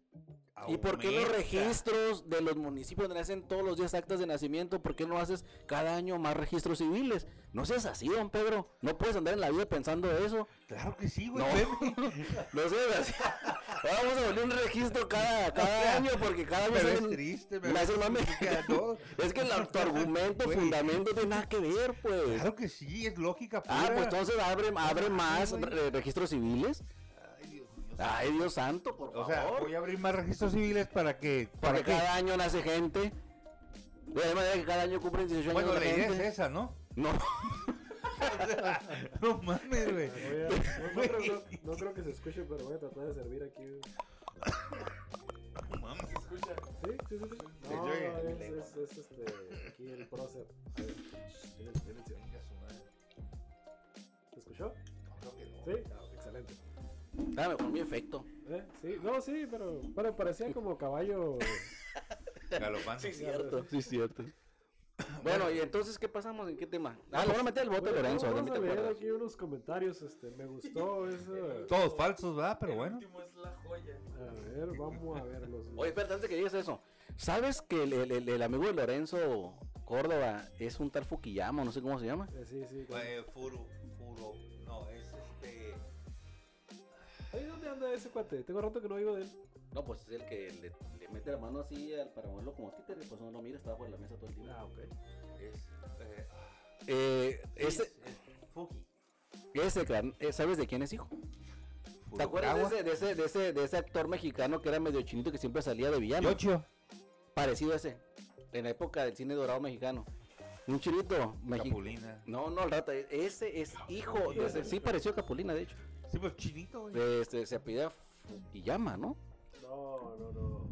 [SPEAKER 2] ¿Y por qué los
[SPEAKER 1] aumenta.
[SPEAKER 2] registros de los municipios donde hacen todos los días actas de nacimiento? ¿Por qué no haces cada año más registros civiles? No seas así, don Pedro. No puedes andar en la vida pensando eso.
[SPEAKER 1] Claro que sí, güey.
[SPEAKER 2] No.
[SPEAKER 1] veme.
[SPEAKER 2] No seas
[SPEAKER 1] (laughs)
[SPEAKER 2] así. Ahora vamos a volver un registro cada, cada
[SPEAKER 1] O (laughs) sea,
[SPEAKER 2] año porque cada vez
[SPEAKER 1] Pero
[SPEAKER 2] hay
[SPEAKER 1] es
[SPEAKER 2] un-
[SPEAKER 1] triste,
[SPEAKER 2] me hace el mame.
[SPEAKER 1] justifica, no.
[SPEAKER 2] (laughs)
[SPEAKER 1] (laughs)
[SPEAKER 2] Es que el, tu argumento,
[SPEAKER 1] Güey,
[SPEAKER 2] fundamento, no tiene nada que ver, pues.
[SPEAKER 1] Claro que sí, es lógica pura.
[SPEAKER 2] Ah, pues entonces abre, abre
[SPEAKER 1] Ah,
[SPEAKER 2] más
[SPEAKER 1] güey.
[SPEAKER 2] re- registros civiles.
[SPEAKER 1] Ay, Dios mío.
[SPEAKER 2] Ay, Dios santo, por
[SPEAKER 1] o
[SPEAKER 2] favor.
[SPEAKER 1] sea, voy a abrir más registros civiles para que. ¿Para
[SPEAKER 2] Porque
[SPEAKER 1] qué?
[SPEAKER 2] cada año nace gente. De la misma manera que cada año cumplen 18 años
[SPEAKER 1] (laughs) Bueno, la
[SPEAKER 2] de
[SPEAKER 1] idea es
[SPEAKER 2] gente.
[SPEAKER 1] esa, ¿no? (laughs)
[SPEAKER 2] No, (laughs)
[SPEAKER 1] No mames,
[SPEAKER 2] (laughs)
[SPEAKER 1] güey.
[SPEAKER 3] Ah, Voy a- no, no creo, no- no creo que se escuche, pero voy a tratar de servir aquí.
[SPEAKER 1] No mames.
[SPEAKER 4] ¿Se escucha?
[SPEAKER 3] Sí, sí, sí. sí.
[SPEAKER 1] Que
[SPEAKER 3] No,
[SPEAKER 1] llegue.
[SPEAKER 3] es, es- es, este, aquí el prócer. A ver, silencio, silencio.
[SPEAKER 1] Venga, su madre.
[SPEAKER 3] ¿Se escuchó?
[SPEAKER 1] No, creo que no.
[SPEAKER 3] Sí, Ah, excelente.
[SPEAKER 2] dame mejor mi efecto.
[SPEAKER 3] ¿Eh? Sí, no, sí, pero, pero parecía como caballo.
[SPEAKER 1] Galopando.
[SPEAKER 2] Sí, cierto. Sí, cierto. (coughs) Bueno, y entonces, ¿qué pasamos? ¿En qué tema? Ah, le van a meter el voto
[SPEAKER 3] Bueno,
[SPEAKER 2] de Lorenzo, de mí
[SPEAKER 3] vamos
[SPEAKER 2] te
[SPEAKER 3] a leer
[SPEAKER 2] acuerdas.
[SPEAKER 3] aquí unos comentarios. Este, me gustó eso.
[SPEAKER 1] Todos falsos, ¿verdad? Pero
[SPEAKER 4] El
[SPEAKER 1] bueno.
[SPEAKER 4] último es la joya.
[SPEAKER 3] A ver, vamos a verlos.
[SPEAKER 2] Oye, espérate, antes que digas eso, ¿sabes que el, el- el- el amigo de Lorenzo Córdoba es un tal Fukiyama, no sé cómo se llama?
[SPEAKER 3] Eh, sí, sí. claro.
[SPEAKER 1] Eh, furu, furo. No, es este.
[SPEAKER 3] Ay, ¿dónde anda ese cuate? Tengo rato que no oigo de él.
[SPEAKER 2] No, pues es el que le, le mete la mano así al para moverlo como títere, pues no lo mira, estaba por la mesa todo el tiempo.
[SPEAKER 3] ok.
[SPEAKER 1] Es. Eh,
[SPEAKER 2] Eh,
[SPEAKER 1] es,
[SPEAKER 2] ese,
[SPEAKER 1] es Fuki.
[SPEAKER 2] ese, gran- eh, ¿sabes de quién es hijo? ¿Te acuerdas de ese, de, ese, de, ese, de ese actor mexicano que era medio chinito que siempre salía de villano?
[SPEAKER 1] Yocho.
[SPEAKER 2] Parecido a ese, en la época del cine dorado mexicano. Un chinito mexicano.
[SPEAKER 1] Capulina.
[SPEAKER 2] No, no, el rata, ese es hijo de ese. Sí, pareció Capulina, de hecho.
[SPEAKER 1] Sí, pues chinito, güey.
[SPEAKER 2] Este, se apellida Fukiyama, ¿no?
[SPEAKER 3] No, no, no.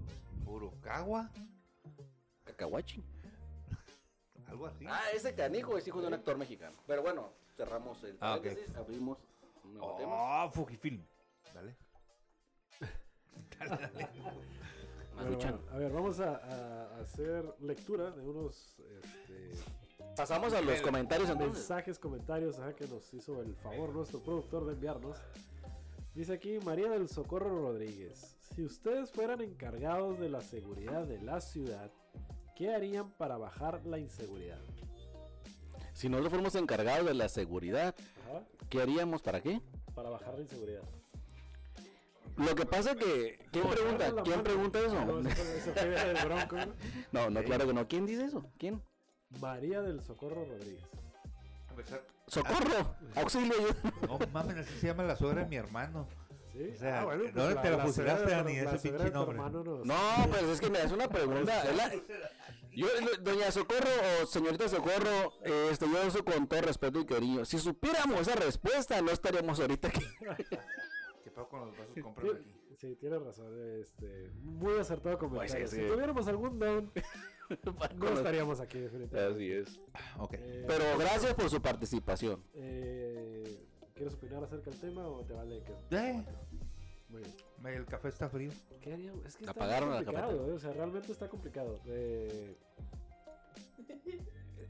[SPEAKER 1] Furukawa.
[SPEAKER 2] Cacahuachi.
[SPEAKER 1] Algo así.
[SPEAKER 2] Ah, ese canijo es hijo de un actor mexicano. Pero bueno, cerramos el
[SPEAKER 1] Ah, ok.
[SPEAKER 2] paréntesis, abrimos un nuevo tema.
[SPEAKER 1] Oh, Fujifilm. Dale.
[SPEAKER 3] Bueno,
[SPEAKER 2] Maruchan.
[SPEAKER 3] bueno, a ver, vamos a, a hacer lectura de unos este,
[SPEAKER 2] Pasamos a los
[SPEAKER 1] El-
[SPEAKER 2] comentarios entonces.
[SPEAKER 3] mensajes, comentarios ajá, que nos hizo el favor nuestro productor de enviarnos. Dice aquí María del Socorro Rodríguez, si ustedes fueran encargados de la seguridad de la ciudad, ¿qué harían para bajar la inseguridad?
[SPEAKER 2] Si nosotros fuéramos encargados de la seguridad,
[SPEAKER 3] Ajá,
[SPEAKER 2] ¿qué haríamos para qué?
[SPEAKER 3] para bajar la inseguridad.
[SPEAKER 2] Lo que pasa que. ¿Quién pregunta? ¿Quién pregunta
[SPEAKER 3] No,
[SPEAKER 2] eso?
[SPEAKER 3] eso fue- eso fue del Bronco, ¿no?
[SPEAKER 2] (laughs) No, no, claro que no. ¿Quién dice eso? ¿Quién?
[SPEAKER 3] (laughs) María del Socorro Rodríguez.
[SPEAKER 1] Empezar-
[SPEAKER 2] ¡Socorro! ¡Auxilio! (laughs) ayuda!
[SPEAKER 1] No mames, así se llama la suegra de mi hermano.
[SPEAKER 3] ¿Sí? Ah,
[SPEAKER 1] O sea, no te la
[SPEAKER 3] suegra
[SPEAKER 1] fusilaste,
[SPEAKER 3] de-
[SPEAKER 1] Dani,
[SPEAKER 3] la
[SPEAKER 1] ese
[SPEAKER 3] suegra
[SPEAKER 1] pinche
[SPEAKER 3] de tu
[SPEAKER 1] nombre.
[SPEAKER 3] hermano nos-
[SPEAKER 2] No, pues es que me haces una pregunta. es la- Yo, lo- doña Socorro o señorita Socorro, eh, este, yo eso con todo respeto y cariño. Si supiéramos esa respuesta, no estaríamos ahorita aquí. (laughs)
[SPEAKER 1] ¿Qué pasa con los vasos?
[SPEAKER 3] Sí,
[SPEAKER 1] Cómprame aquí.
[SPEAKER 3] Sí, tienes razón, este, muy acertado comentario.
[SPEAKER 2] Pues es que-
[SPEAKER 3] Si tuviéramos algún don, no estaríamos aquí definitivamente.
[SPEAKER 2] Así es.
[SPEAKER 1] Ah, Ok.
[SPEAKER 3] Eh,
[SPEAKER 2] Pero gracias por su participación.
[SPEAKER 3] eh, ¿Quieres opinar acerca del tema o te vale que
[SPEAKER 1] Eh,
[SPEAKER 3] muy bien.
[SPEAKER 1] el café está frío.
[SPEAKER 3] ¿Qué haríamos? Es que
[SPEAKER 2] Apagaron la
[SPEAKER 3] está complicado,
[SPEAKER 2] cafetera.
[SPEAKER 3] eh, o sea, realmente está complicado. Eh,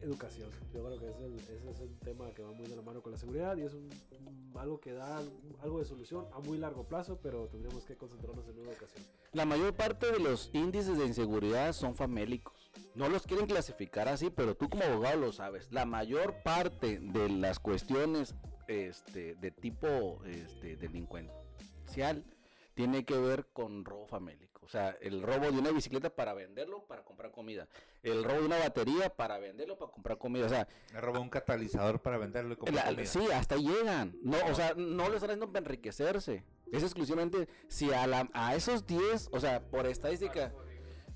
[SPEAKER 3] educación, yo creo que es el- ese es un tema que va muy de la mano con la seguridad y es un- un- algo que da algo de solución a muy largo plazo, pero tendríamos que concentrarnos en una educación.
[SPEAKER 2] La mayor parte de los índices de inseguridad son famélicos. No los quieren clasificar así, pero tú como abogado lo sabes. La mayor parte de las cuestiones este, de tipo este, delincuencial tiene que ver con robo famélico. O sea, el robo de una bicicleta para venderlo, para comprar comida. El robo de una batería para venderlo, para comprar comida. O sea,
[SPEAKER 1] Me robó un catalizador para venderlo y comprar
[SPEAKER 2] la-
[SPEAKER 1] comida.
[SPEAKER 2] sí, hasta ahí llegan. No, o sea, no lo están haciendo para enriquecerse. Es exclusivamente si a, la- a esos 10, o sea, por estadística,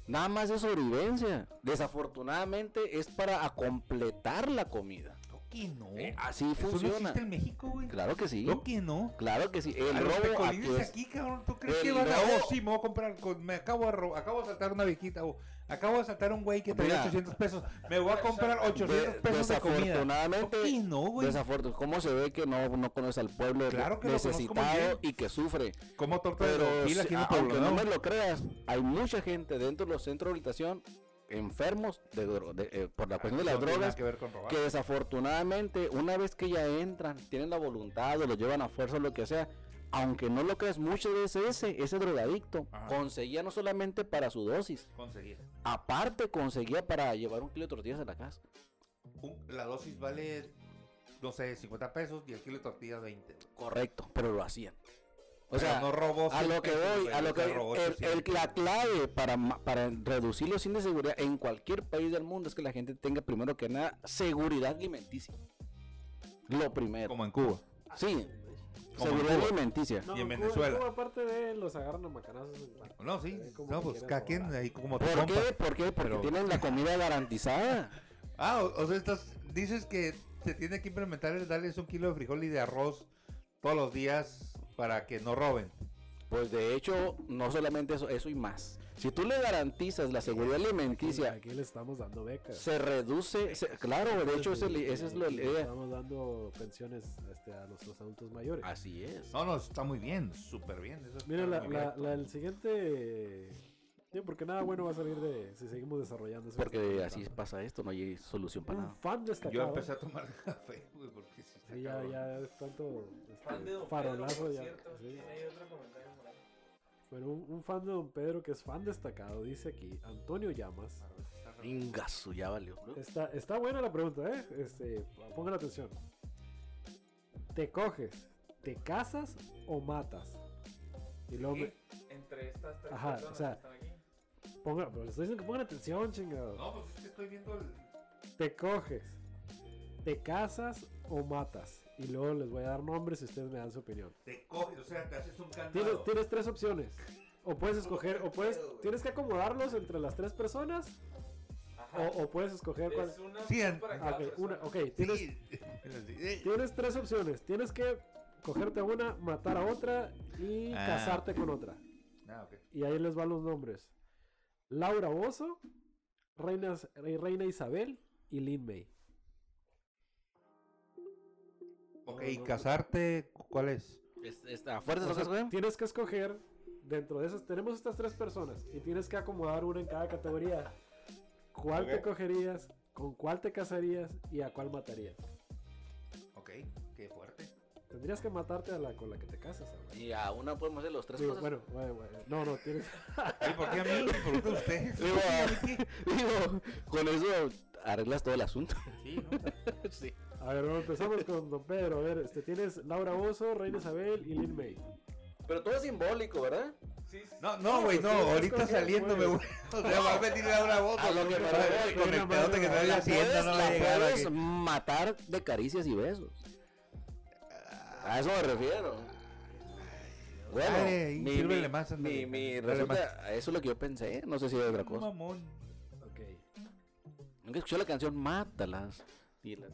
[SPEAKER 2] Nada más es sobrevivencia. Desafortunadamente es para a completar la comida.
[SPEAKER 1] Creo que no.
[SPEAKER 2] Eh, así
[SPEAKER 1] Oh. Eso no
[SPEAKER 2] funciona.
[SPEAKER 1] existe en México, güey.
[SPEAKER 2] Claro que sí.
[SPEAKER 1] Creo que no.
[SPEAKER 2] Claro que sí. El
[SPEAKER 1] a los
[SPEAKER 2] robo aquí
[SPEAKER 1] pecolines
[SPEAKER 2] es-
[SPEAKER 1] aquí, cabrón. ¿Tú crees
[SPEAKER 2] El
[SPEAKER 1] que van a
[SPEAKER 2] robo-
[SPEAKER 1] oh, sí, me voy a comprar? con- Me acabo de robar, acabo de saltar una viejita o acabo de saltar un güey que traía
[SPEAKER 2] Mira.
[SPEAKER 1] 800 pesos. Me voy a comprar 800
[SPEAKER 2] de-
[SPEAKER 1] pesos de comida.
[SPEAKER 2] desafortunadamente,
[SPEAKER 1] Aquí no, güey.
[SPEAKER 2] desafortun- ¿Cómo se ve que no, no conoce al pueblo
[SPEAKER 1] Claro que lo conozco muy
[SPEAKER 2] necesitado
[SPEAKER 1] bien.
[SPEAKER 2] y que sufre?
[SPEAKER 1] Como torta de
[SPEAKER 2] Pero
[SPEAKER 1] roquila
[SPEAKER 2] sí,
[SPEAKER 1] aquí en el
[SPEAKER 2] a- aunque no
[SPEAKER 1] poblado.
[SPEAKER 2] me lo creas, hay mucha gente dentro de los centros de rehabilitación enfermos de, dro- de- eh, por la cuestión de las
[SPEAKER 1] No tiene nada
[SPEAKER 2] drogas
[SPEAKER 1] que ver con robar.
[SPEAKER 2] que desafortunadamente una vez que ya entran, tienen la voluntad o lo llevan a fuerza o lo que sea, aunque no lo creas, muchas veces ese, ese drogadicto
[SPEAKER 1] Ajá.
[SPEAKER 2] conseguía no solamente para su dosis,
[SPEAKER 1] Conseguir.
[SPEAKER 2] aparte conseguía para llevar un kilo de tortillas a la casa.
[SPEAKER 1] Un- la dosis vale, no sé, 50 pesos y el kilo de tortillas 20.
[SPEAKER 2] Correcto, pero lo hacían. O
[SPEAKER 1] Pero
[SPEAKER 2] sea,
[SPEAKER 1] no robó
[SPEAKER 2] a
[SPEAKER 1] 100
[SPEAKER 2] lo que
[SPEAKER 1] pesos,
[SPEAKER 2] voy,
[SPEAKER 1] güey,
[SPEAKER 2] a
[SPEAKER 1] no
[SPEAKER 2] lo que
[SPEAKER 1] se robó
[SPEAKER 2] el-
[SPEAKER 1] 800.
[SPEAKER 2] el- la clave para, ma- para reducir los índices de seguridad en cualquier país del mundo es que la gente tenga primero que nada seguridad alimenticia. Lo primero.
[SPEAKER 1] Como en Cuba.
[SPEAKER 2] Sí,
[SPEAKER 1] como
[SPEAKER 2] seguridad
[SPEAKER 1] en Cuba.
[SPEAKER 2] alimenticia.
[SPEAKER 1] Y en
[SPEAKER 3] Cuba-
[SPEAKER 1] Venezuela.
[SPEAKER 3] Cuba, aparte de él, los agarran a macanazos. en la-
[SPEAKER 1] No, sí.
[SPEAKER 3] Eh, como
[SPEAKER 1] No,
[SPEAKER 3] que
[SPEAKER 1] pues
[SPEAKER 3] quieras
[SPEAKER 1] cada quien
[SPEAKER 3] robar.
[SPEAKER 1] ahí como tu
[SPEAKER 2] ¿Por
[SPEAKER 1] compa.
[SPEAKER 2] qué? Porque, porque
[SPEAKER 1] Pero-
[SPEAKER 2] tienen la comida garantizada.
[SPEAKER 1] Ah, o, o sea, estás, dices que se tiene que implementar el darles un kilo de frijol y de arroz todos los días para que no roben.
[SPEAKER 2] Pues de hecho, no solamente eso, eso y más. Si tú le garantizas la seguridad alimenticia,
[SPEAKER 3] Aquí le estamos dando becas.
[SPEAKER 2] se reduce, se- claro, de hecho, ese,
[SPEAKER 3] Entonces,
[SPEAKER 2] ese es lo...
[SPEAKER 3] le
[SPEAKER 2] eh,
[SPEAKER 3] Estamos dando pensiones este, a nuestros adultos mayores.
[SPEAKER 2] así es.
[SPEAKER 1] No, no, está muy bien, súper bien. eso está
[SPEAKER 3] Mira, la,
[SPEAKER 1] muy
[SPEAKER 3] la,
[SPEAKER 1] bien.
[SPEAKER 3] la- el siguiente. sí, porque nada bueno va a salir de si seguimos desarrollando eso que
[SPEAKER 2] Porque
[SPEAKER 3] estamos
[SPEAKER 2] así
[SPEAKER 3] contando.
[SPEAKER 2] pasa esto, no hay solución para
[SPEAKER 3] Un
[SPEAKER 2] nada.
[SPEAKER 3] fan destacado.
[SPEAKER 1] Yo empecé a tomar (laughs) café, güey, porque sí está
[SPEAKER 3] Sí, ya,
[SPEAKER 1] cabrón.
[SPEAKER 3] ya es tanto
[SPEAKER 4] Fan de
[SPEAKER 3] este,
[SPEAKER 4] Don
[SPEAKER 3] farolazo
[SPEAKER 4] Pedro, por
[SPEAKER 3] ya.
[SPEAKER 4] cierto,
[SPEAKER 3] sí.
[SPEAKER 4] tiene ahí otro comentario por ahí.
[SPEAKER 3] Bueno, un, un fan de Don Pedro que es fan destacado, dice aquí, Antonio Llamas.
[SPEAKER 2] Ingasu, ya valió. ¿no?
[SPEAKER 3] Está, está buena la pregunta, ¿eh? Este, pongan atención. ¿Te coges, te casas o matas? Y luego me-
[SPEAKER 4] Y Entre estas tres
[SPEAKER 3] Ajá,
[SPEAKER 4] personas
[SPEAKER 3] o sea,
[SPEAKER 4] que están aquí.
[SPEAKER 3] ponga- pero les estoy diciendo que pongan atención, chingado.
[SPEAKER 1] No, pues es que estoy viendo el...
[SPEAKER 3] ¿Te coges, te casas o matas? Y luego les voy a dar nombres y ustedes me dan su opinión.
[SPEAKER 1] Te coges, o sea, te haces un candado.
[SPEAKER 3] Tienes, tienes tres opciones. O puedes escoger, o puedes, tienes que acomodarlos entre las tres personas,
[SPEAKER 4] Ajá.
[SPEAKER 3] o, o puedes escoger cuál.
[SPEAKER 4] es una
[SPEAKER 1] Sí, en-
[SPEAKER 4] para
[SPEAKER 3] Ah,
[SPEAKER 4] cada
[SPEAKER 3] ok,
[SPEAKER 4] persona.
[SPEAKER 3] una, ok, tienes,
[SPEAKER 1] Sí. (laughs) Eh,
[SPEAKER 3] Tienes tres opciones. Tienes que cogerte a una, matar a otra y
[SPEAKER 1] Ah.
[SPEAKER 3] casarte con otra.
[SPEAKER 1] Ah, ok.
[SPEAKER 3] Y ahí les van los nombres. Laura Bozo, Reina, Reina Isabel y Lin May.
[SPEAKER 1] Ok,
[SPEAKER 3] No,
[SPEAKER 1] ¿y
[SPEAKER 3] no,
[SPEAKER 1] casarte cuál es?
[SPEAKER 2] Es- es- a fuerzas
[SPEAKER 3] O
[SPEAKER 2] lo que
[SPEAKER 3] sea,
[SPEAKER 2] escogen.
[SPEAKER 3] tienes que escoger dentro de esas. Tenemos estas tres personas y tienes que acomodar una en cada categoría. ¿Cuál te
[SPEAKER 1] Ok.
[SPEAKER 3] cogerías? ¿Con cuál te casarías? ¿Y a cuál matarías?
[SPEAKER 1] Ok, qué fuerte.
[SPEAKER 3] Tendrías que matarte a la con la que te casas. ahora.
[SPEAKER 2] Y a una podemos hacer los tres
[SPEAKER 3] Digo,
[SPEAKER 2] cosas.
[SPEAKER 3] bueno, bueno, bueno, no, no, tienes.
[SPEAKER 1] ¿Y por qué a mí? ¿Por qué a usted?
[SPEAKER 2] Digo, (laughs) ah, digo, con eso arreglas todo el asunto.
[SPEAKER 1] Sí, ¿no?
[SPEAKER 2] sí.
[SPEAKER 3] A ver, bueno, empezamos con Don Pedro. A ver, este, tienes Laura Bozo, Reina Isabel y Lin May.
[SPEAKER 2] Pero todo es simbólico, ¿verdad?
[SPEAKER 4] Sí, sí,
[SPEAKER 1] No, no, güey, no,
[SPEAKER 3] pues, sí,
[SPEAKER 1] ahorita
[SPEAKER 3] escoge,
[SPEAKER 1] saliéndome,
[SPEAKER 3] güey.
[SPEAKER 1] güey. O sea, va a venir Laura Bozo.
[SPEAKER 2] A lo que
[SPEAKER 1] güey,
[SPEAKER 2] para
[SPEAKER 1] güey,
[SPEAKER 2] ver,
[SPEAKER 1] Con
[SPEAKER 3] güey,
[SPEAKER 1] el
[SPEAKER 3] no
[SPEAKER 1] pedote
[SPEAKER 3] mames,
[SPEAKER 1] que trae
[SPEAKER 3] la
[SPEAKER 1] la hacienda
[SPEAKER 2] puedes,
[SPEAKER 1] no va
[SPEAKER 2] la
[SPEAKER 1] a llegar
[SPEAKER 2] puedes
[SPEAKER 1] aquí.
[SPEAKER 2] matar de caricias y besos. A eso me refiero. Bueno,
[SPEAKER 1] Dale,
[SPEAKER 2] mi-
[SPEAKER 1] sírvele
[SPEAKER 2] mi-
[SPEAKER 1] más, ándale.
[SPEAKER 2] mi- mi
[SPEAKER 1] Dale
[SPEAKER 2] resulta- eso es lo que yo pensé. No sé si hay otra cosa.
[SPEAKER 1] Mamón.
[SPEAKER 3] Ok.
[SPEAKER 2] Nunca escuché la canción Mátalas. Y la-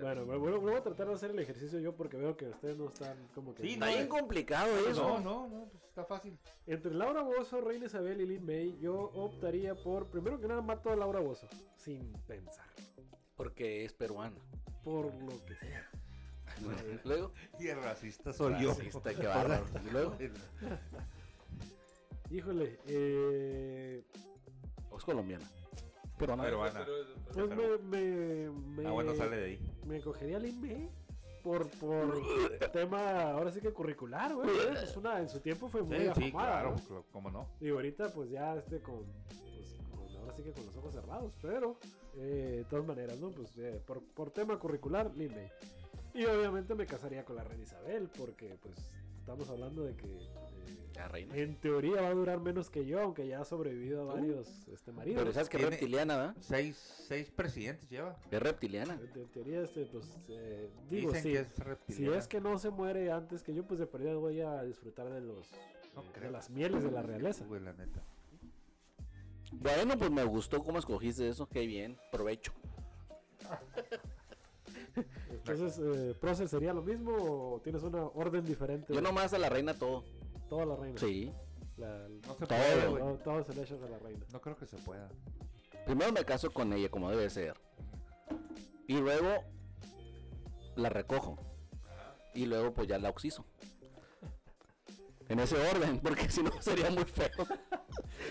[SPEAKER 3] Bueno, bueno, bueno, voy a tratar de hacer el ejercicio yo porque veo que ustedes no están como que.
[SPEAKER 1] Sí, eh.
[SPEAKER 2] Está bien complicado eso.
[SPEAKER 1] No, no, no, pues está fácil.
[SPEAKER 3] Entre Laura Bozo, Reina Isabel y Lin May, yo optaría por. Primero que nada, mato a Laura Bozo. Sin pensar.
[SPEAKER 2] Porque es peruana.
[SPEAKER 3] Por lo que sea.
[SPEAKER 2] Luego.
[SPEAKER 1] Y el racista soy yo.
[SPEAKER 2] Racista,
[SPEAKER 1] (laughs)
[SPEAKER 2] qué bárbaro. Y luego,
[SPEAKER 3] Híjole, eh.
[SPEAKER 2] es colombiana. Peruana.
[SPEAKER 1] Pero-
[SPEAKER 4] pero-
[SPEAKER 1] Ana.
[SPEAKER 4] pero- pero-
[SPEAKER 3] Pues me. me, me
[SPEAKER 1] Ah, bueno, sale de ahí.
[SPEAKER 3] Me cogería a Lin May. Por, por
[SPEAKER 1] (laughs)
[SPEAKER 3] tema, ahora sí que curricular, güey. ¿eh? Es una, en su tiempo fue muy
[SPEAKER 1] Sí, sí,
[SPEAKER 3] afamada,
[SPEAKER 1] claro,
[SPEAKER 3] ¿no?
[SPEAKER 1] cl- cómo no.
[SPEAKER 3] Y ahorita pues ya este con, pues, con- ahora sí que con los ojos cerrados, pero eh, de todas maneras, ¿no? Pues eh, por, por tema curricular, Lin May. Y obviamente me casaría con la reina Isabel, porque pues estamos hablando de que eh,
[SPEAKER 2] La reina.
[SPEAKER 3] en teoría va a durar menos que yo, aunque ya ha sobrevivido a varios este, maridos.
[SPEAKER 2] Pero sabes que es
[SPEAKER 1] Tiene-
[SPEAKER 2] reptiliana, ¿verdad?
[SPEAKER 1] Seis, seis presidentes lleva.
[SPEAKER 2] Es reptiliana.
[SPEAKER 3] En, en teoría, este, pues eh, digo,
[SPEAKER 1] Dicen
[SPEAKER 3] sí.
[SPEAKER 1] que es
[SPEAKER 3] Si
[SPEAKER 1] reptiliano.
[SPEAKER 3] es que no se muere antes que yo, pues de perdida voy a disfrutar de los
[SPEAKER 1] No
[SPEAKER 3] eh, de
[SPEAKER 1] creo.
[SPEAKER 3] las mieles de la realeza.
[SPEAKER 1] Güey, la neta.
[SPEAKER 2] Bueno, pues me gustó cómo escogiste eso. Qué bien. Provecho.
[SPEAKER 3] Entonces, eh, ¿Procer sería lo mismo o tienes una orden diferente?
[SPEAKER 2] Yo
[SPEAKER 3] de
[SPEAKER 2] nomás a la reina todo.
[SPEAKER 3] Toda la reina.
[SPEAKER 2] Sí.
[SPEAKER 3] La-
[SPEAKER 1] No se
[SPEAKER 2] Todo,
[SPEAKER 1] puede,
[SPEAKER 2] güey.
[SPEAKER 1] güey.
[SPEAKER 3] todo, todo se le echa a la reina.
[SPEAKER 1] No creo que se pueda.
[SPEAKER 2] Primero me caso con ella, como debe ser. Y luego la recojo. Y luego pues ya la oxiso. En ese orden, porque si no sería muy feo.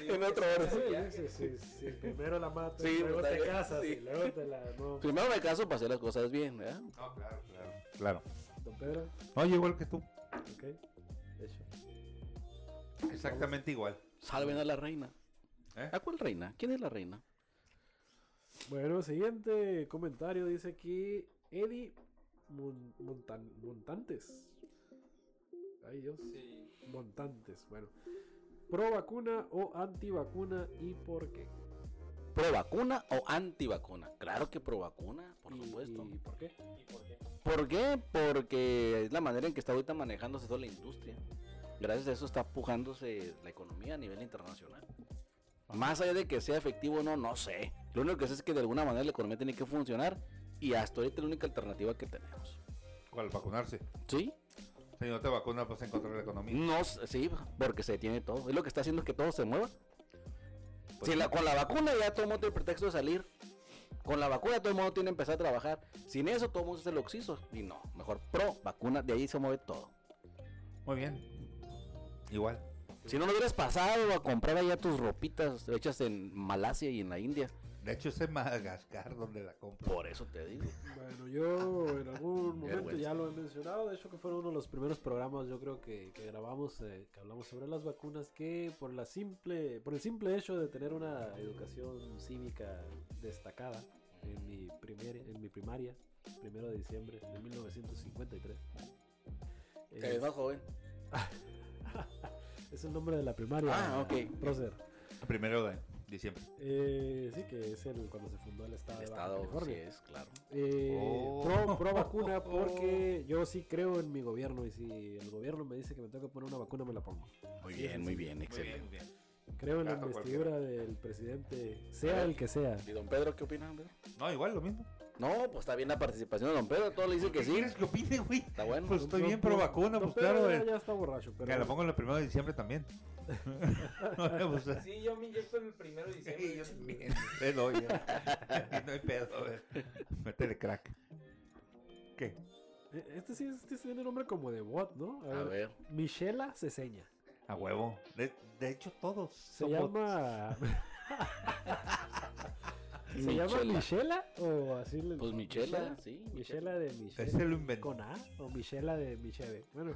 [SPEAKER 2] En otro orden.
[SPEAKER 3] Sí, sí, sí, sí, Primero la matas,
[SPEAKER 2] Sí,
[SPEAKER 3] luego
[SPEAKER 2] pues,
[SPEAKER 3] te
[SPEAKER 2] también,
[SPEAKER 3] casas
[SPEAKER 2] sí.
[SPEAKER 3] y luego te la... No,
[SPEAKER 2] Primero me caso para hacer las cosas bien, ¿verdad?
[SPEAKER 1] No, claro, claro. Claro.
[SPEAKER 3] don Pedro,
[SPEAKER 1] No, yo igual que tú.
[SPEAKER 3] ok. Hecho.
[SPEAKER 1] Exactamente igual.
[SPEAKER 2] Salven a la reina.
[SPEAKER 1] ¿Eh?
[SPEAKER 2] ¿A cuál reina? ¿Quién es la reina?
[SPEAKER 3] Bueno, siguiente comentario dice aquí Eddie Mon- Montan- Montantes. Ay Dios.
[SPEAKER 4] Sí.
[SPEAKER 3] Montantes, bueno. ¿Pro vacuna o antivacuna y por qué?
[SPEAKER 2] ¿Pro vacuna o antivacuna? Claro que pro vacuna, por
[SPEAKER 3] Y-
[SPEAKER 2] supuesto.
[SPEAKER 3] ¿Y por qué?
[SPEAKER 4] ¿Y por qué?
[SPEAKER 2] ¿Por qué? Porque es la manera en que está ahorita manejándose toda la industria. Gracias a eso está pujándose la economía a nivel internacional. Más allá de que sea efectivo o no, no sé. Lo único que sé es que de alguna manera la economía tiene que funcionar y hasta ahorita es la única alternativa que tenemos.
[SPEAKER 1] ¿Cuál? Vacunarse.
[SPEAKER 2] ¿Sí?
[SPEAKER 1] Si no te vacunas, vas a encontrar la economía.
[SPEAKER 2] No, s- sí, porque se detiene todo. Es lo que está haciendo que todo se mueva.
[SPEAKER 1] Pues
[SPEAKER 2] si la-
[SPEAKER 1] sí.
[SPEAKER 2] con la vacuna ya todo el mundo tiene pretexto de salir. Con la vacuna todo el mundo tiene que empezar a trabajar. Sin eso todo el mundo se lo oxiso. Y no, mejor pro vacuna, de ahí se mueve todo.
[SPEAKER 1] Muy bien. Igual.
[SPEAKER 2] Si no lo hubieras pasado a comprar allá tus ropitas hechas en Malasia y en la India.
[SPEAKER 1] De hecho, es en Madagascar donde la compro.
[SPEAKER 2] Por eso te digo.
[SPEAKER 3] Bueno, yo en algún momento
[SPEAKER 2] Vergüenza.
[SPEAKER 3] ya lo he mencionado, de hecho que fueron uno de los primeros programas yo creo que, que grabamos, eh, que hablamos sobre las vacunas, que por la simple, por el simple hecho de tener una educación cívica destacada en mi primer, en mi primaria, primero de diciembre de 1953.
[SPEAKER 2] Te ves
[SPEAKER 3] Es,
[SPEAKER 2] más joven.
[SPEAKER 3] es el nombre de la primaria.
[SPEAKER 2] Ah, ok.
[SPEAKER 3] Prócer.
[SPEAKER 1] Primero de diciembre.
[SPEAKER 3] Eh, sí, que es el cuando se fundó el estado.
[SPEAKER 2] El
[SPEAKER 3] de Baja
[SPEAKER 2] estado sí
[SPEAKER 3] California.
[SPEAKER 2] es, claro.
[SPEAKER 3] Eh,
[SPEAKER 1] Oh.
[SPEAKER 3] pro,
[SPEAKER 1] (laughs)
[SPEAKER 3] pro vacuna porque yo sí creo en mi gobierno y si el gobierno me dice que me tengo que poner una vacuna me la pongo.
[SPEAKER 2] Muy
[SPEAKER 3] Sí,
[SPEAKER 2] bien,
[SPEAKER 3] sí,
[SPEAKER 2] muy
[SPEAKER 3] sí.
[SPEAKER 2] bien, excelente.
[SPEAKER 1] Muy bien,
[SPEAKER 3] Creo en la
[SPEAKER 1] Gato
[SPEAKER 3] investidura del presidente, sea el que sea.
[SPEAKER 2] ¿Y don Pedro qué opina? Pedro?
[SPEAKER 1] No, igual lo mismo.
[SPEAKER 2] No, pues está bien la participación de don Pedro. Todo le dice que
[SPEAKER 1] ¿Qué
[SPEAKER 2] sí.
[SPEAKER 1] quieres que opine, güey?
[SPEAKER 2] Está bueno.
[SPEAKER 1] Pues estoy
[SPEAKER 3] No,
[SPEAKER 1] bien
[SPEAKER 3] no,
[SPEAKER 1] pro vacuna,
[SPEAKER 3] no,
[SPEAKER 1] pues
[SPEAKER 3] pero
[SPEAKER 1] claro.
[SPEAKER 3] ya,
[SPEAKER 1] el-
[SPEAKER 3] ya está borracho, pero
[SPEAKER 1] Que la pongo en el primero de diciembre (laughs) también. no le gusta.
[SPEAKER 4] Sí, yo me inyecto el primero de
[SPEAKER 1] (laughs)
[SPEAKER 4] diciembre.
[SPEAKER 1] Yo también. Pedo, ya. (laughs) No hay pedo, a ver. Métele crack. ¿Qué?
[SPEAKER 3] Eh, este sí es- este sí tiene nombre como de bot, ¿no?
[SPEAKER 2] A ver.
[SPEAKER 3] Michela Ceseña.
[SPEAKER 1] A huevo. De, de hecho, todos.
[SPEAKER 3] Se llama (laughs) Se llama
[SPEAKER 2] Michela.
[SPEAKER 3] Michela o así le-
[SPEAKER 2] (laughs) Pues Michela, sí.
[SPEAKER 3] Michela de Michela.
[SPEAKER 1] Ese lo inventó.
[SPEAKER 3] con A o Michela de Micheve. Bueno,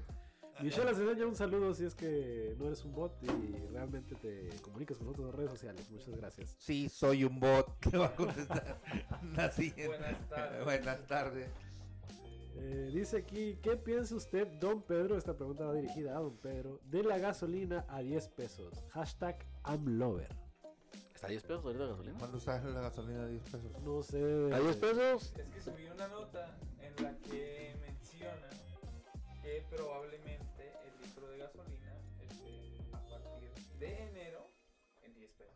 [SPEAKER 3] Michela se daña un saludo si es que no eres un bot y realmente te comunicas con nosotros en redes sociales. Muchas gracias.
[SPEAKER 1] Sí, soy un bot. (laughs) Te va a contestar. (laughs) La siguiente. (laughs)
[SPEAKER 4] Buenas tardes.
[SPEAKER 1] Buenas tardes.
[SPEAKER 3] Eh, dice aquí, ¿qué piensa usted, don Pedro? Esta pregunta va dirigida a don Pedro. De la gasolina a 10 pesos. Hashtag AmLover.
[SPEAKER 2] ¿Está a 10 pesos ahorita la gasolina?
[SPEAKER 1] ¿Cuándo sale la gasolina de 10 (laughs) pesos?
[SPEAKER 3] No sé.
[SPEAKER 2] ¿Está a 10 pesos?
[SPEAKER 4] Es que subí una nota en la que menciona que probablemente el litro de gasolina esté a partir de enero en 10 pesos.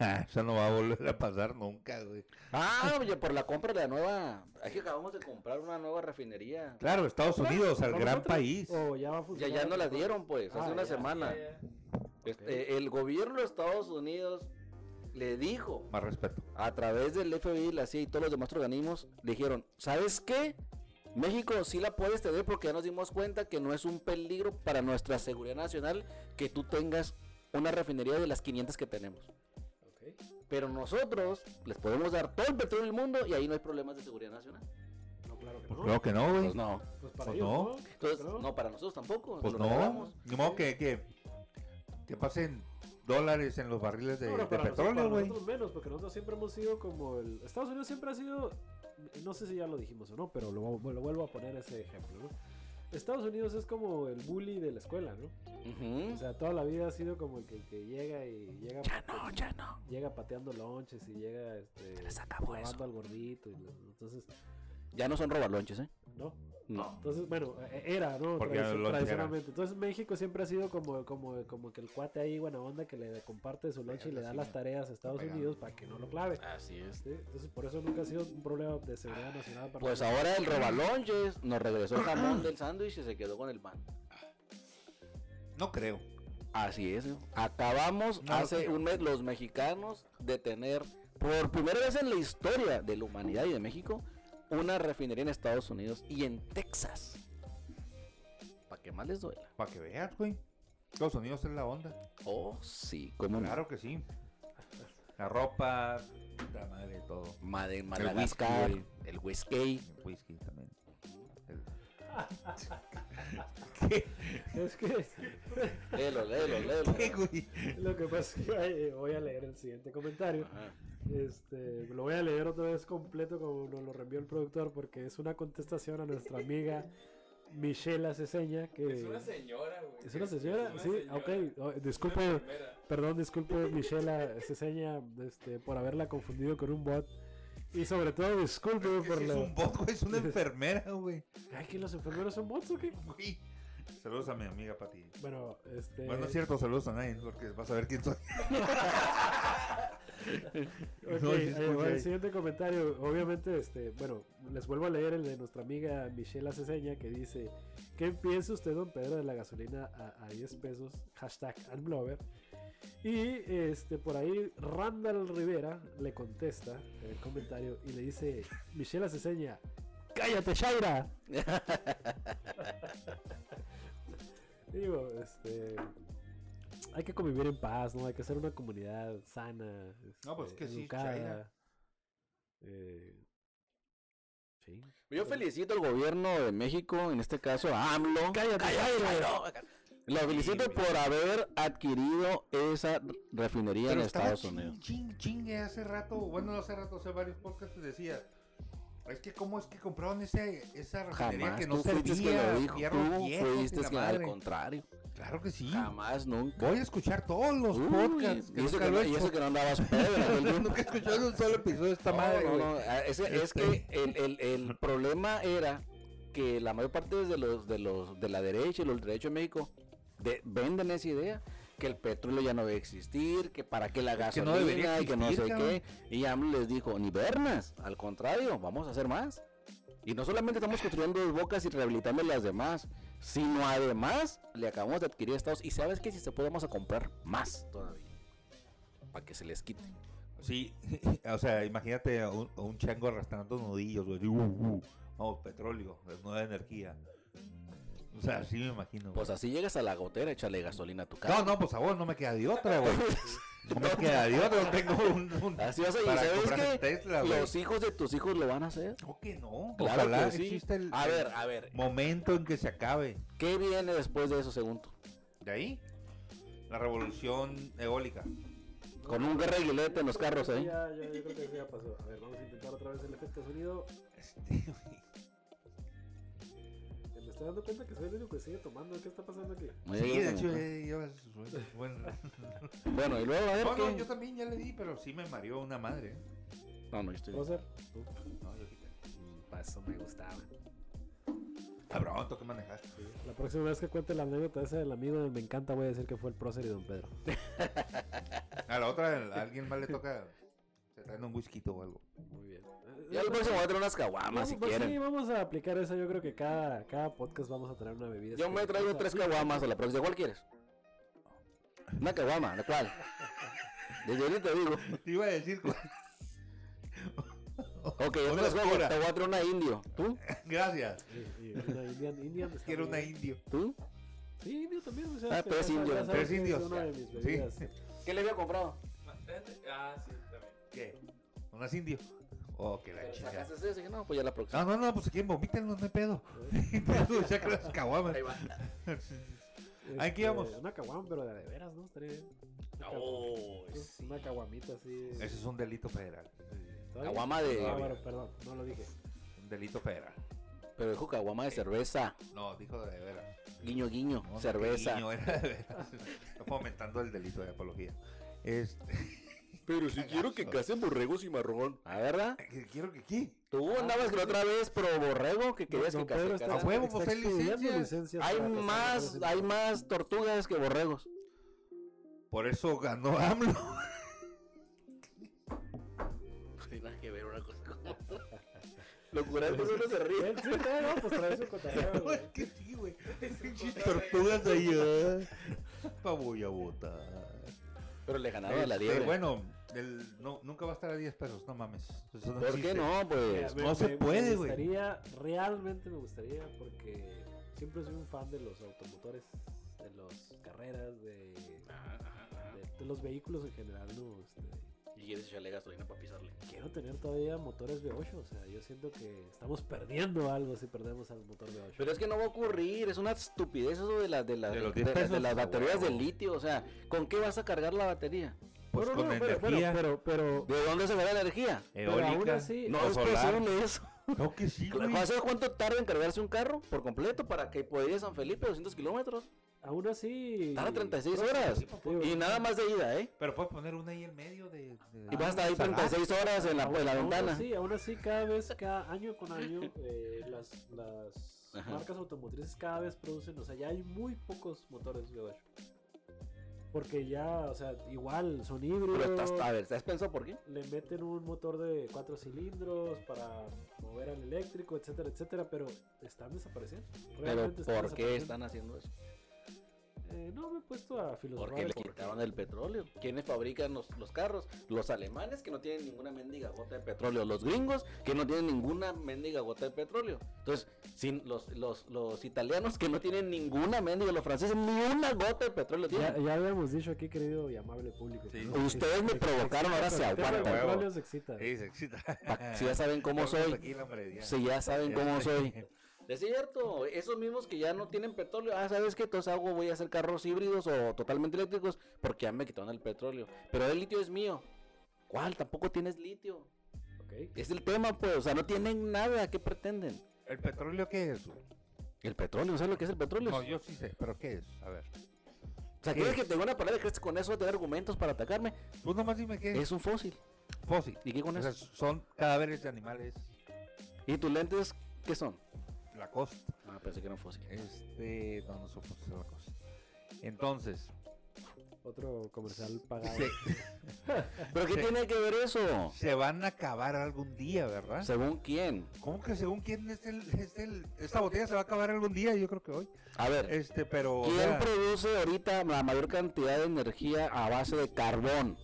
[SPEAKER 1] Ah, Eso no va a volver a pasar nunca, güey.
[SPEAKER 2] Ah, oye, por la compra de la nueva. Es que acabamos de comprar una nueva refinería.
[SPEAKER 1] Claro, Estados Unidos, al
[SPEAKER 3] ¿Vamos
[SPEAKER 1] gran
[SPEAKER 3] otra?
[SPEAKER 1] país.
[SPEAKER 3] O ya va a
[SPEAKER 2] Ya,
[SPEAKER 3] funcionar.
[SPEAKER 2] ya no la dieron, pues, hace
[SPEAKER 3] Ah,
[SPEAKER 2] una
[SPEAKER 3] ya.
[SPEAKER 2] semana.
[SPEAKER 4] Ya, ya.
[SPEAKER 2] Este, el gobierno de Estados Unidos le dijo
[SPEAKER 1] Más respeto.
[SPEAKER 2] a través del FBI, la CIA y todos los demás organismos, le dijeron, ¿sabes qué? México sí la puedes tener porque ya nos dimos cuenta que no es un peligro para nuestra seguridad nacional que tú tengas una refinería de las 500 que tenemos.
[SPEAKER 3] Ok.
[SPEAKER 2] Pero nosotros les podemos dar todo el petróleo del mundo y ahí no hay problemas de seguridad nacional.
[SPEAKER 3] No, claro que no.
[SPEAKER 1] Claro que no, güey.
[SPEAKER 2] Pues no.
[SPEAKER 3] Pues para
[SPEAKER 1] Pues
[SPEAKER 3] ellos,
[SPEAKER 1] no.
[SPEAKER 3] ¿no?
[SPEAKER 2] Entonces,
[SPEAKER 3] Claro.
[SPEAKER 2] no, para nosotros tampoco.
[SPEAKER 1] Pues
[SPEAKER 2] lo
[SPEAKER 1] no.
[SPEAKER 2] regalamos.
[SPEAKER 1] Ni modo que, que, que pasen dólares en los barriles de,
[SPEAKER 3] No,
[SPEAKER 1] de
[SPEAKER 3] no, para nosotros-
[SPEAKER 1] petróleo,
[SPEAKER 3] para
[SPEAKER 1] güey.
[SPEAKER 3] Nosotros menos, porque nosotros siempre hemos sido como el. Estados Unidos siempre ha sido. No sé si ya lo dijimos o no, pero lo, lo vuelvo a poner ese ejemplo, ¿no? Estados Unidos es como el bully de la escuela, ¿no?
[SPEAKER 2] Ujú.
[SPEAKER 3] O sea, toda la vida ha sido como el que, el que llega y llega,
[SPEAKER 2] Ya no, ya no.
[SPEAKER 3] llega pateando lonches y llega este,
[SPEAKER 2] Les acabó
[SPEAKER 3] lavando
[SPEAKER 2] eso.
[SPEAKER 3] al gordito. y lo- entonces,
[SPEAKER 2] Ya no son robalonches, ¿eh?
[SPEAKER 3] no,
[SPEAKER 2] No.
[SPEAKER 3] Entonces, bueno, eh, era, ¿no?
[SPEAKER 1] Porque
[SPEAKER 3] Tradici-
[SPEAKER 1] los
[SPEAKER 3] tradicionalmente. Entonces México siempre ha sido como, como, como que el cuate ahí, buena onda, que le comparte su lonche y le da
[SPEAKER 1] así
[SPEAKER 3] las
[SPEAKER 1] me-
[SPEAKER 3] tareas a Estados
[SPEAKER 1] pegando.
[SPEAKER 3] Unidos para que no lo clave.
[SPEAKER 2] Así es.
[SPEAKER 3] ¿sí? Entonces por eso nunca ha sido un problema de seguridad nacional para
[SPEAKER 2] Pues
[SPEAKER 3] nosotros.
[SPEAKER 2] ahora el robalonches nos regresó el jamón del sándwich y se quedó con el pan.
[SPEAKER 1] No creo.
[SPEAKER 2] Así es. ¿no? Acabamos
[SPEAKER 1] No,
[SPEAKER 2] hace
[SPEAKER 1] creo.
[SPEAKER 2] un mes los mexicanos de tener por primera vez en la historia de la humanidad y de México una refinería en Estados Unidos y en Texas. Para que más les duela.
[SPEAKER 1] Para que veas, güey. Estados Unidos es la onda.
[SPEAKER 2] Oh, sí, como
[SPEAKER 1] Claro que sí. La ropa, la madre, todo.
[SPEAKER 2] Made, Madagascar,
[SPEAKER 1] whisky,
[SPEAKER 2] el whisky.
[SPEAKER 1] El whisky también. El-
[SPEAKER 3] (laughs) Es que
[SPEAKER 2] Léelo, léelo, léelo.
[SPEAKER 1] (laughs) ¿Qué, (laughs) güey?
[SPEAKER 3] lo que pasa es que ay, voy a leer el siguiente comentario.
[SPEAKER 2] Ajá.
[SPEAKER 3] Este, lo voy a leer otra vez completo como nos lo reenvió el productor porque es una contestación a nuestra amiga Michelle Aceseña que
[SPEAKER 4] Es una señora, güey.
[SPEAKER 3] eh, ¿Es una señora?
[SPEAKER 4] Es
[SPEAKER 3] Sí,
[SPEAKER 4] una señora.
[SPEAKER 3] ok. Oh,
[SPEAKER 4] Es una
[SPEAKER 3] disculpe,
[SPEAKER 4] enfermera.
[SPEAKER 3] perdón, disculpe Michela Ceseña este, por haberla confundido con un bot. Y sobre todo, disculpe
[SPEAKER 1] ¿Qué
[SPEAKER 3] por
[SPEAKER 1] si
[SPEAKER 3] la...
[SPEAKER 1] Es un bot, güey. Es
[SPEAKER 3] (laughs)
[SPEAKER 1] una enfermera, güey.
[SPEAKER 3] Ay, que los enfermeros son bots o qué?
[SPEAKER 1] Güey. Saludos a mi amiga Pati.
[SPEAKER 3] Bueno, este...
[SPEAKER 1] Bueno, no es cierto, saludos a nadie, porque vas a ver quién soy.
[SPEAKER 3] (laughs) ok, eh,
[SPEAKER 1] No, sí,
[SPEAKER 3] ahí
[SPEAKER 1] escucha
[SPEAKER 3] va el
[SPEAKER 1] ahí.
[SPEAKER 3] siguiente comentario, obviamente, este, bueno, les vuelvo a leer el de nuestra amiga Michela Ceseña que dice, ¿qué piensa usted, don Pedro, de la gasolina a, a 10 pesos? Hashtag Unblower. Y este, por ahí Randall Rivera le contesta en el comentario y le dice, Michela Ceseña, cállate Shaira. Digo, este... Hay que convivir en paz, ¿no? Hay que ser una comunidad sana.
[SPEAKER 1] No, pues,
[SPEAKER 3] este,
[SPEAKER 1] que sí,
[SPEAKER 3] educada.
[SPEAKER 1] Shaira.
[SPEAKER 3] Eh, sí.
[SPEAKER 2] Yo felicito al gobierno de México, en este caso a AMLO.
[SPEAKER 3] Cállate,
[SPEAKER 2] Jairo. Lo felicito
[SPEAKER 1] Sí,
[SPEAKER 2] por haber adquirido esa refinería en Estados
[SPEAKER 1] ching,
[SPEAKER 2] Unidos.
[SPEAKER 1] Ching, chingue, hace rato, bueno, no hace rato, hace varios podcasts decía, es que cómo es que compraron ese, esa refinería
[SPEAKER 2] Jamás
[SPEAKER 1] que no
[SPEAKER 2] tú fuiste
[SPEAKER 1] servía,
[SPEAKER 2] quien lo dijo.
[SPEAKER 1] fierros
[SPEAKER 2] Tú
[SPEAKER 1] viejos y
[SPEAKER 2] fuiste
[SPEAKER 1] la
[SPEAKER 2] quien, al
[SPEAKER 1] madre".
[SPEAKER 2] contrario.
[SPEAKER 1] Claro que sí.
[SPEAKER 2] Jamás, nunca.
[SPEAKER 1] Voy a escuchar todos los
[SPEAKER 2] Uy,
[SPEAKER 1] podcasts
[SPEAKER 2] y,
[SPEAKER 1] que
[SPEAKER 2] eso
[SPEAKER 1] nunca
[SPEAKER 2] que
[SPEAKER 1] lo
[SPEAKER 2] no,
[SPEAKER 1] he
[SPEAKER 2] y eso
[SPEAKER 1] hecho.
[SPEAKER 2] que no andabas pedo.
[SPEAKER 1] (laughs)
[SPEAKER 2] aquel día.
[SPEAKER 1] Nunca he escuchado un solo episodio de esta
[SPEAKER 2] No,
[SPEAKER 1] madre,
[SPEAKER 2] no,
[SPEAKER 1] güey. Este.
[SPEAKER 2] no, a- ese- es que el, el- el problema era que la mayor parte de los de los de la derecha y los derechos de México de- venden esa idea que el petróleo ya no debe existir, que para qué la
[SPEAKER 1] Que
[SPEAKER 2] gasolina,
[SPEAKER 1] no debería
[SPEAKER 2] y que no sé
[SPEAKER 1] existir,
[SPEAKER 2] qué. Y AMLO les dijo, ni vernas, al contrario, vamos a hacer más. Y no solamente estamos construyendo dos bocas y rehabilitando las demás, sino además le acabamos de adquirir estados. Y sabes que si se puede, vamos a comprar más todavía. Para que se les quite.
[SPEAKER 1] Sí, (laughs) o sea, imagínate a un, a un chango arrastrando nudillos, güey. Uh, uh, vamos, petróleo, nueva energía. O sea, así me imagino. güey.
[SPEAKER 2] Pues así llegas a la gotera, échale gasolina a tu carro.
[SPEAKER 1] No, no, pues a vos no me queda de otra,
[SPEAKER 2] (laughs)
[SPEAKER 1] güey. No me queda de otra, no tengo un. un-
[SPEAKER 2] Así vas a
[SPEAKER 1] para
[SPEAKER 2] ¿sabes
[SPEAKER 1] comprarme
[SPEAKER 2] qué?
[SPEAKER 1] Tesla, güey.
[SPEAKER 2] Los hijos de tus hijos lo van a hacer.
[SPEAKER 1] No, que no.
[SPEAKER 2] Claro
[SPEAKER 1] Ojalá
[SPEAKER 2] que sí.
[SPEAKER 1] exista el,
[SPEAKER 2] A
[SPEAKER 1] el
[SPEAKER 2] ver, a ver.
[SPEAKER 1] momento en que se acabe.
[SPEAKER 2] ¿Qué viene después de eso, según tú?
[SPEAKER 1] De ahí, la revolución eólica.
[SPEAKER 2] Con un guerra en los carros ¿eh? ahí.
[SPEAKER 3] Ya, ya, yo creo que eso ya pasó. A ver, vamos a intentar otra vez el efecto sonido.
[SPEAKER 1] Este, güey.
[SPEAKER 3] Eh, Me estoy dando cuenta que soy el único que sigue tomando. ¿Qué está pasando aquí?
[SPEAKER 1] Sí, de
[SPEAKER 2] Eh,
[SPEAKER 1] hecho, eh, llevas. Bueno.
[SPEAKER 2] Bueno, y luego a ver
[SPEAKER 1] No, no,
[SPEAKER 2] qué.
[SPEAKER 1] yo también ya le di, pero sí me mareó una madre. ¿eh?
[SPEAKER 2] No, no, yo estoy bien.
[SPEAKER 3] Roser.
[SPEAKER 1] No, yo quité. Mm,
[SPEAKER 3] Eso me gustaba.
[SPEAKER 1] Cabrón, ¿tú qué manejaste? güey?
[SPEAKER 3] La próxima vez que cuente la anécdota esa del amigo del Me Encanta, voy a decir que fue el prócer y don Pedro.
[SPEAKER 1] A la otra, a alguien más le toca. Se traen un whisky o algo.
[SPEAKER 3] Muy bien. Eh,
[SPEAKER 2] Ya el próximo voy a traer unas caguamas si
[SPEAKER 3] vamos- pues Sí,
[SPEAKER 2] quieren.
[SPEAKER 3] vamos a aplicar esa. Yo creo que cada, cada podcast vamos a traer una bebida.
[SPEAKER 2] Yo me traigo
[SPEAKER 3] espirituosa.
[SPEAKER 2] tres caguamas a la próxima. ¿Cuál quieres? Una caguama, ¿de cuál? Desde ahorita digo.
[SPEAKER 1] Te iba a decir, (laughs) güey.
[SPEAKER 2] Ok, yo te
[SPEAKER 1] Una
[SPEAKER 2] las juego.
[SPEAKER 1] oscura.
[SPEAKER 2] Te voy a traer una indio. ¿Tú?
[SPEAKER 1] gracias.
[SPEAKER 3] Y- y
[SPEAKER 2] (laughs)
[SPEAKER 3] una Indian, Indian está
[SPEAKER 1] Quiero
[SPEAKER 3] muy
[SPEAKER 1] una
[SPEAKER 3] bien.
[SPEAKER 1] indio.
[SPEAKER 2] ¿tú?
[SPEAKER 3] Sí, indio también. o sea,
[SPEAKER 2] Ah,
[SPEAKER 3] que
[SPEAKER 2] pero es
[SPEAKER 3] ya- ya
[SPEAKER 2] indio,
[SPEAKER 3] sabes
[SPEAKER 1] pero es
[SPEAKER 3] que
[SPEAKER 1] indio,
[SPEAKER 3] una de
[SPEAKER 1] ya.
[SPEAKER 3] mis
[SPEAKER 1] Sí.
[SPEAKER 3] bebidas.
[SPEAKER 2] ¿Qué le había comprado?
[SPEAKER 4] Ah, sí, también.
[SPEAKER 1] (laughs) ¿Qué? ¿Unas indio? Oh, que la
[SPEAKER 2] Pero
[SPEAKER 1] chica.
[SPEAKER 2] sacaste ese, dije, no, pues ya la próxima.
[SPEAKER 1] No, no, no, pues aquí vomítenlo, no hay pedo. (laughs) Tú saca las caguamas.
[SPEAKER 2] Ahí va.
[SPEAKER 1] Ahí que íbamos.
[SPEAKER 3] este, Una caguama, pero de, de veras, ¿no? Estaría bien. Una caguama.
[SPEAKER 2] Oh, sí.
[SPEAKER 3] Una caguamita así.
[SPEAKER 1] Ese es un delito federal.
[SPEAKER 3] ¿Está bien?
[SPEAKER 2] Caguama
[SPEAKER 3] Ah,
[SPEAKER 2] de.
[SPEAKER 3] bueno, perdón, no lo dije.
[SPEAKER 1] Un delito federal.
[SPEAKER 2] Pero dijo caguama de cerveza.
[SPEAKER 1] No, dijo de veras.
[SPEAKER 2] Guiño, guiño.
[SPEAKER 1] No, (laughs)
[SPEAKER 2] cerveza.
[SPEAKER 1] pequeño, era de veras. Está fomentando el delito de apología. Este, (laughs)
[SPEAKER 2] Pero si quiero que casen borrego y marrón. Ah, ¿verdad?
[SPEAKER 1] Que Quiero que aquí.
[SPEAKER 2] Tú andabas la otra vez pro borrego que querías
[SPEAKER 3] Don
[SPEAKER 2] que
[SPEAKER 3] Pedro
[SPEAKER 2] casen.
[SPEAKER 3] está-
[SPEAKER 1] A
[SPEAKER 2] casaran.
[SPEAKER 1] huevo,
[SPEAKER 3] está
[SPEAKER 1] pues, hay
[SPEAKER 3] estudiando
[SPEAKER 1] licencias.
[SPEAKER 3] licencias
[SPEAKER 2] Hay
[SPEAKER 3] para casar
[SPEAKER 2] más,
[SPEAKER 3] mujeres.
[SPEAKER 2] hay más tortugas que borregos.
[SPEAKER 1] Por eso ganó AMLO.
[SPEAKER 2] nada que ver una cosa con (laughs) Locuras que uno se ríe.
[SPEAKER 3] Bien, sí, no, no, pues trae su
[SPEAKER 1] (laughs)
[SPEAKER 3] cotorreo, güey.
[SPEAKER 1] Es que sí, güey. Pinches Tortugas de allá. Pa' voy a votar.
[SPEAKER 2] Pero le ganaba a la
[SPEAKER 1] Este,
[SPEAKER 2] liebre.
[SPEAKER 1] bueno, el- no, nunca va a estar a 10 pesos, no mames. Eso no
[SPEAKER 2] ¿Por qué
[SPEAKER 1] existe.
[SPEAKER 2] no? Pues.
[SPEAKER 3] Me-
[SPEAKER 1] no se
[SPEAKER 3] me-
[SPEAKER 1] puede,
[SPEAKER 3] Me
[SPEAKER 1] güey.
[SPEAKER 3] gustaría, realmente me gustaría, porque siempre soy un fan de los automotores, de las carreras, de, de- de los vehículos en general, ¿no? Este,
[SPEAKER 2] Y quieres echarle gasolina para pisarle.
[SPEAKER 3] quiero tener todavía motores V8, o sea, yo siento que estamos perdiendo algo si perdemos al motor V8.
[SPEAKER 2] Pero es que no va a ocurrir, es una estupidez eso de, la, de, la-
[SPEAKER 1] De los
[SPEAKER 2] de-
[SPEAKER 1] 10
[SPEAKER 2] de- de
[SPEAKER 1] pesos. Ah,
[SPEAKER 2] las baterías de litio. O sea, ¿con qué vas a cargar la batería?
[SPEAKER 1] Pues
[SPEAKER 3] Bueno,
[SPEAKER 1] con
[SPEAKER 3] no, pero-
[SPEAKER 1] energía
[SPEAKER 3] Pero, pero,
[SPEAKER 2] ¿De dónde se va la energía?
[SPEAKER 3] pero
[SPEAKER 1] eólica.
[SPEAKER 3] aún así,
[SPEAKER 2] No
[SPEAKER 1] O
[SPEAKER 2] es
[SPEAKER 1] solar.
[SPEAKER 2] posible eso.
[SPEAKER 1] No, que sí, güey.
[SPEAKER 2] ¿Sabes cuánto tarda en cargarse un carro por completo para que pueda ir a San Felipe 200 kilómetros?
[SPEAKER 3] aún así...
[SPEAKER 2] Tarda 36 horas.
[SPEAKER 3] Digo,
[SPEAKER 2] Y nada más de ida, ¿eh?
[SPEAKER 1] Pero puedes poner una ahí en medio de. de-
[SPEAKER 2] Y vas a estar ahí
[SPEAKER 1] Ah, Salar. Ah,
[SPEAKER 2] 36 horas en la, en la
[SPEAKER 3] aún
[SPEAKER 2] ventana.
[SPEAKER 3] así, aún así, cada vez, cada año con año, eh, las, las
[SPEAKER 2] Ajá.
[SPEAKER 3] marcas automotrices cada vez producen, o sea, ya hay muy pocos motores V8. Porque ya, o sea, igual, son híbridos.
[SPEAKER 2] Pero estás, a ver, ¿has pensado por qué?
[SPEAKER 3] le meten un motor de cuatro cilindros para mover al eléctrico, etcétera, etcétera, pero están desapareciendo.
[SPEAKER 2] Pero ¿por
[SPEAKER 3] Realmente
[SPEAKER 2] qué
[SPEAKER 3] desapareciendo.
[SPEAKER 2] están haciendo eso?
[SPEAKER 3] Eh, no me he puesto a filosofar.
[SPEAKER 2] Porque le
[SPEAKER 3] de por qué.
[SPEAKER 2] quitaron el petróleo. ¿Quiénes fabrican los, los carros? Los alemanes que no tienen ninguna mendiga gota de petróleo. Los gringos que no tienen ninguna mendiga gota de petróleo. Entonces, sin los, los, los italianos que no tienen ninguna mendiga, los franceses ni una gota de petróleo
[SPEAKER 3] Ya,
[SPEAKER 2] tienen.
[SPEAKER 3] ya habíamos dicho aquí, querido y amable público.
[SPEAKER 1] Sí.
[SPEAKER 3] que no,
[SPEAKER 2] Ustedes me
[SPEAKER 3] ex-
[SPEAKER 2] provocaron, ahora
[SPEAKER 3] excita,
[SPEAKER 2] se
[SPEAKER 3] el tema de
[SPEAKER 1] aguantan.
[SPEAKER 3] petróleo se excita.
[SPEAKER 1] Sí, se excita.
[SPEAKER 2] (laughs) Pa- Si ya saben cómo
[SPEAKER 1] Estamos
[SPEAKER 2] soy.
[SPEAKER 1] aquí, hombre, ya.
[SPEAKER 2] Si ya saben
[SPEAKER 1] Ya
[SPEAKER 2] cómo
[SPEAKER 1] sé.
[SPEAKER 2] soy. Es cierto, esos mismos que ya no tienen petróleo, ah, ¿sabes qué? Entonces hago, voy a hacer carros híbridos o totalmente eléctricos porque ya me quitaron el petróleo. Pero el litio es mío. ¿Cuál? Tampoco tienes litio.
[SPEAKER 3] Ok.
[SPEAKER 2] Es el tema, pues, o sea, no tienen nada que pretenden.
[SPEAKER 1] ¿El petróleo qué es? güey?
[SPEAKER 2] El petróleo, ¿sabes lo que es el petróleo?
[SPEAKER 1] No, yo sí sé, pero ¿qué es? A ver.
[SPEAKER 2] o sea, ¿quieres que te diga una palabra y crees que con eso vas a tener argumentos para atacarme?
[SPEAKER 1] Tú Pues nomás dime qué es.
[SPEAKER 2] Es un fósil.
[SPEAKER 1] Fósil.
[SPEAKER 2] ¿Y qué con
[SPEAKER 1] O sea,
[SPEAKER 2] eso?
[SPEAKER 1] son cadáveres de animales.
[SPEAKER 2] ¿Y tus lentes qué son?
[SPEAKER 1] Lacoste.
[SPEAKER 2] Ah, pensé que
[SPEAKER 1] (laughs)
[SPEAKER 2] eran fósiles.
[SPEAKER 1] Este. No, no son fósiles Lacoste. Entonces.
[SPEAKER 3] Otro comercial pagado.
[SPEAKER 1] Se,
[SPEAKER 2] ¿Pero qué
[SPEAKER 1] Sí.
[SPEAKER 2] tiene que ver eso?
[SPEAKER 1] se van a acabar algún día, ¿verdad?
[SPEAKER 2] ¿Según quién?
[SPEAKER 1] ¿Cómo que según quién es el, es el- Esta botella se va a acabar algún día, yo creo que hoy.
[SPEAKER 2] A ver,
[SPEAKER 1] Este, pero. o
[SPEAKER 2] ¿Quién
[SPEAKER 1] sea,
[SPEAKER 2] produce ahorita la mayor cantidad de energía a base de carbón?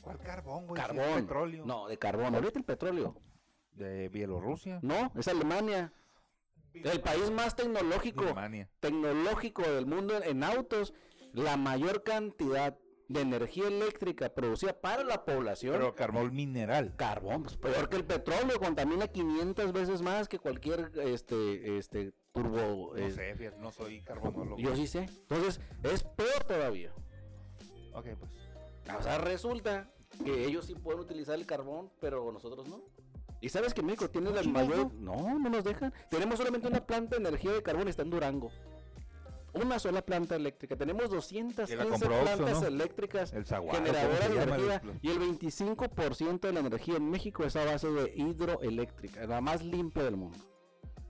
[SPEAKER 1] ¿Cuál carbón, güey? Si es
[SPEAKER 2] Carbón.
[SPEAKER 1] Pues, petróleo.
[SPEAKER 2] No, de carbón. Ahorita el petróleo.
[SPEAKER 1] De Bielorrusia.
[SPEAKER 2] No, es Alemania. El país más tecnológico,
[SPEAKER 1] Alemania.
[SPEAKER 2] tecnológico del mundo en, en autos. La mayor cantidad de energía eléctrica producida para la población.
[SPEAKER 1] Pero carbón mineral.
[SPEAKER 2] carbón, pues peor que el petróleo, contamina 500 veces más que cualquier este este turbo.
[SPEAKER 1] No
[SPEAKER 2] eh,
[SPEAKER 1] sé, fíjate, no soy carbonólogo.
[SPEAKER 2] yo sí sé. Entonces, es peor todavía.
[SPEAKER 1] Ok, pues.
[SPEAKER 2] O sea, resulta que ellos sí pueden utilizar el carbón, pero nosotros no. ¿Y sabes que México tiene la mayor... No, no nos dejan. Tenemos solamente una planta de energía de carbón, está en Durango. Una sola planta eléctrica. Tenemos 215
[SPEAKER 1] compró Oxxo,
[SPEAKER 2] plantas
[SPEAKER 1] ¿no?
[SPEAKER 2] eléctricas
[SPEAKER 1] El zaguán.
[SPEAKER 2] generadoras de energía. Y el 25% de la energía en México es a base de hidroeléctrica, la más limpia del mundo.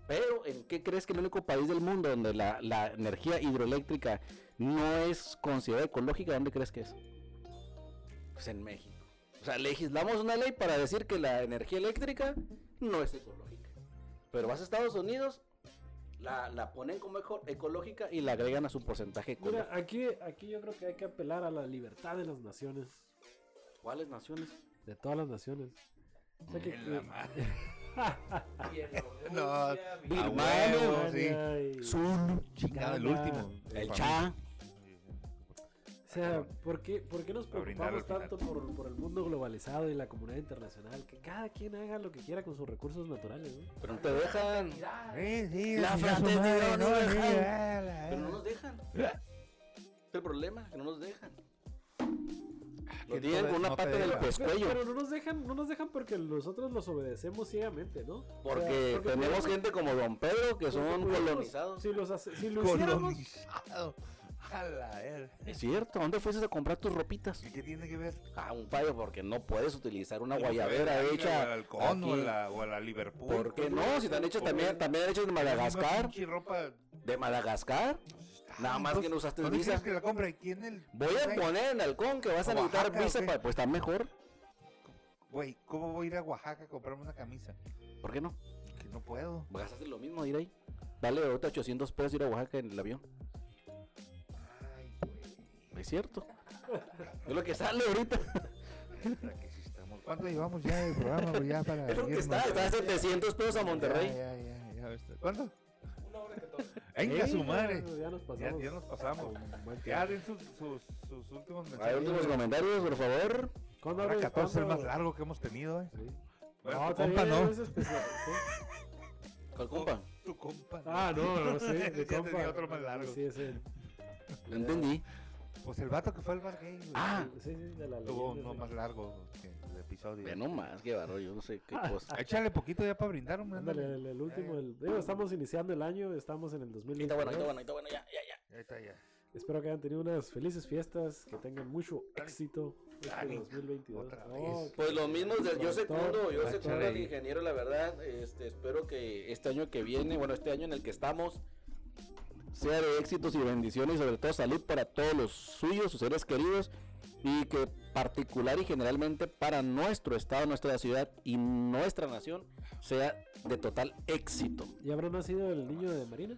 [SPEAKER 2] Pero, ¿en qué crees que el único país del mundo donde la, la energía hidroeléctrica no es considerada ecológica? ¿Dónde crees que es? Pues en México. O sea, legislamos una ley para decir que la energía eléctrica no es ecológica. Pero vas a Estados Unidos, la, la ponen como eco- ecológica y la agregan a su porcentaje ecológico.
[SPEAKER 3] Mira, aquí, aquí yo creo que hay que apelar a la libertad de las naciones,
[SPEAKER 2] ¿Cuáles naciones?
[SPEAKER 3] de todas las naciones. O sea, que- eh,
[SPEAKER 1] No,
[SPEAKER 2] Birmania,
[SPEAKER 1] huevo, sí.
[SPEAKER 3] Birmania y-
[SPEAKER 1] Zulu. Chingada, el
[SPEAKER 3] Ghana,
[SPEAKER 1] último.
[SPEAKER 2] El Cha.
[SPEAKER 3] O sea, ¿por qué, por qué nos
[SPEAKER 1] Para brindar
[SPEAKER 3] preocupamos
[SPEAKER 1] al final.
[SPEAKER 3] tanto por, por el mundo globalizado y la comunidad internacional? Que cada quien haga lo que quiera con sus recursos naturales, ¿no?
[SPEAKER 2] Pero no te dejan.
[SPEAKER 1] Sí, sí,
[SPEAKER 2] La
[SPEAKER 1] chinga su madre,
[SPEAKER 2] fraternidad no
[SPEAKER 1] sí,
[SPEAKER 2] dejan.
[SPEAKER 1] ah, la-
[SPEAKER 2] Pero no nos dejan. Es el problema, que no nos dejan. Lo
[SPEAKER 1] que
[SPEAKER 2] tienen
[SPEAKER 1] no
[SPEAKER 2] con
[SPEAKER 1] de-
[SPEAKER 2] una
[SPEAKER 1] no te
[SPEAKER 2] parte del
[SPEAKER 1] dejan.
[SPEAKER 3] Pero,
[SPEAKER 2] pescuello.
[SPEAKER 3] pero no nos dejan, no nos dejan porque nosotros los obedecemos ciegamente, ¿no? O sea,
[SPEAKER 2] porque tenemos
[SPEAKER 3] podemos-
[SPEAKER 2] gente como Don Pedro que
[SPEAKER 3] porque
[SPEAKER 2] son
[SPEAKER 3] podemos-
[SPEAKER 2] colonizados.
[SPEAKER 3] Si, los hace- si lo hiciéramos,
[SPEAKER 1] Colonizado. Jala, él.
[SPEAKER 2] Es cierto, ¿a ¿dónde fuiste a comprar tus ropitas?
[SPEAKER 1] ¿Y qué tiene que ver?
[SPEAKER 2] Ah, un payo, porque no puedes utilizar una
[SPEAKER 1] Tiene que
[SPEAKER 2] guayabera
[SPEAKER 1] ver
[SPEAKER 2] hecha.
[SPEAKER 1] al halcón o,
[SPEAKER 2] aquí.
[SPEAKER 1] a la, o a la Liverpool.
[SPEAKER 2] ¿Por qué no? Si están hechas también, también hechas de Madagascar.
[SPEAKER 1] Pinche ropa.
[SPEAKER 2] ¿De Madagascar? Nada más que no usaste
[SPEAKER 1] ¿Dónde
[SPEAKER 2] visa.
[SPEAKER 1] quieres que la compre? Aquí en el.
[SPEAKER 2] Voy a
[SPEAKER 1] Güey,
[SPEAKER 2] poner en halcón que vas a necesitar
[SPEAKER 1] Oaxaca,
[SPEAKER 2] visa
[SPEAKER 1] ¿o qué?
[SPEAKER 2] para. Pues está mejor.
[SPEAKER 1] Güey, ¿cómo voy a ir a Oaxaca a comprarme una camisa?
[SPEAKER 2] ¿Por qué no?
[SPEAKER 1] Que no puedo.
[SPEAKER 2] Gastaste lo mismo de ir ahí. Dale ahorita 800 pesos ir a Oaxaca en el avión.
[SPEAKER 1] Ay, güey.
[SPEAKER 2] Es cierto. Es lo que sale ahorita.
[SPEAKER 1] puta, que sí estamos- ¿Cuánto llevamos ya de programa? güey? Ya para
[SPEAKER 2] Es lo que
[SPEAKER 1] irnos,
[SPEAKER 2] está.
[SPEAKER 1] güey.
[SPEAKER 2] Está a 700 pesos a Monterrey.
[SPEAKER 1] Ya, ya, ya, ya está. ¿Cuánto?
[SPEAKER 4] Una hora que todo.
[SPEAKER 1] (laughs) Venga,
[SPEAKER 3] Ey,
[SPEAKER 1] su madre.
[SPEAKER 3] no, Ya nos
[SPEAKER 1] Ya,
[SPEAKER 3] pasamos.
[SPEAKER 1] ya nos pasamos.
[SPEAKER 3] con buen
[SPEAKER 1] Ya
[SPEAKER 3] tiempo.
[SPEAKER 1] den sus, sus, sus últimos
[SPEAKER 2] Hay
[SPEAKER 1] mensajes.
[SPEAKER 2] últimos comentarios, por favor.
[SPEAKER 3] ¿Cuándo
[SPEAKER 1] Ahora
[SPEAKER 3] abres?
[SPEAKER 1] 14 el
[SPEAKER 3] ¿Cuándo?
[SPEAKER 1] más largo que hemos tenido, eh.
[SPEAKER 3] Sí.
[SPEAKER 1] Bueno,
[SPEAKER 3] no,
[SPEAKER 1] tu
[SPEAKER 3] está
[SPEAKER 1] compa
[SPEAKER 3] bien,
[SPEAKER 1] no.
[SPEAKER 3] es especial, ¿sí?
[SPEAKER 2] ¿Cuál compa?
[SPEAKER 1] Tu compa. no.
[SPEAKER 3] Ah, no,
[SPEAKER 1] (laughs)
[SPEAKER 3] no sé.
[SPEAKER 1] Ya
[SPEAKER 3] De compa.
[SPEAKER 1] tenía otro más largo.
[SPEAKER 3] Sí, es el.
[SPEAKER 2] No entendí.
[SPEAKER 1] Pues el vato que fue al bar gay, güey.
[SPEAKER 2] Ah,
[SPEAKER 3] Sí, sí, de la
[SPEAKER 1] Tuvo
[SPEAKER 3] leyenda,
[SPEAKER 1] uno
[SPEAKER 3] sí.
[SPEAKER 1] más largo que el episodio.
[SPEAKER 2] ve nomás, qué barro. Yo no sé qué cosa.
[SPEAKER 1] Échale poquito ya para brindar, hombre.
[SPEAKER 3] Ándale,
[SPEAKER 1] ándale.
[SPEAKER 3] el, el último. el- digo, estamos iniciando el año, estamos en el
[SPEAKER 2] Ahí
[SPEAKER 3] 2020.
[SPEAKER 2] está bueno, ahí está bueno, ahí está bueno. Ya, ya, ya.
[SPEAKER 1] Ahí está ya.
[SPEAKER 3] Espero que hayan tenido unas felices fiestas, que tengan mucho éxito este
[SPEAKER 1] Dani,
[SPEAKER 3] 2022.
[SPEAKER 1] otra
[SPEAKER 3] No,
[SPEAKER 1] vez.
[SPEAKER 3] que-
[SPEAKER 2] Pues lo mismo, de- yo secundo, yo
[SPEAKER 1] Doctor,
[SPEAKER 2] secundo
[SPEAKER 1] Bacharel.
[SPEAKER 2] al ingeniero, la verdad, este, espero que este año que viene, bueno, este año en el que estamos, sea de éxitos y bendiciones y sobre todo salud para todos los suyos, sus seres queridos, y que particular y generalmente para nuestro estado, nuestra ciudad y nuestra nación sea de total éxito.
[SPEAKER 3] ¿Y habrá nacido el niño de Marina?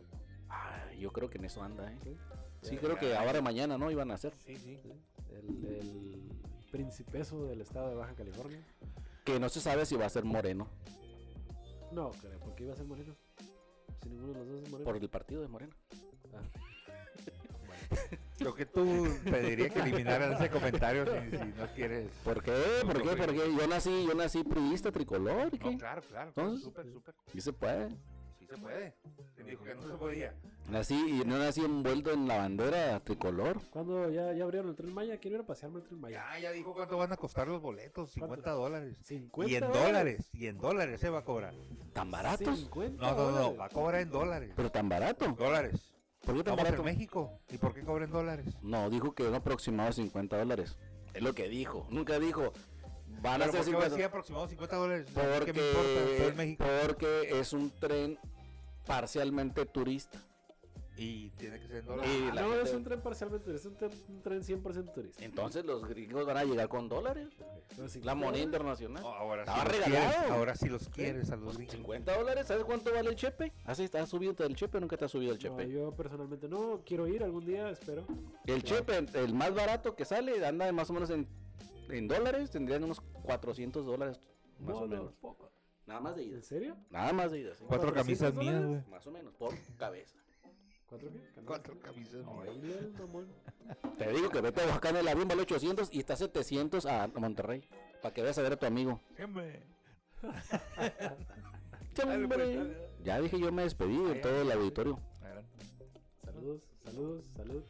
[SPEAKER 2] Ah, yo creo que en eso anda, ¿eh?
[SPEAKER 3] Sí.
[SPEAKER 2] Sí, creo que ahora mañana, ¿no? Iban a hacer.
[SPEAKER 1] Sí, sí.
[SPEAKER 3] El, el principeso del estado de Baja California.
[SPEAKER 2] Que no se sabe si va a ser moreno,
[SPEAKER 3] No, creo, porque iba a ser moreno. Si ninguno de los dos es moreno.
[SPEAKER 2] por el partido de moreno.
[SPEAKER 3] Ah.
[SPEAKER 1] Lo que tú pediría que eliminaran ese comentario si, si no quieres.
[SPEAKER 2] ¿Por qué? ¿Por qué? ¿Por qué? Yo nací, yo nací priista, tricolor, ¿y qué?
[SPEAKER 1] No, claro, claro.
[SPEAKER 2] Entonces-
[SPEAKER 1] Súper, súper.
[SPEAKER 2] Sí se puede.
[SPEAKER 1] Sí se puede. Te dijo que no se podía.
[SPEAKER 2] Nací y no nací envuelto en la bandera tricolor.
[SPEAKER 3] ¿Cuándo ya, ya abrieron el tren Maya? Quiero ir a pasearme el tren Maya.
[SPEAKER 1] Ya, ya dijo cuánto van a costar los boletos. 50 dólares.
[SPEAKER 3] 50
[SPEAKER 1] Y en dólares. Y en dólares se va a cobrar.
[SPEAKER 2] ¿Tan baratos?
[SPEAKER 3] 50
[SPEAKER 1] No, no, no.
[SPEAKER 3] dólares.
[SPEAKER 1] Va a cobrar en dólares.
[SPEAKER 2] ¿Pero tan barato?
[SPEAKER 1] Dólares.
[SPEAKER 2] ¿Por qué tan
[SPEAKER 1] Estamos
[SPEAKER 2] barato?
[SPEAKER 1] en México. ¿Y por qué cobran dólares?
[SPEAKER 2] No, dijo que era aproximado a 50 dólares. Es lo que dijo. Nunca dijo. Van a
[SPEAKER 1] Pero ¿por qué
[SPEAKER 2] ser
[SPEAKER 1] va a
[SPEAKER 2] 50
[SPEAKER 1] decir aproximado 50 dólares? ¿Qué me importa? Estoy en
[SPEAKER 2] porque,
[SPEAKER 1] México.
[SPEAKER 2] porque es un tren parcialmente turista.
[SPEAKER 1] Y tiene que ser en dólares.
[SPEAKER 2] Y la
[SPEAKER 3] no,
[SPEAKER 2] gente-
[SPEAKER 3] es un tren parcialmente, es un tren, un tren 100% turista.
[SPEAKER 2] Entonces los gringos van a llegar con dólares.
[SPEAKER 3] Pero si-
[SPEAKER 2] La moneda internacional.
[SPEAKER 1] No, ahora, sí
[SPEAKER 2] Estaba
[SPEAKER 1] los
[SPEAKER 2] regalado.
[SPEAKER 1] quieres, ahora sí los quieres a los
[SPEAKER 2] Pues,
[SPEAKER 1] gringos.
[SPEAKER 2] 50 dólares, ¿sabes cuánto vale el chepe? Así está subido el chepe, nunca te ha subido el
[SPEAKER 3] No,
[SPEAKER 2] chepe.
[SPEAKER 3] yo personalmente no, quiero ir algún día, espero.
[SPEAKER 2] El chip, el, el más barato que sale, anda más o menos en, en dólares, tendrían unos 400 dólares, más
[SPEAKER 3] No,
[SPEAKER 2] o
[SPEAKER 3] no,
[SPEAKER 2] menos.
[SPEAKER 3] poco.
[SPEAKER 2] Nada más de ida.
[SPEAKER 3] ¿En serio?
[SPEAKER 2] Nada más de ida, sí.
[SPEAKER 1] Cuatro
[SPEAKER 3] 400
[SPEAKER 1] camisas
[SPEAKER 3] dólares.
[SPEAKER 1] mías, güey.
[SPEAKER 2] Más o menos, por cabeza.
[SPEAKER 3] ¿Cuatro qué?
[SPEAKER 1] Cuatro camisas mías.
[SPEAKER 3] Oíle,
[SPEAKER 1] (laughs)
[SPEAKER 3] mamón.
[SPEAKER 2] Te digo que vete a Oaxaca en el avión, vale 800 y está 700 a Monterrey. Para que veas a ver a tu amigo.
[SPEAKER 1] Siempre. pues,
[SPEAKER 2] Hombre,
[SPEAKER 1] dale, dale.
[SPEAKER 2] Ya dije, yo me despedí de todo el auditorio.
[SPEAKER 1] Adelante.
[SPEAKER 3] Saludos, saludos, salud.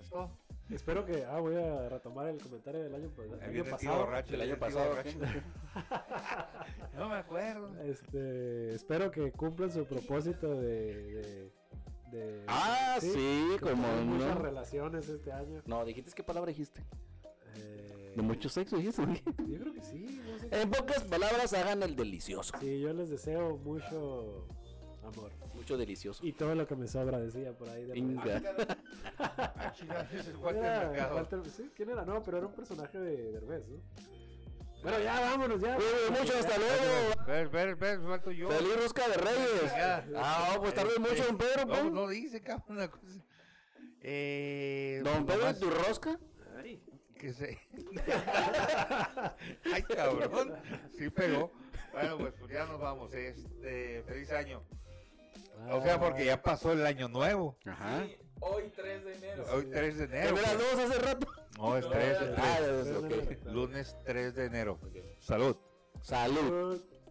[SPEAKER 1] Es todo.
[SPEAKER 3] Espero que. Ah, voy a retomar el comentario del año, pues, del
[SPEAKER 1] Ahí
[SPEAKER 3] año
[SPEAKER 1] viene el tío
[SPEAKER 3] pasado.
[SPEAKER 1] borracho.
[SPEAKER 2] El año
[SPEAKER 1] el tío
[SPEAKER 2] pasado,
[SPEAKER 1] borracho. No me
[SPEAKER 3] (laughs)
[SPEAKER 1] acuerdo.
[SPEAKER 3] Este, espero que cumplan su propósito de. de, de-
[SPEAKER 2] Ah, sí,
[SPEAKER 3] que
[SPEAKER 2] como
[SPEAKER 3] tengan muchas
[SPEAKER 2] no.
[SPEAKER 3] relaciones este año.
[SPEAKER 2] No, dijiste qué palabra dijiste.
[SPEAKER 3] Eh,
[SPEAKER 2] De mucho sexo dijiste.
[SPEAKER 3] yo creo que sí, no sé.
[SPEAKER 2] En pocas palabras, hagan el delicioso.
[SPEAKER 3] Sí, yo les deseo mucho amor.
[SPEAKER 2] Mucho delicioso.
[SPEAKER 3] Y todo lo que me sobra, decía por ahí. De
[SPEAKER 2] Inga.
[SPEAKER 3] repente.
[SPEAKER 1] Ah, chingada, ese es Walter
[SPEAKER 3] Era
[SPEAKER 1] Mercado.
[SPEAKER 3] Walter- sí, ¿Quién era? No, pero era un personaje de Derbez, ¿no? Bueno, ya vámonos, ya.
[SPEAKER 2] Cuídense mucho, hasta luego.
[SPEAKER 1] Ver, ver, ver, falto yo.
[SPEAKER 2] ¡Feliz Rosca de Reyes!
[SPEAKER 1] Ya. Este,
[SPEAKER 2] Ah, pues tarde mucho, don
[SPEAKER 1] No,
[SPEAKER 2] Pedro, pues.
[SPEAKER 1] no dice, cabrón, una cosa. Eh,
[SPEAKER 2] Don Pedro, ¿y
[SPEAKER 1] nomás
[SPEAKER 2] tu rosca?
[SPEAKER 3] Ay,
[SPEAKER 1] que se... (laughs) Ay, cabrón. Sí pegó. Bueno, pues, pues ya nos vamos. Este, feliz año. O sea, porque ya pasó el año nuevo.
[SPEAKER 3] ¿Ah?
[SPEAKER 2] Ajá.
[SPEAKER 4] Sí, hoy 3 de enero.
[SPEAKER 1] Hoy 3 de
[SPEAKER 2] Que
[SPEAKER 1] enero.
[SPEAKER 2] me las
[SPEAKER 1] pues.
[SPEAKER 2] dos hace rato.
[SPEAKER 1] No, es
[SPEAKER 4] No,
[SPEAKER 1] 3,
[SPEAKER 4] ya,
[SPEAKER 1] es
[SPEAKER 2] Ah,
[SPEAKER 1] 3.
[SPEAKER 2] es- ok.
[SPEAKER 1] Lunes 3 de enero. Salud.
[SPEAKER 2] Salud.
[SPEAKER 3] Salud.